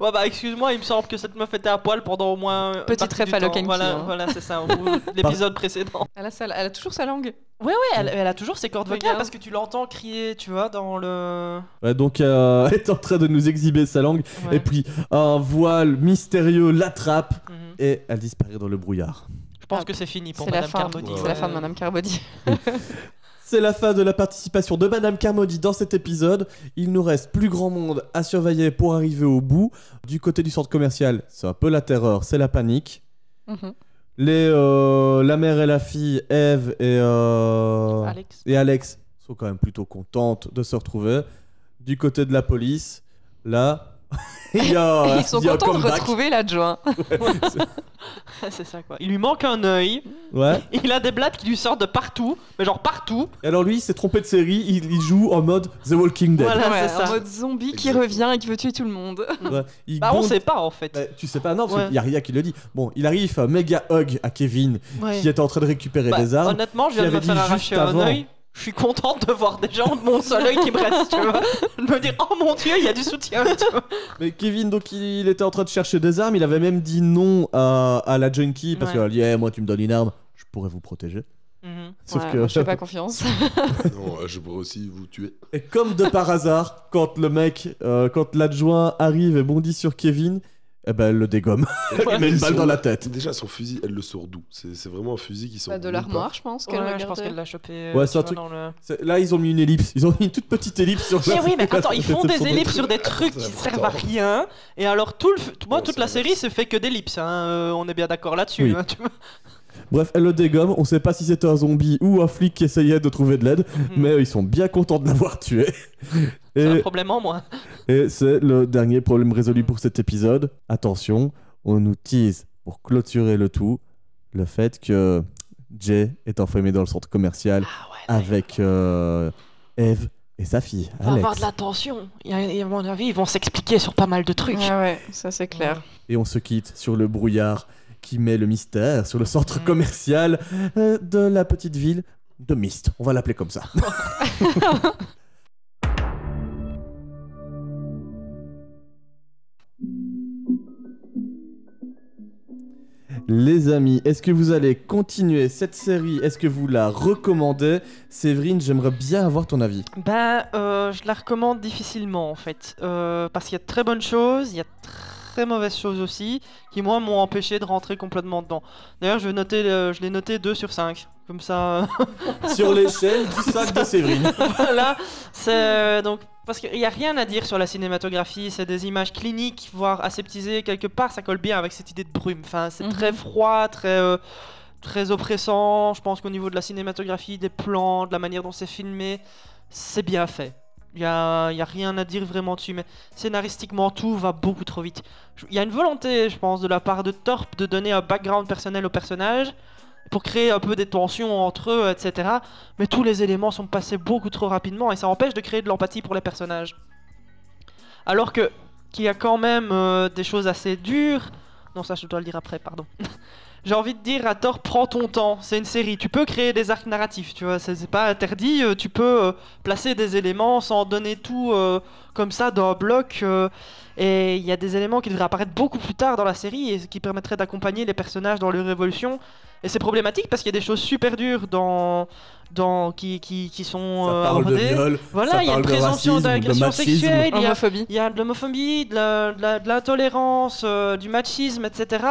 [SPEAKER 3] ouais bah excuse-moi, il me semble que cette meuf était à poil pendant au moins une
[SPEAKER 4] Petite
[SPEAKER 3] partie du
[SPEAKER 4] ref à
[SPEAKER 3] temps.
[SPEAKER 4] Lock and
[SPEAKER 3] Voilà,
[SPEAKER 4] Key, hein.
[SPEAKER 3] voilà, c'est ça. ou L'épisode précédent.
[SPEAKER 4] Elle a, sa- elle a toujours sa langue.
[SPEAKER 3] Ouais ouais,
[SPEAKER 2] Mm.
[SPEAKER 3] elle, elle a toujours ses cordes vocales
[SPEAKER 4] Regarde.
[SPEAKER 3] parce que tu l'entends crier, tu vois, dans le.
[SPEAKER 2] Ouais, donc euh, elle est en train de nous exhiber sa langue.
[SPEAKER 3] Ouais.
[SPEAKER 2] Et puis un voile mystérieux l'attrape et elle disparaît dans le brouillard.
[SPEAKER 3] Je pense que c'est fini pour
[SPEAKER 4] Mm-hmm. Ah,
[SPEAKER 3] Madame
[SPEAKER 4] C'est la fin.
[SPEAKER 3] Carboni.
[SPEAKER 4] C'est la fin de Madame Carbody.
[SPEAKER 2] C'est la fin de la participation de Madame Carmody dans cet épisode. Il nous reste plus grand monde à surveiller pour arriver au bout. Du côté du centre commercial, c'est un peu la terreur, c'est la panique.
[SPEAKER 4] Mhm.
[SPEAKER 2] Les, euh, la mère et la fille, Eve et, euh,
[SPEAKER 3] Alex.
[SPEAKER 2] et Alex, sont quand même plutôt contentes de se retrouver. Du côté de la police, là, il y a,
[SPEAKER 4] Ils sont
[SPEAKER 2] Ah il y a un
[SPEAKER 4] contents de
[SPEAKER 2] comeback.
[SPEAKER 4] retrouver l'adjoint.
[SPEAKER 3] c'est ça quoi. Il lui manque un œil.
[SPEAKER 2] Ouais.
[SPEAKER 3] Il a des blattes qui lui sortent de partout, mais genre partout.
[SPEAKER 2] Et alors lui, il s'est trompé de série, il, il joue en mode The Walking Dead.
[SPEAKER 3] Voilà,
[SPEAKER 4] Ouais,
[SPEAKER 3] c'est
[SPEAKER 4] en
[SPEAKER 3] ça.
[SPEAKER 4] mode zombie qui revient et qui veut tuer tout le monde.
[SPEAKER 2] Ouais, il
[SPEAKER 3] Bah, on
[SPEAKER 2] bond-
[SPEAKER 3] sait pas en fait.
[SPEAKER 2] Bah, tu sais pas, non, parce
[SPEAKER 3] Ouais.
[SPEAKER 2] qu'il y a rien qui le dit. Bon, il arrive, fait un méga hug à Kevin
[SPEAKER 3] Ouais.
[SPEAKER 2] qui était en train de récupérer
[SPEAKER 3] Bah,
[SPEAKER 2] des armes.
[SPEAKER 3] Honnêtement, je
[SPEAKER 2] qui
[SPEAKER 3] viens de me
[SPEAKER 2] avait
[SPEAKER 3] faire
[SPEAKER 2] dit
[SPEAKER 3] arracher
[SPEAKER 2] juste
[SPEAKER 3] un
[SPEAKER 2] avant.
[SPEAKER 3] œil. Je suis contente de voir des gens de mon seul œil qui me reste, tu vois. De me dire, oh mon dieu, il y a du soutien, tu vois.
[SPEAKER 2] Mais Kevin, donc il, il était en train de chercher des armes, il avait même dit non à, à la junkie parce
[SPEAKER 3] Ouais.
[SPEAKER 2] qu'elle dit, Eh, moi tu me donnes une arme, je pourrais vous protéger. Sauf
[SPEAKER 4] Ouais,
[SPEAKER 2] que-
[SPEAKER 4] moi, je fais pas confiance.
[SPEAKER 5] Non, euh, je pourrais aussi vous tuer.
[SPEAKER 2] Et comme de par hasard, quand le mec, euh, quand l'adjoint arrive et bondit sur Kevin, eh ben elle le dégomme. elle met une balle dans la tête.
[SPEAKER 5] Déjà son fusil, elle le sort d'où C'est c'est vraiment un fusil qui sort
[SPEAKER 4] Bah,
[SPEAKER 3] Bah,
[SPEAKER 4] de
[SPEAKER 5] nulle
[SPEAKER 4] l'armoire, je pense. qu'elle
[SPEAKER 3] je pense
[SPEAKER 4] regardait.
[SPEAKER 3] qu'elle l'a chopé. euh,
[SPEAKER 2] Ouais, c'est un truc. c'est- Là, ils ont mis une ellipse. Ils ont mis une toute petite ellipse sur
[SPEAKER 3] Mais
[SPEAKER 2] la-
[SPEAKER 3] oui, mais attends, ils font
[SPEAKER 2] sur
[SPEAKER 3] des
[SPEAKER 2] le
[SPEAKER 3] ellipses
[SPEAKER 2] truc.
[SPEAKER 3] sur des trucs qui
[SPEAKER 5] C'est
[SPEAKER 3] servent à
[SPEAKER 5] important.
[SPEAKER 3] rien. Et alors, tout le, f- moi,
[SPEAKER 5] Bon,
[SPEAKER 3] toute
[SPEAKER 5] c'est
[SPEAKER 3] la
[SPEAKER 5] vrai.
[SPEAKER 3] série se fait que d'ellipses. Hein. euh, on est bien d'accord là-dessus.
[SPEAKER 2] Oui.
[SPEAKER 3] hein, tu vois.
[SPEAKER 2] Bref, elle le dégomme. On sait pas si c'était un zombie ou un flic qui essayait de trouver de l'aide, mais euh, ils sont bien contents de l'avoir tué.
[SPEAKER 3] Mhm. C'est un
[SPEAKER 2] Et,
[SPEAKER 3] problème en moi.
[SPEAKER 2] et c'est le dernier problème résolu pour cet épisode. Attention, on nous tease pour clôturer le tout le fait que Jay est enfermé dans le centre commercial
[SPEAKER 3] Ah
[SPEAKER 2] avec euh, Eve et sa fille,
[SPEAKER 3] Il va avoir
[SPEAKER 2] Alex.
[SPEAKER 3] de la tension. Il y a- il y a- À mon avis, ils vont s'expliquer sur pas mal de trucs.
[SPEAKER 4] Ouais, ouais, ça c'est clair.
[SPEAKER 2] Et on se quitte sur le brouillard qui met le mystère sur le
[SPEAKER 3] Mm.
[SPEAKER 2] centre commercial euh, de la petite ville de Mist. On va l'appeler comme ça. Les amis, est-ce que vous allez continuer cette série Est-ce que vous la recommandez Séverine, j'aimerais bien avoir ton avis.
[SPEAKER 3] Ben, euh, je la recommande difficilement en fait. Euh, parce qu'il y a de très bonnes choses, il y a de très mauvaises choses aussi, qui moi m'ont empêché de rentrer complètement dedans. D'ailleurs, je, vais noter, euh, je l'ai noté 2 sur 5. Comme ça,
[SPEAKER 2] Sur l'échelle du sac de Séverine.
[SPEAKER 3] voilà. C'est euh, donc. Parce qu'il n'y a rien à dire sur la cinématographie, c'est des images cliniques, voire aseptisées. Quelque part, ça colle bien avec cette idée de brume. Enfin, c'est
[SPEAKER 4] Mhm.
[SPEAKER 3] très froid, très. euh, Très oppressant, je pense qu'au niveau de la cinématographie, des plans, de la manière dont c'est filmé, c'est bien fait. Il n'y a, y a rien à dire vraiment dessus, mais scénaristiquement, tout va beaucoup trop vite. Il y a une volonté, je pense, de la part de Torp de donner un background personnel aux personnages pour créer un peu des tensions entre eux, etc. Mais tous les éléments sont passés beaucoup trop rapidement et ça empêche de créer de l'empathie pour les personnages. Alors que qu'il y a quand même euh, des choses assez dures. Non, ça je dois le dire après, pardon. J'ai envie de dire à tort, prends ton temps. C'est une série. Tu peux créer des arcs narratifs, tu vois. C'est c'est pas interdit. euh, Tu peux euh, placer des éléments sans donner tout euh, comme ça d'un bloc. euh, et il y a des éléments qui devraient apparaître beaucoup plus tard dans la série et qui permettraient d'accompagner les personnages dans leur évolution. Et c'est problématique parce qu'il y a des choses super dures dans, dans, qui, qui, qui sont
[SPEAKER 2] Ça
[SPEAKER 3] euh,
[SPEAKER 2] parle de
[SPEAKER 3] abordées.
[SPEAKER 2] viol,
[SPEAKER 3] Voilà,
[SPEAKER 2] ça
[SPEAKER 3] il y a
[SPEAKER 2] parle
[SPEAKER 3] une
[SPEAKER 2] de
[SPEAKER 3] présomption
[SPEAKER 2] racisme, de
[SPEAKER 3] d'agression
[SPEAKER 2] machisme.
[SPEAKER 3] sexuelle, il y a-
[SPEAKER 4] Homophobie.
[SPEAKER 3] il y a de l'homophobie, de la- de la- de l'intolérance, euh, du machisme, etc.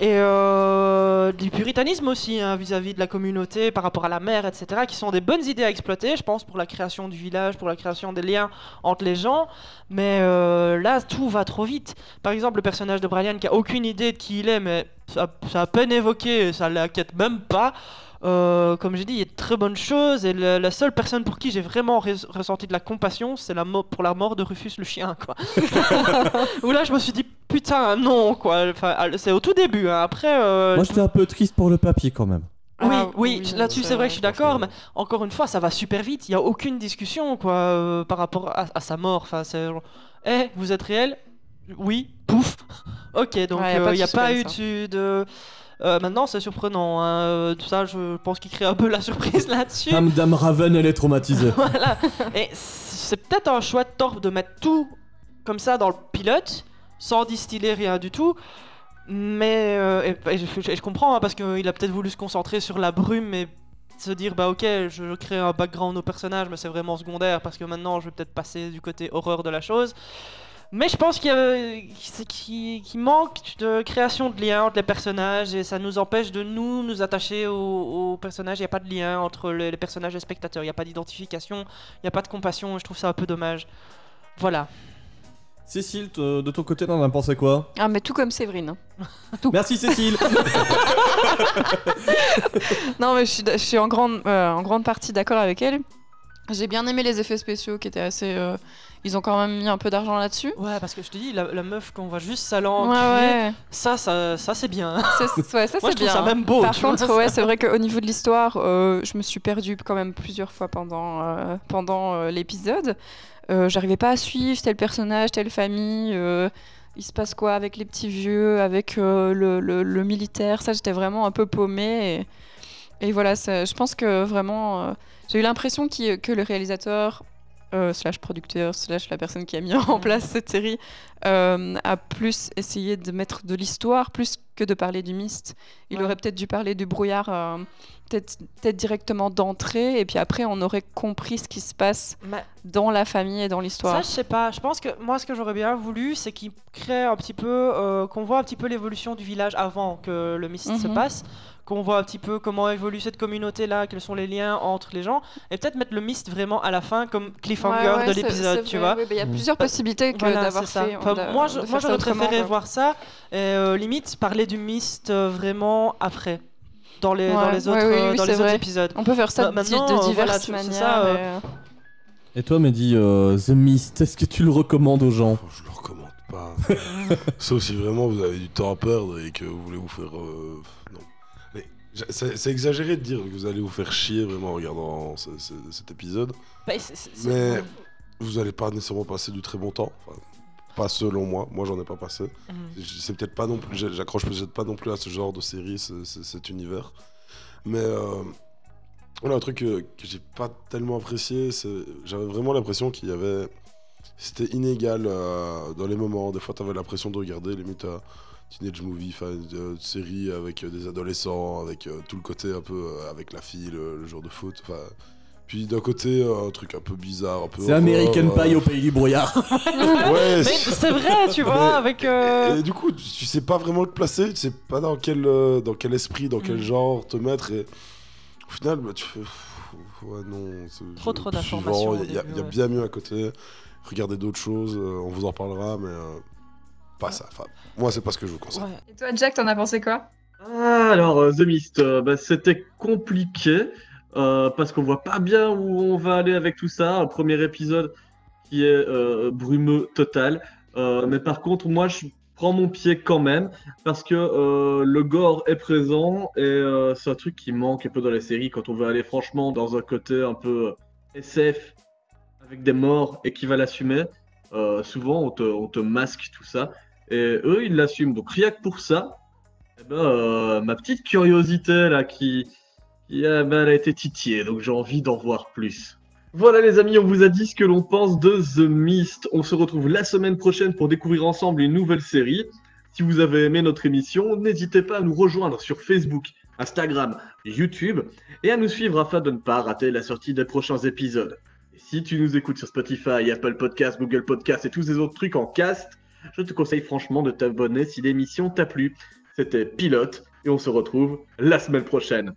[SPEAKER 3] Et euh, du puritanisme aussi hein, vis-à-vis de la communauté, par rapport à la mer, etc., qui sont des bonnes idées à exploiter, je pense, pour la création du village, pour la création des liens entre les gens. Mais euh, là, tout va trop vite. Par exemple, le personnage de Brian qui a aucune idée de qui il est, mais ça, ça a à peine évoqué, ça l'inquiète même pas. Euh, comme j'ai dit, il y a de très bonnes choses. Et le- la seule personne pour qui j'ai vraiment res- ressenti de la compassion, c'est la mo- pour la mort de Rufus le chien, quoi. Où là, je me suis dit, putain, non, quoi. Enfin, c'est au tout début. hein. Après, euh,
[SPEAKER 14] Moi,
[SPEAKER 3] je-
[SPEAKER 14] j'étais un peu triste pour le papier quand même.
[SPEAKER 3] oui, Ah, oui, là-dessus c'est vrai que je suis d'accord, mais encore une fois, ça va super vite. Il n'y a aucune discussion quoi euh, par rapport à, à sa mort. Enfin, c'est genre, Eh, vous êtes réel Oui, pouf. ok, donc
[SPEAKER 4] Ouais, y
[SPEAKER 3] il
[SPEAKER 4] a pas de
[SPEAKER 3] n'y a pas eu
[SPEAKER 4] suspense,
[SPEAKER 3] de. de- Euh, maintenant, c'est surprenant. hein. Euh, Tout ça, je pense qu'il crée un peu la surprise là-dessus.
[SPEAKER 15] Madame Raven, elle est traumatisée.
[SPEAKER 3] voilà. Et c'est peut-être un choix de torpe de mettre tout comme ça dans le pilote, sans distiller rien du tout. Mais euh, et- et je, je- je comprends hein, parce qu'il a peut-être voulu se concentrer sur la brume et se dire bah ok je crée un background au personnage mais c'est vraiment secondaire parce que maintenant je vais peut-être passer du côté horreur de la chose. Mais je pense qu'il y a- qu'il qu'il- qu'il manque de création de lien entre les personnages et ça nous empêche de nous nous attacher aux, aux personnages. Il n'y a pas de lien entre les, les personnages et les spectateurs. Il n'y a pas d'identification, il n'y a pas de compassion. et Je trouve ça un peu dommage. Voilà.
[SPEAKER 14] Cécile, te- de ton côté, t'en as pensé quoi
[SPEAKER 4] Ah, mais tout comme Séverine.
[SPEAKER 14] Merci Cécile
[SPEAKER 4] Non, mais je suis, je suis en, grande, euh, en grande partie d'accord avec elle. J'ai bien aimé les effets spéciaux qui étaient assez. euh, ils ont quand même mis un peu d'argent là-dessus.
[SPEAKER 3] Ouais, parce que je te dis, la, la meuf qu'on voit juste sa langue,
[SPEAKER 4] Ouais,
[SPEAKER 3] crier,
[SPEAKER 4] ouais.
[SPEAKER 3] ça, ça, ça c'est bien.
[SPEAKER 4] C'est- ouais, ça
[SPEAKER 3] Oh, Moi,
[SPEAKER 4] c'est
[SPEAKER 3] je trouve
[SPEAKER 4] bien.
[SPEAKER 3] ça même beau.
[SPEAKER 4] Par
[SPEAKER 3] tu vois,
[SPEAKER 4] contre,
[SPEAKER 3] ça.
[SPEAKER 4] ouais, c'est vrai qu'au niveau de l'histoire, euh, je me suis perdue quand même plusieurs fois pendant, euh, pendant euh, l'épisode. Euh, J'arrivais pas à suivre tel personnage, telle famille. euh, il se passe quoi avec les petits vieux, avec euh, le, le- le militaire Ça, j'étais vraiment un peu paumée. Et, et voilà, ça- je pense que vraiment, euh, j'ai eu l'impression qu'il- que le réalisateur euh, slash producteur, slash la personne qui a mis en place cette série, euh, a plus essayé de mettre de l'histoire plus que de parler du mist. Il aurait peut-être dû parler du brouillard, euh, peut-être peut-être directement d'entrée, et puis après on aurait compris ce qui se passe
[SPEAKER 3] Mais-
[SPEAKER 4] dans la famille et dans
[SPEAKER 3] Bah, Ça,
[SPEAKER 4] l'histoire.
[SPEAKER 3] je sais pas. Je pense que moi, ce que j'aurais bien voulu, c'est qu'il crée un petit peu, euh, qu'on voit un petit peu l'évolution du village avant que le mist se
[SPEAKER 4] Mhm.
[SPEAKER 3] passe, qu'on voit un petit peu comment évolue cette communauté-là, quels sont les liens entre les gens, et peut-être mettre le mist vraiment à la fin comme cliffhanger
[SPEAKER 4] Ouais, ouais,
[SPEAKER 3] de
[SPEAKER 4] c'est-
[SPEAKER 3] l'épisode,
[SPEAKER 4] c'est
[SPEAKER 3] tu
[SPEAKER 4] vrai,
[SPEAKER 3] vois.
[SPEAKER 4] ouais, bah, il y a plusieurs
[SPEAKER 3] Bah,
[SPEAKER 4] possibilités que
[SPEAKER 3] voilà,
[SPEAKER 4] d'avoir
[SPEAKER 3] c'est ça.
[SPEAKER 4] fait,
[SPEAKER 3] Enfin,
[SPEAKER 4] d'a-
[SPEAKER 3] moi,
[SPEAKER 4] de
[SPEAKER 3] je-
[SPEAKER 4] faire
[SPEAKER 3] moi,
[SPEAKER 4] ça
[SPEAKER 3] j'aurais
[SPEAKER 4] autrement,
[SPEAKER 3] préféré
[SPEAKER 4] quoi.
[SPEAKER 3] voir ça, et euh, limite parler du mist euh, vraiment après. Dans les, dans
[SPEAKER 4] Ouais,
[SPEAKER 3] les
[SPEAKER 4] ouais,
[SPEAKER 3] autres,
[SPEAKER 4] oui,
[SPEAKER 3] euh,
[SPEAKER 4] oui,
[SPEAKER 3] dans
[SPEAKER 4] c'est
[SPEAKER 3] les autres
[SPEAKER 4] vrai.
[SPEAKER 3] épisodes.
[SPEAKER 4] On peut faire ça
[SPEAKER 3] Ma-
[SPEAKER 4] de-
[SPEAKER 3] maintenant,
[SPEAKER 4] de
[SPEAKER 3] euh, voilà,
[SPEAKER 4] diverses
[SPEAKER 3] tu- c'est
[SPEAKER 4] manières,
[SPEAKER 3] ça, euh,
[SPEAKER 4] mais, euh,
[SPEAKER 14] Et toi, Mehdi, euh, The Mist, est-ce que tu le recommandes aux gens
[SPEAKER 5] Oh, Pas- Sauf si vraiment vous avez du temps à perdre et que vous voulez vous faire. euh, Non. Mais j'a- C'est c'est exagéré de dire que vous allez vous faire chier vraiment en regardant ce- ce- cet épisode.
[SPEAKER 3] Bah, c'est- c'est- c'est-
[SPEAKER 5] Mais vous n'allez pas nécessairement passer du très bon temps. Enfin, pas selon moi. Moi, j'en ai pas passé.
[SPEAKER 3] Mhm.
[SPEAKER 5] J- C'est peut-être pas non plus. j'a- J'accroche peut-être pas non plus à ce genre de série, ce- ce- cet univers. Mais euh, voilà, un truc euh, que, que j'ai pas tellement apprécié, c'est j'avais vraiment l'impression qu'il y avait. C'était inégal euh, dans les moments. Des fois, t'avais l'impression de regarder limite un teenage movie, enfin, de- de série avec euh, des adolescents, avec euh, tout le côté un peu euh, avec la fille, le, le jour de faute. enfin. Puis d'un côté, euh, un truc un peu bizarre, un peu.
[SPEAKER 14] C'est American
[SPEAKER 5] horreur,
[SPEAKER 14] Pie
[SPEAKER 5] euh,
[SPEAKER 14] au pays du brouillard.
[SPEAKER 5] ouais,
[SPEAKER 3] Mais c'est vrai, tu vois, avec. euh,
[SPEAKER 5] et du coup, tu tu sais pas vraiment te placer, tu sais pas dans quel, euh, dans quel esprit, dans quel
[SPEAKER 3] Mm.
[SPEAKER 5] genre te mettre. Et au final, bah, tu fais. pff, Ouais, non. c'est-
[SPEAKER 3] Trop, trop
[SPEAKER 5] suivant,
[SPEAKER 3] d'informations au
[SPEAKER 5] Il y, a-
[SPEAKER 3] début,
[SPEAKER 5] il y a
[SPEAKER 3] ouais.
[SPEAKER 5] bien mieux à côté. Regardez d'autres choses, euh, on vous en parlera, mais euh, pas ça. Enfin, moi, c'est pas ce que je vous conseille.
[SPEAKER 16] Et toi, Jack, t'en as pensé quoi
[SPEAKER 2] Ah, alors, euh, The Mist, euh, bah, c'était compliqué euh, parce qu'on voit pas bien où on va aller avec tout ça. Un premier épisode qui est euh, brumeux total. Euh, mais par contre, moi, je prends mon pied quand même parce que euh, le gore est présent et euh, c'est un truc qui manque un peu dans les séries quand on veut aller franchement dans un côté un peu SF avec des morts et qui va l'assumer. Euh, souvent, on te, on te masque tout ça et eux, ils l'assument. Donc, rien que pour ça, eh ben, euh, ma petite curiosité là qui, qui, eh ben, elle a été titillée, donc j'ai envie d'en voir plus. Voilà les amis, on vous a dit ce que l'on pense de The Mist. On se retrouve la semaine prochaine pour découvrir ensemble une nouvelle série. Si vous avez aimé notre émission, n'hésitez pas à nous rejoindre sur Facebook, Instagram, YouTube et à nous suivre afin de ne pas rater la sortie des prochains épisodes. Et si tu nous écoutes sur Spotify, Apple Podcasts, Google Podcasts et tous ces autres trucs en cast, je te conseille franchement de t'abonner si l'émission t'a plu. c'était Pilote, et on se retrouve la semaine prochaine.